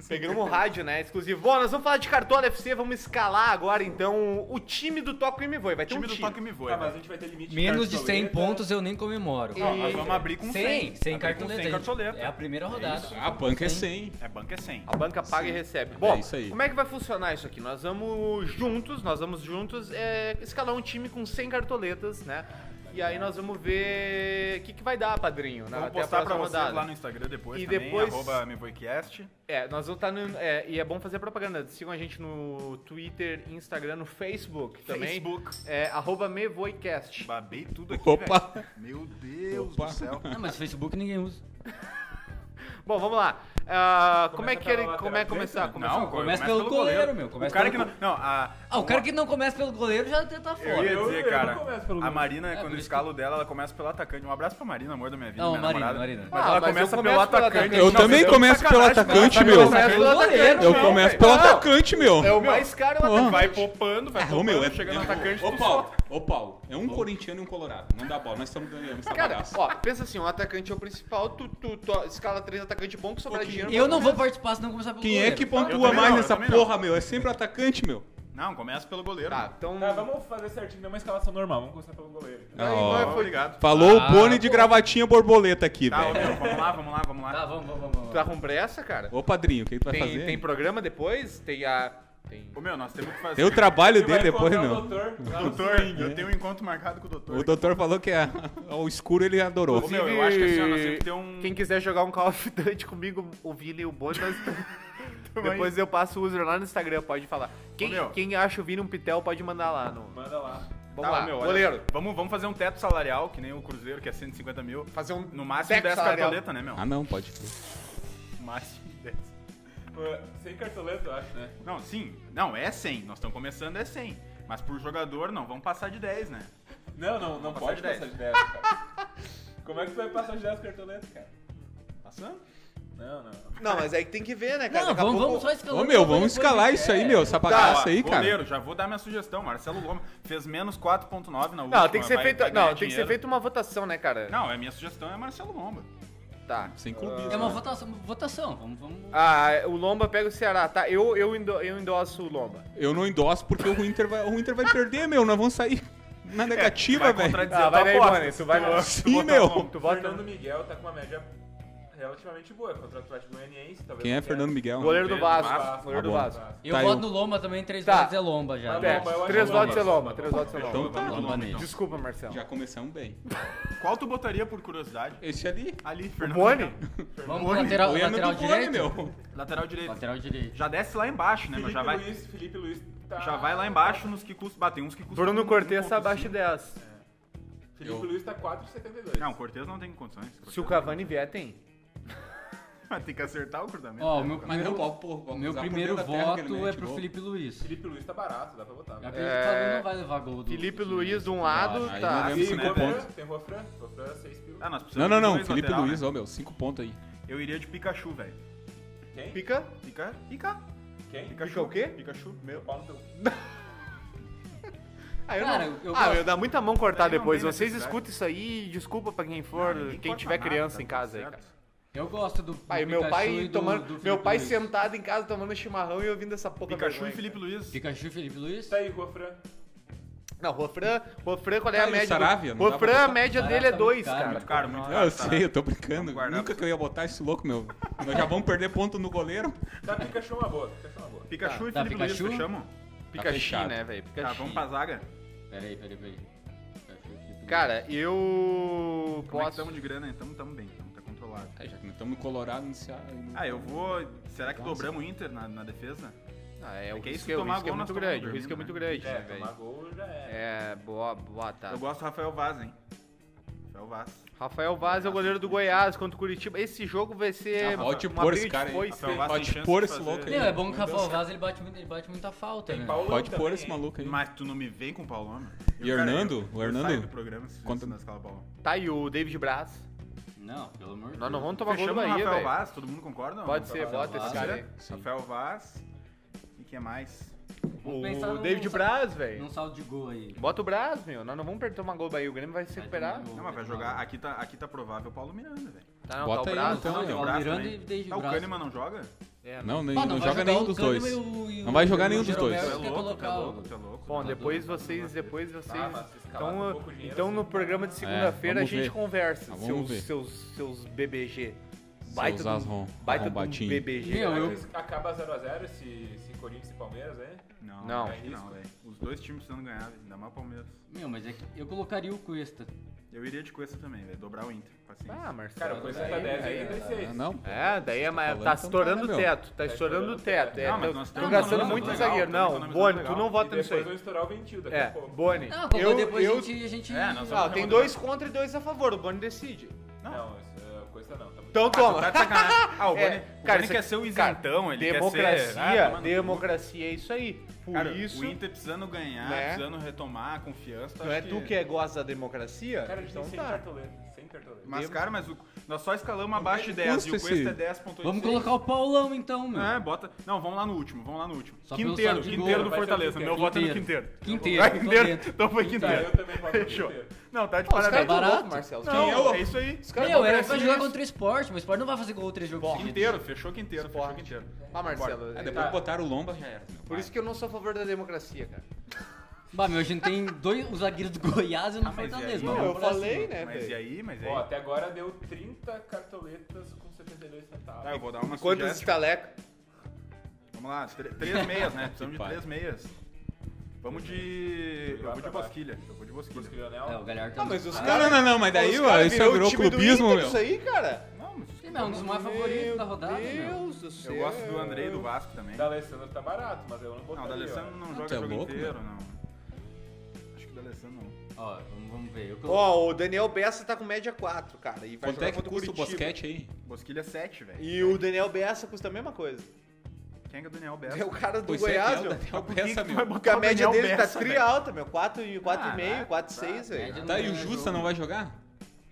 B: Pegamos o rádio, né? Exclusivo. Bom, nós vamos falar de Cartola FC, vamos escalar agora então o time do Toco e Me Voe. Vai ter
D: time
B: um
D: do
B: time.
D: toque me né? voa.
F: Tá, mas a gente vai ter limite
E: Menos de 100
F: cartoleta.
E: pontos eu nem comemoro.
D: Não, nós vamos abrir com 100.
E: 100, 100
D: Abrir com
E: cartoleta.
D: 100 cartoleta.
E: É a primeira rodada.
C: A banca é 100.
D: É banco é 100.
B: A banca paga e recebe. Bom,
C: isso aí.
B: como é que vai funcionar isso aqui? Nós vamos juntos, nós vamos juntos é, escalar um time com 100 cartoletas, né? E aí nós vamos ver o que, que vai dar, padrinho. na-
D: Vou
B: até a
D: postar pra
B: próxima
D: vocês
B: rodada.
D: lá no Instagram depois
B: E
D: também,
B: depois-
D: arroba mevoicast.
B: É, nós vamos estar no. é, e é bom fazer propaganda. Sigam a gente no Twitter, Instagram, no Facebook também.
D: Facebook.
B: É, arroba Mevoicast.
D: Babei tudo aqui,
C: Opa.
D: velho. Meu Deus
C: Opa.
D: do céu.
E: Não, Ah, mas Facebook ninguém usa.
B: Bom, vamos lá. Ah, como é
F: Começa
B: que ele,
F: pela
B: como é
F: lateral
B: começar?
F: direita,
B: Começar?
D: Não,
E: começa pelo goleiro, meu,
D: O
E: começa
D: cara que
E: pelo
D: não... Não, a...
E: Ah, o cara que não começa pelo goleiro já tá fora.
D: Eu ia
F: Eu-
D: dizer,
F: eu
D: cara,
F: não começo pelo
D: a
F: goleiro.
D: Marina,
E: É, por
D: quando o
E: isso
D: escalo dela, ela começa pelo atacante. Um abraço pra Marina, amor da minha vida,
E: Não,
D: minha
E: Marina,
D: namorada.
E: Marina.
D: Mas
B: Ah, mas
D: ela
B: eu
D: começa pelo
B: começo pelo
D: atacante.
B: atacante.
C: Eu
D: Não, é um
C: também
D: mas
C: começo pelo tá atacante, meu.
B: começo pelo atacante,
C: Eu
B: meu.
C: começo pelo
B: Não.
C: atacante, meu.
B: É o mais caro é o
C: Porra.
B: atacante.
D: Vai poupando, vai
C: Ô,
D: poupando,
C: meu, é...
D: chega no
C: é-
D: atacante,
C: Ô,
D: tu
C: Paulo. Ô, Paulo. É um corintiano e um colorado. Não dá bola. Nós estamos ganhando essa
B: Cara,
C: bagaça.
B: ó, pensa assim, um atacante é o principal, tu, tu, tu escala três atacantes bom que sobrar dinheiro.
E: Eu
B: mas-
E: não vou participar se não começar pelo
C: Quem é
E: goleiro.
C: que
D: Eu
C: pontua
D: também
C: mais
D: não, eu
C: nessa
D: também não.
C: porra, meu? É sempre o atacante, meu.
D: Não, começa pelo goleiro.
B: Tá, então.
F: Tá, vamos fazer certinho, dá uma escalação normal. Vamos começar pelo goleiro.
B: Aí,
C: Ó.
B: vai, foi-
D: Obrigado.
C: Falou
E: Ah,
C: o Boni de gravatinha borboleta aqui,
D: Tá, ô,
C: velho.
D: meu, vamos lá, vamos lá, vamos lá.
E: Tá, vamos, vamos, vamos.
B: Tá com pressa, cara?
C: Ô, padrinho, o que tu vai
B: Tem,
C: fazer?
B: tem programa depois? Tem a. Tem.
D: Ô, meu, nós temos que fazer... um
C: Tem o trabalho
F: Você vai
C: dele depois,
F: encontrar o
C: não.
F: doutor lá no
D: Doutor,
F: swing.
D: eu tenho um encontro marcado com o doutor.
C: O doutor falou que é o escuro ele adorou.
D: Ô, meu, eu acho que assim, ó, nós temos que ter um...
B: Quem quiser jogar um Call of Duty comigo, o Vini e o Boni, nós... depois eu passo o user lá no Instagram, pode falar. Quem,
D: meu.
B: quem acha o Vini um pitel pode mandar lá no.
F: Manda lá.
B: Vamos
D: Tá,
B: lá,
D: meu, olha,
B: goleiro.
D: Vamos, vamos fazer um teto salarial, que nem o Cruzeiro, que é 150 mil.
B: Fazer um.
D: No máximo
B: teto
D: 10
B: salarial.
D: cartoletas, né, meu?
C: Ah, não, pode.
D: No máximo 10.
F: Pô, Sem cartoleta, eu acho, né?
D: Não, sim. Não, é 100. Nós estamos começando, é 100. Mas por jogador, não. Vamos passar de 10, né?
F: Não, não, não
D: Passar
F: pode
D: de dez.
F: passar de 10, cara. Como é que tu vai passar de 10 cartoletas, cara?
D: Passando?
F: Não, não.
B: Não, mas aí tem que ver, né, cara?
E: Não,
B: Daqui a
E: vamos,
B: pouco-
E: vamos só escalar.
C: Ô, meu, vamos escalar
E: é-
C: Tá, isso aí, meu. Essa bagaça aí, cara.
D: Goleiro, já vou dar minha sugestão. Marcelo Lomba fez menos 4.9 na última.
B: Não, tem que ser
D: vai-
B: feito,
D: vai
B: não,
D: ganhar
B: tem que ser
D: dinheiro.
B: feito uma votação, né, cara?
D: Não, a minha sugestão é Marcelo Lomba.
B: Tá.
C: Sem clubismo.
E: É uma votação. votação. Vamos, vamos...
B: Ah, o Lomba pega o Ceará, tá? Eu, eu, endo, eu endosso o Lomba.
C: Eu não endosso porque o Inter vai, o Inter vai perder, meu. Nós vamos sair na negativa,
D: Vai
C: velho.
D: contradizer
B: Ah,
D: a
B: vai
D: tua
B: daí,
D: aposta.
B: Bonner, tu vai no-
C: Sim,
D: tu botar
C: meu.
D: o Lomba.
B: Tu vota.
F: Fernando Miguel tá com uma média relativamente boa contra o Atlético Goianiense. talvez
C: Quem é
F: não
C: Fernando Miguel?
B: Goleiro do Vasco.
F: Vasco.
B: Goleiro do
C: Tá bom.
B: Vasco.
E: Eu
C: Tá,
E: voto
C: eu-
E: no Lomba também, três
B: Tá.
E: votos é Lomba já.
F: Vai,
B: É,
F: Lomba, eu acho
B: três
F: que
B: votos
F: Lomba.
B: é Lomba, três votos é
C: Então
B: Lomba.
C: tá.
E: Lomba nele.
B: Desculpa, Marcelo.
C: Já começamos bem.
D: Qual tu botaria por curiosidade?
C: Esse ali.
D: Ali, Fernando.
B: Boni?
D: Miguel.
E: Vamos pro lateral,
C: Ou ia no
E: lateral
C: do Boni,
E: direito?
C: meu.
D: Lateral direito.
E: Lateral direito.
D: Já desce lá embaixo, né? Mas
F: Felipe
D: já vai,
F: Luiz, Felipe Luiz tá...
D: já vai lá embaixo nos que custam. Batem uns que custam.
B: Bruno
D: 1,5.
B: Cortez tá abaixo de 10.
F: Felipe
C: Eu-
F: Luiz tá 4,72.
D: Não, o Cortez não tem condições. Cortez
B: Se o
D: não
B: Cavani vier, tem.
D: Mas tem que acertar o cruzamento.
E: Ó, o
D: né,
E: meu
D: cara?
C: Mas
E: primeiro,
C: não, pau, pô, pau,
E: meu
C: cruzar por
E: primeiro
C: dentro da terra que ele
E: voto é
C: mete,
E: pro
C: gol.
E: Felipe Luiz.
F: Felipe Luiz tá barato, dá pra botar.
E: Eu
F: É,
E: acredito que o Flamengo não vai levar gol do
B: Felipe
E: do-
B: Luiz de um
E: do-
B: lado,
C: Ah, Aí
B: tá.
C: é nós
F: Tem
C: levamos cinco
F: Juan
C: pontos.
F: Fran, Tem Juan Fran, Juan Fran é 6 pila.
D: Ah, nós precisamos
C: Não,
D: de
C: não, não.
D: dois
C: Felipe
D: lateral,
C: Luiz,
D: né?
C: ó, meu. Cinco pontos aí.
D: Eu iria de Pikachu, velho.
F: Quem?
B: Pica?
D: Pica, Pica.
F: Quem?
B: Pica o quê?
D: Pikachu.
F: Meu pau no teu.
B: Ah, eu
E: Cara,
B: não...
E: eu
B: ah,
E: gosto.
B: eu dá muita mão cortar
D: Daí não
B: depois.
D: tem
B: Vocês
D: necessidade.
B: escutam isso aí, desculpa pra quem for,
D: Ninguém
B: quem
D: corta
B: tiver
D: nada,
B: criança
D: tá
B: em casa aí,
D: tudo
B: cara.
D: certo.
E: Eu gosto do.
B: Pai,
E: do
B: meu
E: Pikachu e
B: pai
E: do-
B: tomando,
E: do Felipe
B: meu pai
E: Luiz.
B: sentado em casa tomando chimarrão e ouvindo essa porra
D: Pikachu e Felipe Luiz.
E: Pikachu e Felipe Luiz?
F: Tá aí, Juan Fran.
B: Não, Rofran, Rofran, qual é
D: Tá
B: a
C: Ah, e o
B: média?
C: Saravia?
B: do...
C: Não dá pra
B: Rofran, a
C: botar?
B: média
E: Saravia
B: dele é
E: tá
B: 2,
E: muito caro,
B: cara.
D: Muito caro, muito
C: Ah,
D: caro,
C: eu
D: tá,
C: sei,
D: né?
C: eu tô brincando.
D: guardar
C: Nunca
D: pra-
C: que eu ia botar esse louco, meu. Nós já vamos perder ponto no goleiro.
F: Tá, Pikachu é uma boa, Pikachu é uma boa.
D: Pikachu e
E: Tá,
D: Felipe Luiz,
E: Pikachu.
D: fechamos?
B: Pikachu,
C: fechado.
B: né, velho?
D: Tá,
B: Pikachu.
D: vamos pra zaga. é
E: Peraí, peraí, peraí. Pikachu e Felipe Luiz.
B: Cara, eu
D: Como é que
B: posso.
D: estamos de grana, então tamo bem, tamo tá controlado.
C: Ah, já que nós estamos no Colorado, no Ceará. no-
D: Ah, eu vou. Será que dobramos o Inter na, na defesa?
B: Ah, é, o
D: É que
B: risco,
D: isso,
B: é, o
D: tomar
B: risco é
D: gol, nós
B: muito
D: tomamos
B: grande, o risco é muito
D: dormindo,
B: grande,
F: É,
B: né, velho?
F: tomar gol já é.
B: É, boa, boa tá.
D: Eu gosto do Rafael Vaz, hein? Rafael Vaz.
B: Rafael Vaz é o goleiro do Goiás contra o Curitiba. Esse jogo vai
C: Ah,
B: ser
C: pode
B: uma
C: pôr
B: briga
C: esse cara
B: de
C: aí.
B: foice.
D: Rafael Vaz
C: Pode
D: tem chance
C: pôr
D: de
C: esse
D: fazer-
C: louco aí.
E: Não, é bom que o Rafael Vaz ele bate, muito- ele bate muita falta, né?
F: Paulão
C: Pode
F: também,
C: pôr esse
F: hein?
C: maluco aí.
D: Mas tu não me vem com o Paulão, mano.
C: E
D: Eu, cara,
C: Hernando?
D: eu-
C: O
D: eu
C: Hernando?
D: saio do programa se
C: Conta-
D: Conta... na escala Paulão.
B: Tá, e o David Braz.
E: Não, pelo amor
B: Nós
E: de Deus.
B: não vamos tomar gol do
D: Fechamos o
B: Bahia,
D: Rafael
B: velho.
D: Vaz, todo mundo concorda?
B: Pode ser,
D: Rafael
B: bota esse
D: Vaz,
B: cara
D: né?
B: aí.
C: Sim.
D: Rafael Vaz. E que mais?
E: Vamos pensar
B: O
E: num
B: David
E: sa-
B: Braz, velho.
E: Num saldo de gol aí.
B: Bota o Braz, meu. Nós não vamos perder tomar gol do Bahia. O Grêmio vai se
E: Vai
B: recuperar.
E: tomar gol,
D: Não, mas vai
E: tomar
D: jogar.
E: gol.
D: Aqui tá, aqui tá provável o Paulo Miranda, velho.
B: Tá, não,
C: Bota
B: tá o
C: aí,
B: Braz.
C: então,
E: Não,
C: meu.
E: Paulo
D: Braço
E: Miranda
D: também.
E: e David
D: Tá, o
E: Braz.
D: Kahneman não joga?
B: É,
C: Não, nem,
E: Ah,
C: não, joga nenhum
E: o
C: dos
E: Kahneman
C: dois.
E: e o- e o-
C: Não vai jogar
E: e o
C: nenhum dos dois.
E: Jeromel
D: Tu
E: quer
D: é louco, tu é
E: colocar o-
D: louco, tu é louco.
B: Bom,
D: Tá
B: depois
D: doido.
B: vocês, depois vocês.
F: Ah, mas se escalar com
C: um
B: então,
F: pouco dinheiro,
B: então no
F: assim,
B: programa de segunda-feira a
C: é. vamos
B: gente
C: ver.
B: conversa,
C: Ah, vamos
B: seus,
C: ver.
B: seus, seus BBG. Baita
C: Seus
B: de um-
C: asrom-
B: baita de um
C: arrombatinho.
B: BBG.
E: Meu, eu-
F: Será que Acaba 0x0 se, se Corinthians e Palmeiras, né?
D: Não,
B: Não.
D: não, não velho. Os dois times precisando ganhar, velho. ainda mais o Palmeiras.
E: Meu, mas é que eu colocaria o Cuesta.
D: Eu iria de Cuesta também, velho. Dobrar o Inter. Paciência.
B: Ah, Marcelo.
F: Cara, o Corinthians tá 10 aí, 36.
C: Ah, não.
B: É, daí é, mais-
C: falando,
B: tá
C: então
B: estourando
C: tá,
B: o
C: né, meu?
B: teto. Tá estourando o teto. É,
D: Não, mas
B: tão-
D: nós
B: tão
D: estamos
B: gastando
E: economizando
B: muito
E: legal,
B: zagueiro.
D: estamos
B: Não,
D: economizando
B: Boni, tu
D: legal. tá
B: não
F: E
B: vota nisso
F: depois vão
B: aí.
F: estourar o ventil daqui
B: É,
F: a pouco.
B: Boni.
E: Não, qualquer
B: Eu,
E: depois
B: eu,
E: a gente. A gente...
D: É,
B: não,
D: nós vamos
B: tem
D: remodelar.
B: dois contra e dois a favor. O Boni decide.
F: Não, isso, é, coisa não. Tá muito
B: Então
D: Ah, tu
B: toma.
D: tá de sacanagem. Ah, o
B: É,
D: Boni,
B: cara,
D: o Boni
B: isso
D: quer
B: aqui-
D: ser o
B: cara,
D: isentão, ele
B: democracia,
D: quer ser... Ah, toma no cu.
B: democracia é isso aí. Por
D: Cara,
B: isso,
D: o Inter precisando ganhar,
B: Né?
D: precisando retomar a confiança.
B: não é tu que é gosta da democracia?
F: Cara, a gente
B: então
F: tem 100
B: tá.
F: cartoletas. 100 cartoletas.
D: Mas, cara, mas o- nós só escalamos abaixo de
C: que
D: 10 e o
C: custa
D: Cuesta é
C: esse-
D: 10.8.
E: Vamos colocar o Paulão então, meu.
D: É, bota... Não, vamos lá no último, vamos lá no último.
E: Só pelo
D: quinteiro,
E: saldo de
D: quinteiro
E: gol,
D: do
F: vai ser o
D: Fortaleza.
F: Quinteiro.
D: Meu voto é no quinteiro.
E: Quinteiro,
D: Vai,
E: tô
D: Quinteiro?
E: dentro.
D: Então foi Quinteiro.
F: Tá, eu também vou
D: Fechou. Não, tá de
B: Os caras
D: parabéns.
B: tão
E: barato.
B: louco, Marcelo.
D: Não,
B: Quem é o-
D: é isso aí.
B: Os caras
E: Meu,
B: tão
E: era pra
B: parecendo
E: jogar
B: isso.
E: contra o esporte, mas o esporte não vai fazer gol três jogos
B: Bom,
E: seguidos.
D: Quinteiro, fechou Quinteiro, fechou
B: Esporte.
D: Quinteiro.
B: Ah, Marcelo,
C: Ah,
B: é-
C: depois botaram o Lomba, já era.
B: por isso que eu não sou a favor da democracia, cara.
E: Bah, meu, a gente tem dois, os zagueiros do Goiás e um do
D: Ah, mas e
E: Fortaleza.
D: aí?
E: mas
B: Não, eu
E: vamos assim. pra
B: falei,
E: cima.
B: né,
D: Mas e
B: velho?
D: aí, mas e
F: Ó,
D: aí?
F: até agora deu 30 cartoletas com 72 centavos.
D: Tá, eu vou dar uma
B: Quantos
D: sugestão.
B: estaleca?
D: Vamos lá, tre- três meias, né? Precisamos de
C: Que
D: três meias. Vamos de... Eu vou de Bosquilha. Eu vou de
F: Os
D: Bosquilha.
F: Leonel.
E: É, o Galhardo tá
B: Ah, mas os
C: Não,
B: caras...
C: não, não, não, mas daí, ó, isso aí virou clubismo, meu.
B: Isso aí, cara.
D: Não, mas...
E: Sim, meu, um dos mais favoritos da rodada, meu.
B: Deus do céu.
D: Eu gosto do Andrei do Vasco também.
F: O D'Alessandro tá barato, mas eu não
D: Não, o
F: botaria. né?
D: D'Alessandro não joga
C: tu é
D: jogo
C: louco,
D: inteiro, não. Acho que o D'Alessandro não.
E: Ó, vamos, vamos ver. Eu coloco...
B: Ó, o Daniel Bessa tá com média 4, cara. E vai
C: Quanto
B: jogar
C: é que
B: contra
C: custa o
B: Curitiba.
C: basquete aí?
D: Bosquilha é 7, velho.
B: E o Daniel Bessa custa a mesma coisa.
D: Quem é o Daniel Bessa?
B: É o cara do
C: Pois é,
B: Goiás,
C: é o
B: meu.
C: Daniel
D: Por que que
C: Bessa,
D: tu
C: meu.
D: vai botar
B: Porque a
D: o
B: média
D: Daniel
B: dele tá
D: Bessa,
B: tri
D: velho?
B: alta, meu. 4,5,
D: Caraca,
B: 4,6,
D: tá.
B: 4,6
E: Média
B: velho.
E: não
C: Tá, e
E: ganha
C: o Justa
E: jogo.
C: não vai jogar?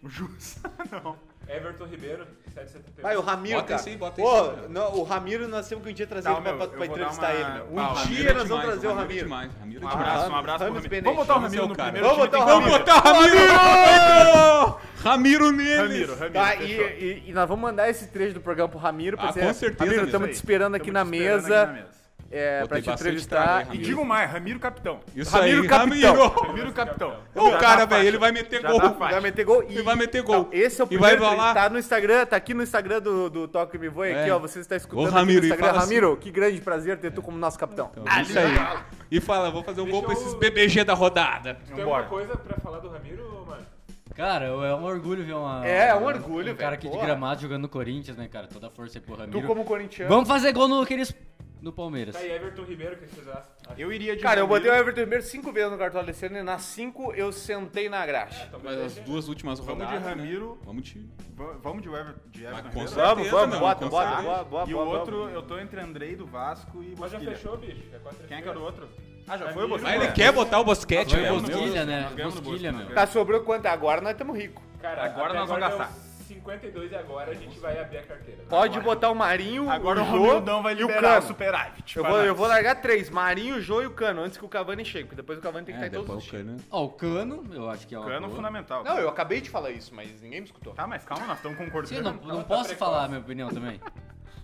D: O Jussa, não.
F: Everton Ribeiro, 771.
B: Vai, o Ramiro,
C: Bota
B: cara.
C: esse aí, bota
B: Pô,
C: esse aí.
B: não, o Ramiro nós temos que um dia trazer
D: Não,
B: ele pra,
D: meu,
B: pra-
D: eu
B: pra
D: vou
B: entrevistar
D: dar
B: ele,
D: uma-
B: meu. Um
D: Pau,
B: dia
C: Ramiro é
B: nós vamos
C: demais,
B: trazer o
C: é
B: Ramiro.
C: demais, Ramiro é
D: Um
C: demais.
D: abraço, um abraço pro
B: Rames
D: Ramiro.
B: Benetti.
D: Vamos botar o
C: Esse é
D: Ramiro
C: o
D: no
C: cara.
D: primeiro
B: Vamos
D: time,
B: botar
D: tem
B: o
D: que
B: Ramiro.
C: Ramiro! Ramiro neles!
D: Ramiro, Ramiro,
B: Tá, e,
D: fechou.
B: e- e nós vamos mandar esse trecho do programa pro Ramiro pra
C: Ah,
B: dizer,
C: com certeza,
B: Ramiro,
C: amigo.
B: estamos te esperando aqui na
D: Estamos te esperando aqui na
B: mesa
D: mesa.
B: é,
C: Botei
B: pra te
C: bastante
B: entrevistar.
C: trago
D: E
C: aí,
D: digo mais, Ramiro capitão.
C: Isso
B: Ramiro
C: aí,
B: capitão.
C: Ramiro!
D: Ramiro capitão.
C: O
D: Já
C: cara,
D: dá
C: velho,
D: faixa.
C: ele vai meter
D: Já
C: gol.
D: dá faixa.
B: Vai meter gol
C: Ele vai meter gol.
B: Não, esse é o
C: E vai
B: primeiro.
C: falar-
B: Tá no Instagram, tá aqui no Instagram do, do Toque Me Voe, aqui,
C: É.
B: ó. Você está escutando
C: Ô,
B: aqui
C: Ramiro,
B: no
C: e
B: Instagram.
C: fala assim-
B: Ramiro, que grande prazer ter tu como nosso capitão.
C: Então, isso aí. E fala, vou fazer um gol pra esses BBG da rodada.
F: Tem alguma coisa pra falar do Ramiro, mano?
E: Cara, é um orgulho ver uma.
B: É, é um orgulho,
E: um cara
B: velho,
E: aqui
B: porra.
E: de gramado jogando no Corinthians, né, cara? Toda a força aí pro
B: Tu
E: Ramiro.
B: como é? corintiano.
E: Vamos fazer gol no aqueles. No Palmeiras.
F: Tá aí, Everton Ribeiro, que vocês acham?
D: Eu iria de
B: Cara, eu
D: Ramiro.
B: botei o Everton Ribeiro cinco vezes no cartola desse ano e nas cinco eu sentei na graxa.
C: Mas as duas últimas
D: Vamos
C: rodadas.
D: de
C: né?
D: Ramiro.
C: Vamos de.
D: Va- Vamos de Everton. De Everton
C: com
D: Ribeiro.
C: certeza,
B: Vamos, vamos,
C: meu,
B: bota,
C: com
B: bota,
C: certeza.
B: bota, bota.
D: E o
B: bota.
D: outro, eu tô entre Andrei do Vasco e
F: Mas já
D: Bosquilha.
F: fechou, bicho. É quatro
D: Quem é que era o outro? Ah, já
F: Ramiro.
D: foi o Bosquilha.
C: Mas ele quer botar o Bosquete,
E: Foi
C: velho. Meu
E: Bosquilha, É né?
D: Nós ganhamos no Bosquilha,
E: Bosquilha, meu.
D: nós
B: Tá, sobrou quanto? Agora nós estamos ricos.
F: Cara,
D: Agora
F: até
D: nós vamos
F: agora
D: gastar.
F: deu 52 e agora a gente vai abrir a carteira.
B: Pode botar o Marinho,
D: Agora o
B: Jô
D: Romildão vai
B: e o
D: liberar o
B: Cano.
D: superávit.
B: Eu
D: pra
B: vou,
D: nós.
B: eu vou largar três, Marinho, o Jô e o Cano, antes que o Cavani chegue, porque depois o Cavani tem que
C: É,
B: estar em todos
C: depois
B: os
C: o
B: times.
C: Cano.
E: Ó, o Cano, eu acho que é uma.
D: Cano
E: boa.
D: fundamental.
B: Não, eu acabei de falar isso, mas ninguém me escutou.
D: Tá, mas calma, nós estamos
E: Sim, eu não,
D: concordando. Tá,
E: não posso falar a minha opinião também.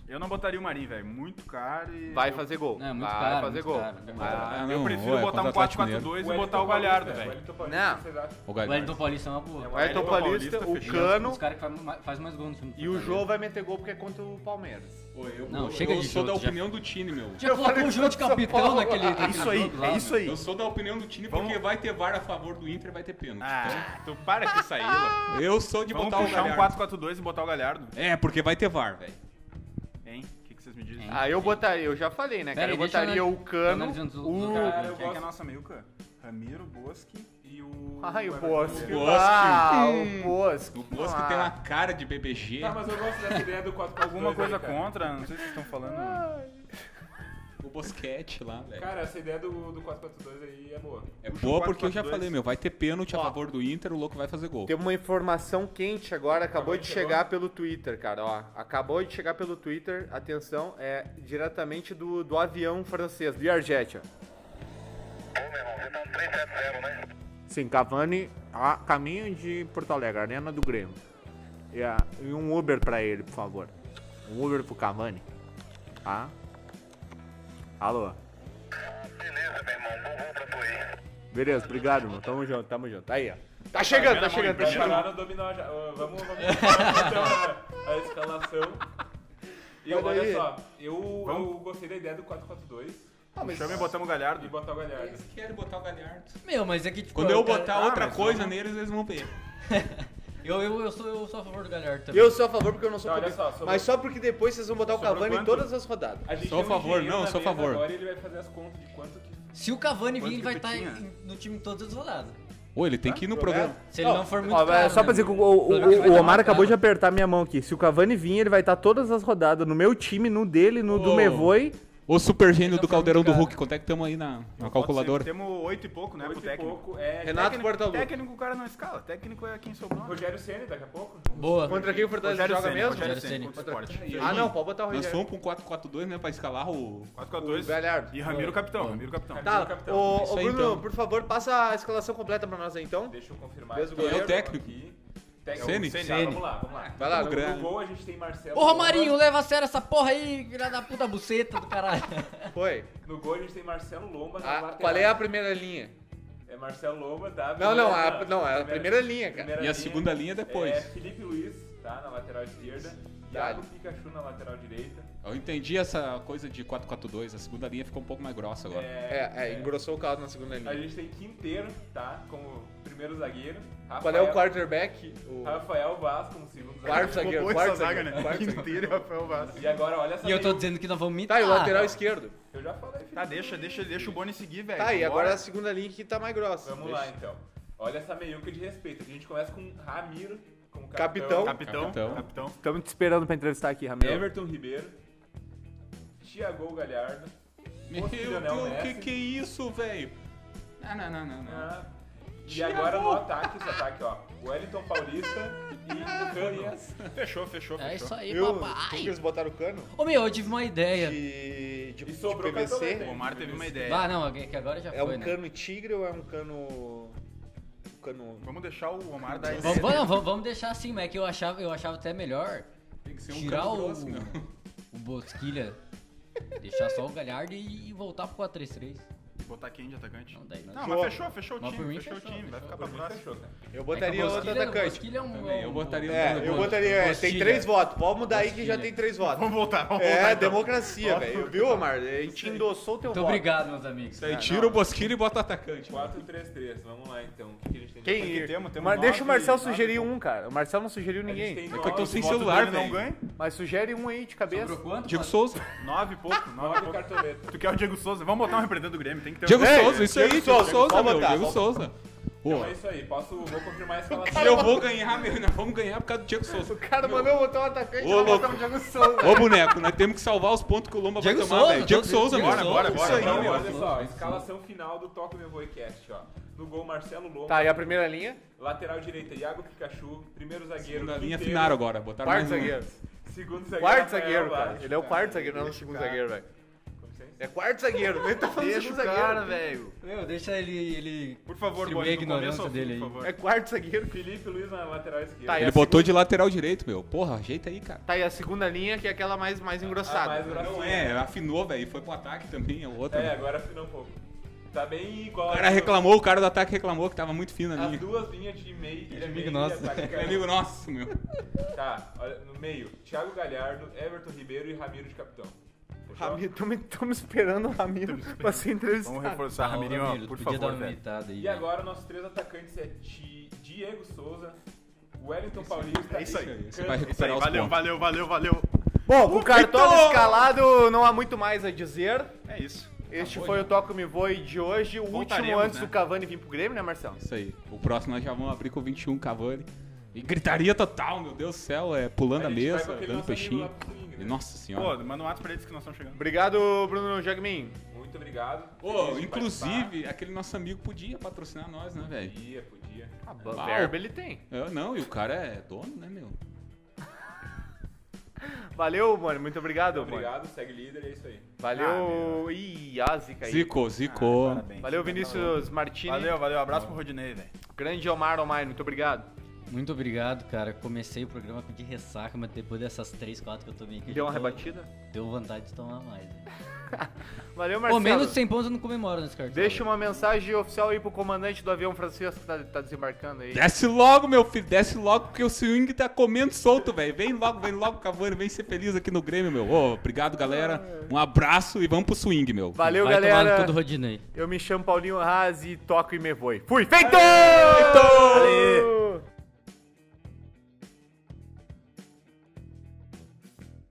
D: Eu não botaria o Marinho, velho. Muito caro e...
B: Vai
D: eu-
B: fazer gol.
E: É, muito
B: vai
E: caro,
B: fazer
E: muito
B: gol.
E: caro.
B: Vai.
C: Ah,
D: Eu
C: não,
D: prefiro
C: ué,
D: botar um
C: contra o Atlético
D: 4-4-2 e botar o
F: É,
D: Galhardo, velho.
B: Não.
C: O
E: O Wellington
C: Galhardo.
E: Paulista é uma boa.
B: Vai Elton Paulista, o
D: fechando.
B: Cano
E: Os caras que faz ma- faz mais gol no time. do
B: e o
E: Fortaleza.
B: Jô vai meter gol porque é contra o Palmeiras.
C: Pô, eu-
E: Não,
C: eu-
E: chega
C: Eu
E: de
C: sou da
E: jogo, já.
C: opinião do time, meu.
E: Já colocou o Jô de capitão naquele. naquele
D: Isso aí,
E: jogo lá,
D: é isso aí.
C: Eu sou da opinião do time porque vai ter VAR a favor do Inter, vai ter pênalti.
D: Ah, tu para que saiu. ó.
C: Então, eu sou de
D: Vamos
C: botar o
D: puxar um
C: Galhardo.
D: 4-4-2 e botar o Galhardo.
C: É, porque vai ter VAR, velho.
D: Hein? O que, que vocês me dizem?
E: Hein?
B: Ah, eu botaria, eu já falei, né, cara?
E: Pera
B: Eu
E: aí, deixa eu
B: botaria
E: anal-
B: o Cano,
E: analisando os- os
B: o...
E: caras. né?
F: Cara,
D: Quem é
F: eu
D: que é
F: gosto.
D: nossa meiuca? Ramiro, Bosque e o...
B: Ai, o
D: Everton
B: Bosque.
D: Ribeiro.
C: Bosque.
B: Ah, o Bosque.
C: O Bosque tem uma cara de BBG.
F: Tá, mas eu gosto dessa ideia do 4
D: Alguma coisa contra? Não sei se vocês estão falando.
C: O Bosquete lá, velho.
F: Cara, essa ideia do, do 4-4-2 aí é boa.
C: É
D: puxa
C: boa
D: um
C: porque eu já
D: 4-4-2.
C: falei, meu. Vai ter pênalti a favor do Inter, o louco vai fazer gol.
B: Tem uma informação quente agora, acabou de
F: chegou?
B: chegar pelo Twitter, cara, ó. Acabou de chegar pelo Twitter, atenção, é diretamente do, do avião francês, do Arjet, ó. Sim, Cavani a caminho de Porto Alegre, Arena do Grêmio. E, a- e um Uber pra ele, por favor. Um Uber pro Cavani. Tá? Alô? Beleza, obrigado, irmão. Tamo junto, tamo junto. Aí, ó. Tá chegando, tá chegando, tá
F: Vai
B: chegando.
F: parar no dominó já. Ô, Vamos, vamos. então, a, a escalação. E
B: Mas daí-
F: olha só, eu, eu gostei da ideia do 4-4-2
B: Ah,
D: Chama e botamos o
F: e
D: Galhardo.
F: botar o Galhardo.
C: Quero botar o Galhardo.
E: Meu, mas é que tipo.
C: Quando eu botar
D: Ah,
C: outra
D: mas
C: coisa neles, eles vão ver.
E: Eu, eu, eu, sou, eu sou a favor do Galhardo também.
B: Eu sou a favor porque eu não sou
F: Tá, olha
B: clubista.
F: só, sobrou-
B: Mas só porque depois vocês vão botar o
D: Sobrou
B: Cavani em
D: quanto?
B: todas as rodadas.
F: A gente
C: Sou a
F: tem um
C: favor,
F: engenheiro
C: não,
F: na
C: sou a
F: mesa
C: favor.
F: Agora e ele vai fazer as contas de quanto que.
E: Se o Cavani vir,
D: Quanto
E: ele
D: que
E: vai
D: tu
E: estar
D: tinha?
E: em- no time em todas as rodadas.
C: Ô, ele tem que ir no programa.
E: Se ele não for muito.
B: Ó, é
E: caro,
B: só
E: né?
B: pra dizer que o,
E: Pelo menos vai
B: o- o- o
E: dar
B: Omar
E: uma
B: acabou de
E: cara.
B: apertar minha mão aqui. Se o Cavani vir, ele vai estar todas as rodadas. No meu time, no dele, no do
C: Ô.
B: Mevoi.
C: Ô, super
B: tá
C: gênio do
E: Então,
C: Caldeirão do
E: cara.
C: Hulk, quanto é que estamos aí na, na calculadora?
D: Temos oito e pouco, né,
F: Oito
D: pro
F: e
D: técnico.
F: pouco, é,
B: Renato
F: técnico-
B: Portaluppi.
D: Técnico o cara não escala, técnico é quem sobrou.
F: Rogério Ceni daqui a pouco?
E: Boa.
B: Contra quem o Fortaleza
D: Rogério
B: joga
D: Ceni,
B: mesmo?
D: Rogério
E: Rogério
D: Ceni
E: Ceni.
D: contra o esporte.
B: Ah, não, pode botar o
C: Nós
B: Rogério.
C: fomos com 4-4-2, né, pra escalar o...
D: 4x2.
B: O Galhardo.
D: E Ramiro capitão, Ramiro capitão.
B: Tá,
F: capitão.
B: ô,
C: Isso
B: ô,
C: aí,
B: Bruno,
C: então.
B: por favor, passa a escalação completa pra nós aí, então.
F: Deixa eu confirmar.
B: Mesmo
F: aqui.
B: goleiro?
C: É o técnico.
F: Aqui. Técnico.
C: Ceni?
F: Tá,
C: Ceni. Ah, tá.
F: Vamos lá, vamos lá.
B: Vai lá,
F: no,
C: Grêmio.
F: no gol a gente tem Marcelo.
E: Ô, Romarinho,
F: Lomba.
E: leva a sério essa porra aí, filha da puta buceta do caralho.
B: Foi.
F: No gol a gente tem Marcelo Lomba. na
B: Ah,
F: lateral.
B: qual é a primeira linha?
F: É Marcelo Lomba, Davi.
B: Não, não, a-
F: Lima,
B: não, é a primeira linha, cara.
F: primeira
C: E a segunda linha depois.
F: É Felipe Luiz, tá? Na lateral esquerda. Iago Pikachu na lateral direita.
C: Eu entendi essa coisa de 4-4-2, a segunda linha ficou um pouco mais grossa agora.
B: É, é, engrossou o caldo na segunda
F: A
B: linha.
F: gente tem Quinteiro, tá? Como primeiro zagueiro. Rafael,
B: Qual é o quarterback? O
F: Rafael Vaz como segundo
B: quarto
F: zagueiro.
B: zagueiro. Quarto zagueiro. quarto zagueiro.
D: Quinteiro e né? Rafael Vaz.
F: E agora, olha essa
E: E eu tô
F: meia-
E: dizendo que nós vamos mitar.
B: Tá, e o lateral esquerdo.
F: Eu já falei, Felipe
D: Tá, deixa, deixa, deixa o Boni seguir, velho.
B: Tá, e agora
D: Bora.
B: a segunda linha que tá mais grossa.
F: Vamos lá então. Olha essa meiuca de respeito. A gente começa com Ramiro como
B: Capitão.
F: capitão.
D: Capitão,
C: Capitão.
D: capitão.
B: Estamos te esperando pra entrevistar aqui, Ramiro.
F: Everton Ribeiro. Thiago Galhardo.
C: Meu
F: Fosse
C: Deus,
F: Lionel
C: o que
F: Messi.
C: que é isso, velho? Não, não, não, não, não.
F: Ah, E agora no ataque, esse ataque, ó. Wellington Paulista e Canias.
D: Fechou, fechou, fechou.
I: É isso aí,
G: Eu, tu que
I: papai.
G: eles botaram o cano
E: Ô meu, eu tive uma ideia.
G: de, de,
F: E
G: de
F: sobrou cartão
G: PVC?
F: vermelho.
D: O Omar teve uma ideia.
E: Ah, não, é que agora já
G: É
E: foi,
G: um
E: né?
G: cano tigre ou é um cano. um cano.
D: Vamos deixar o Omar dar
E: Vamos, vamos, não, vamos- vamos deixar assim, mas é que eu achava, eu achava até melhor
C: Tem que ser um
E: tirar
C: cano
E: o,
C: grosso, meu.
E: o Bosquilha, deixar só o Galhardo e, e voltar pro 4-3-3.
D: Botar quem de atacante?
E: Não, daí não. é
D: Não, mas fechou, fechou o
E: Mas por
D: time,
E: mim
D: fechou o
E: fechou,
D: time. Vai
E: fechou.
D: ficar pra próxima.
F: Fechou, cara.
G: Eu
E: É que
G: botaria
E: o
G: outro
E: Bosquilha-
G: atacante.
E: O Bosquilha é um...
C: Também, eu
E: um-
C: botaria
G: É,
C: o
G: eu
C: Bruno
G: botaria. é, tem
E: Bostilha.
G: três votos. Pode mudar aí que já
E: Bostilha.
G: tem três votos.
D: Vamos voltar, vamos voltar.
G: É,
D: então.
G: democracia, velho. Viu, Omar? A gente endossou o teu
E: Muito
G: voto.
E: obrigado, meus amigos.
B: É,
C: Daí tira o Bosquilha e bota atacante.
F: 4-3-3, vamos lá então. O que, que a gente tem
G: Quem?
F: de
D: Aqui temos- temos
G: Mas deixa o
D: nove,
G: Marcel
D: nove
G: sugerir
D: votos.
G: um, cara. O Marcel não sugeriu
F: A gente tem
G: ninguém.
F: nove,
C: eu tô sem
D: Voto
C: celular,
D: dele não
C: velho.
D: ganha?
G: Mas sugere um aí de cabeça.
E: Quanto?
C: Diego Souza.
D: Nove e pouco, nove e
F: nove
D: pouco.
F: cartoletas.
D: Tu quer o Diego Souza? Vamos botar um representante do Grêmio, tem que ter
C: Diego
D: um.
G: É,
C: Souza, isso aí.
G: Diego
C: Diego
G: Souza,
C: Souza,
G: vamos
C: meu.
G: botar,
C: Diego
G: vamos-
C: Souza.
F: Então
C: Pô,
F: é isso aí, posso, vou confirmar essa relação.
C: eu vou ganhar, meu. Nós vamos ganhar por causa do Diego Souza.
G: O cara mandou botar um atacante
C: Ô,
G: e
C: louco.
G: botar um Diego Souza.
C: Ô, boneco, nós temos que salvar os pontos que o Lomba
E: Diego
C: vai tomar,
E: Souza,
C: velho. Diego
E: tô-
C: Souza,
E: Diego
C: meu.
D: Bora, bora,
C: Isso
D: bora,
C: aí,
F: Então,
C: meu.
F: olha só, escalação final do Toque Meu Voicast, ó. No gol, Marcelo Lomba,
G: Tá, e a primeira linha?
F: lateral direita, Iago Pikachu, primeiro zagueiro,
C: Na linha
F: Quinteiro,
C: finaram agora. Botaram
G: Quarto
C: mais um.
G: zagueiro.
F: segundo zagueiro,
G: Quarto
F: Rafael
G: zagueiro, cara.
F: Vaz.
G: Ele é o quarto zagueiro, não é o segundo zagueiro, velho.
F: Com licença.
G: É quarto zagueiro, nem tá falando
D: Deixa
G: segundo
D: o
G: zagueiro.
D: cara, velho.
E: Meu, deixa ele... ele...
D: Por favor,
E: Distribuir a
D: Bolinha, do começo
E: ignorância
D: ao fim,
E: dele aí.
D: por favor.
G: É quarto zagueiro.
F: Felipe Luiz na lateral esquerda.
G: Tá, e
C: Ele
G: a
C: botou de lateral direito, meu. Porra, ajeita aí, cara.
G: Tá, e a segunda linha, que é aquela mais, mais
F: Ah, mais
G: engrossada.
F: grossinha.
C: Não é, afinou, velho. Foi pro ataque também, é outra.
F: É, agora afinou um pouco. Tá bem igual.
C: O cara reclamou, o cara do ataque reclamou que tava muito fino a
F: As
C: linha.
F: duas linhas de meio. Ele é meio
E: nosso.
F: e ataque,
C: É amigo nosso, meu.
F: Tá, olha, no meio, Thiago Galhardo, Everton Ribeiro e Ramiro de capitão. Fechou?
G: Ramiro, tô me, tô me esperando o Ramiro pra ser
D: Vamos
G: entrevistado.
D: reforçar, Ramirinho,
E: Ramiro,
D: ó, por
E: tu podia dar
D: favor,
E: uma
D: velho.
E: imitada aí. né?
F: E
E: velho.
F: agora nossos três atacantes é Ti- Diego Souza, Wellington Paulista.
D: É isso aí.
F: e
C: Você vai
F: Cano.
D: Isso aí,
C: recuperar os
D: valeu,
C: pontos.
D: valeu, valeu, valeu.
G: Bom, com o cartola
C: Vitor!
G: Tá escalado, não há muito mais a dizer.
D: É isso.
G: Este foi o Toca Me Voe de hoje, o último
D: Voltaremos,
G: antes
D: né?
G: do Cavani vir pro Grêmio, né, Marcelo?
C: Isso aí. O próximo nós já vamos abrir com o 21 Cavani. E gritaria total, meu Deus do céu. É pulando a,
F: A gente vai com
C: mesa,
F: aquele
C: dando
F: nosso amigo lá
C: peixinho.
F: pro Coringa, né?
C: E, nossa
D: Pô,
C: senhora.
D: manda um ato pra eles que nós estamos chegando.
G: Obrigado, Bruno Jagmin.
F: Muito obrigado.
C: Pô,
F: Feliz de
C: inclusive, aquele nosso amigo podia patrocinar nós, né,
F: participar.
C: velho?
F: Podia, podia.
C: Uau.
G: Verba ele tem.
C: Eu não, e o cara é dono, né, meu?
G: Valeu, mano, muito obrigado, mano.
F: Obrigado, segue líder, é isso aí.
G: Valeu, Ih, Azica aí.
F: Ah,
C: Zico, Zico.
D: Parabéns.
G: Valeu, Vinícius Martini.
D: Valeu, valeu. Abraço pro Rodinei, velho.
G: Grande Omar Omar, muito obrigado.
E: Muito obrigado, cara. Comecei o programa com de ressaca, mas depois dessas 3, 4 que eu tomei aqui...
G: Deu uma
E: já tô-
G: rebatida?
E: Deu vontade de tomar mais. né?
G: Valeu,
E: Pô,
G: Marcelo.
E: menos de 100 pontos eu não comemoro nesse cartão. né?
G: Deixa uma mensagem oficial aí pro comandante do avião Francisco que tá, tá desembarcando aí.
C: Desce logo, meu filho, desce logo, porque o swing tá comendo solto, velho. Vem logo, vem logo, Cavani, vem ser feliz aqui no Grêmio, meu. Ô, obrigado, galera.
F: Ah.
C: Um abraço e vamos pro swing, meu.
G: Valeu,
E: Vai tomar no
G: galera.
E: cu do Rodinei.
G: Eu me chamo Paulinho Razi, toco e me voe. Fui, feito!
C: Feito!
G: Valeu!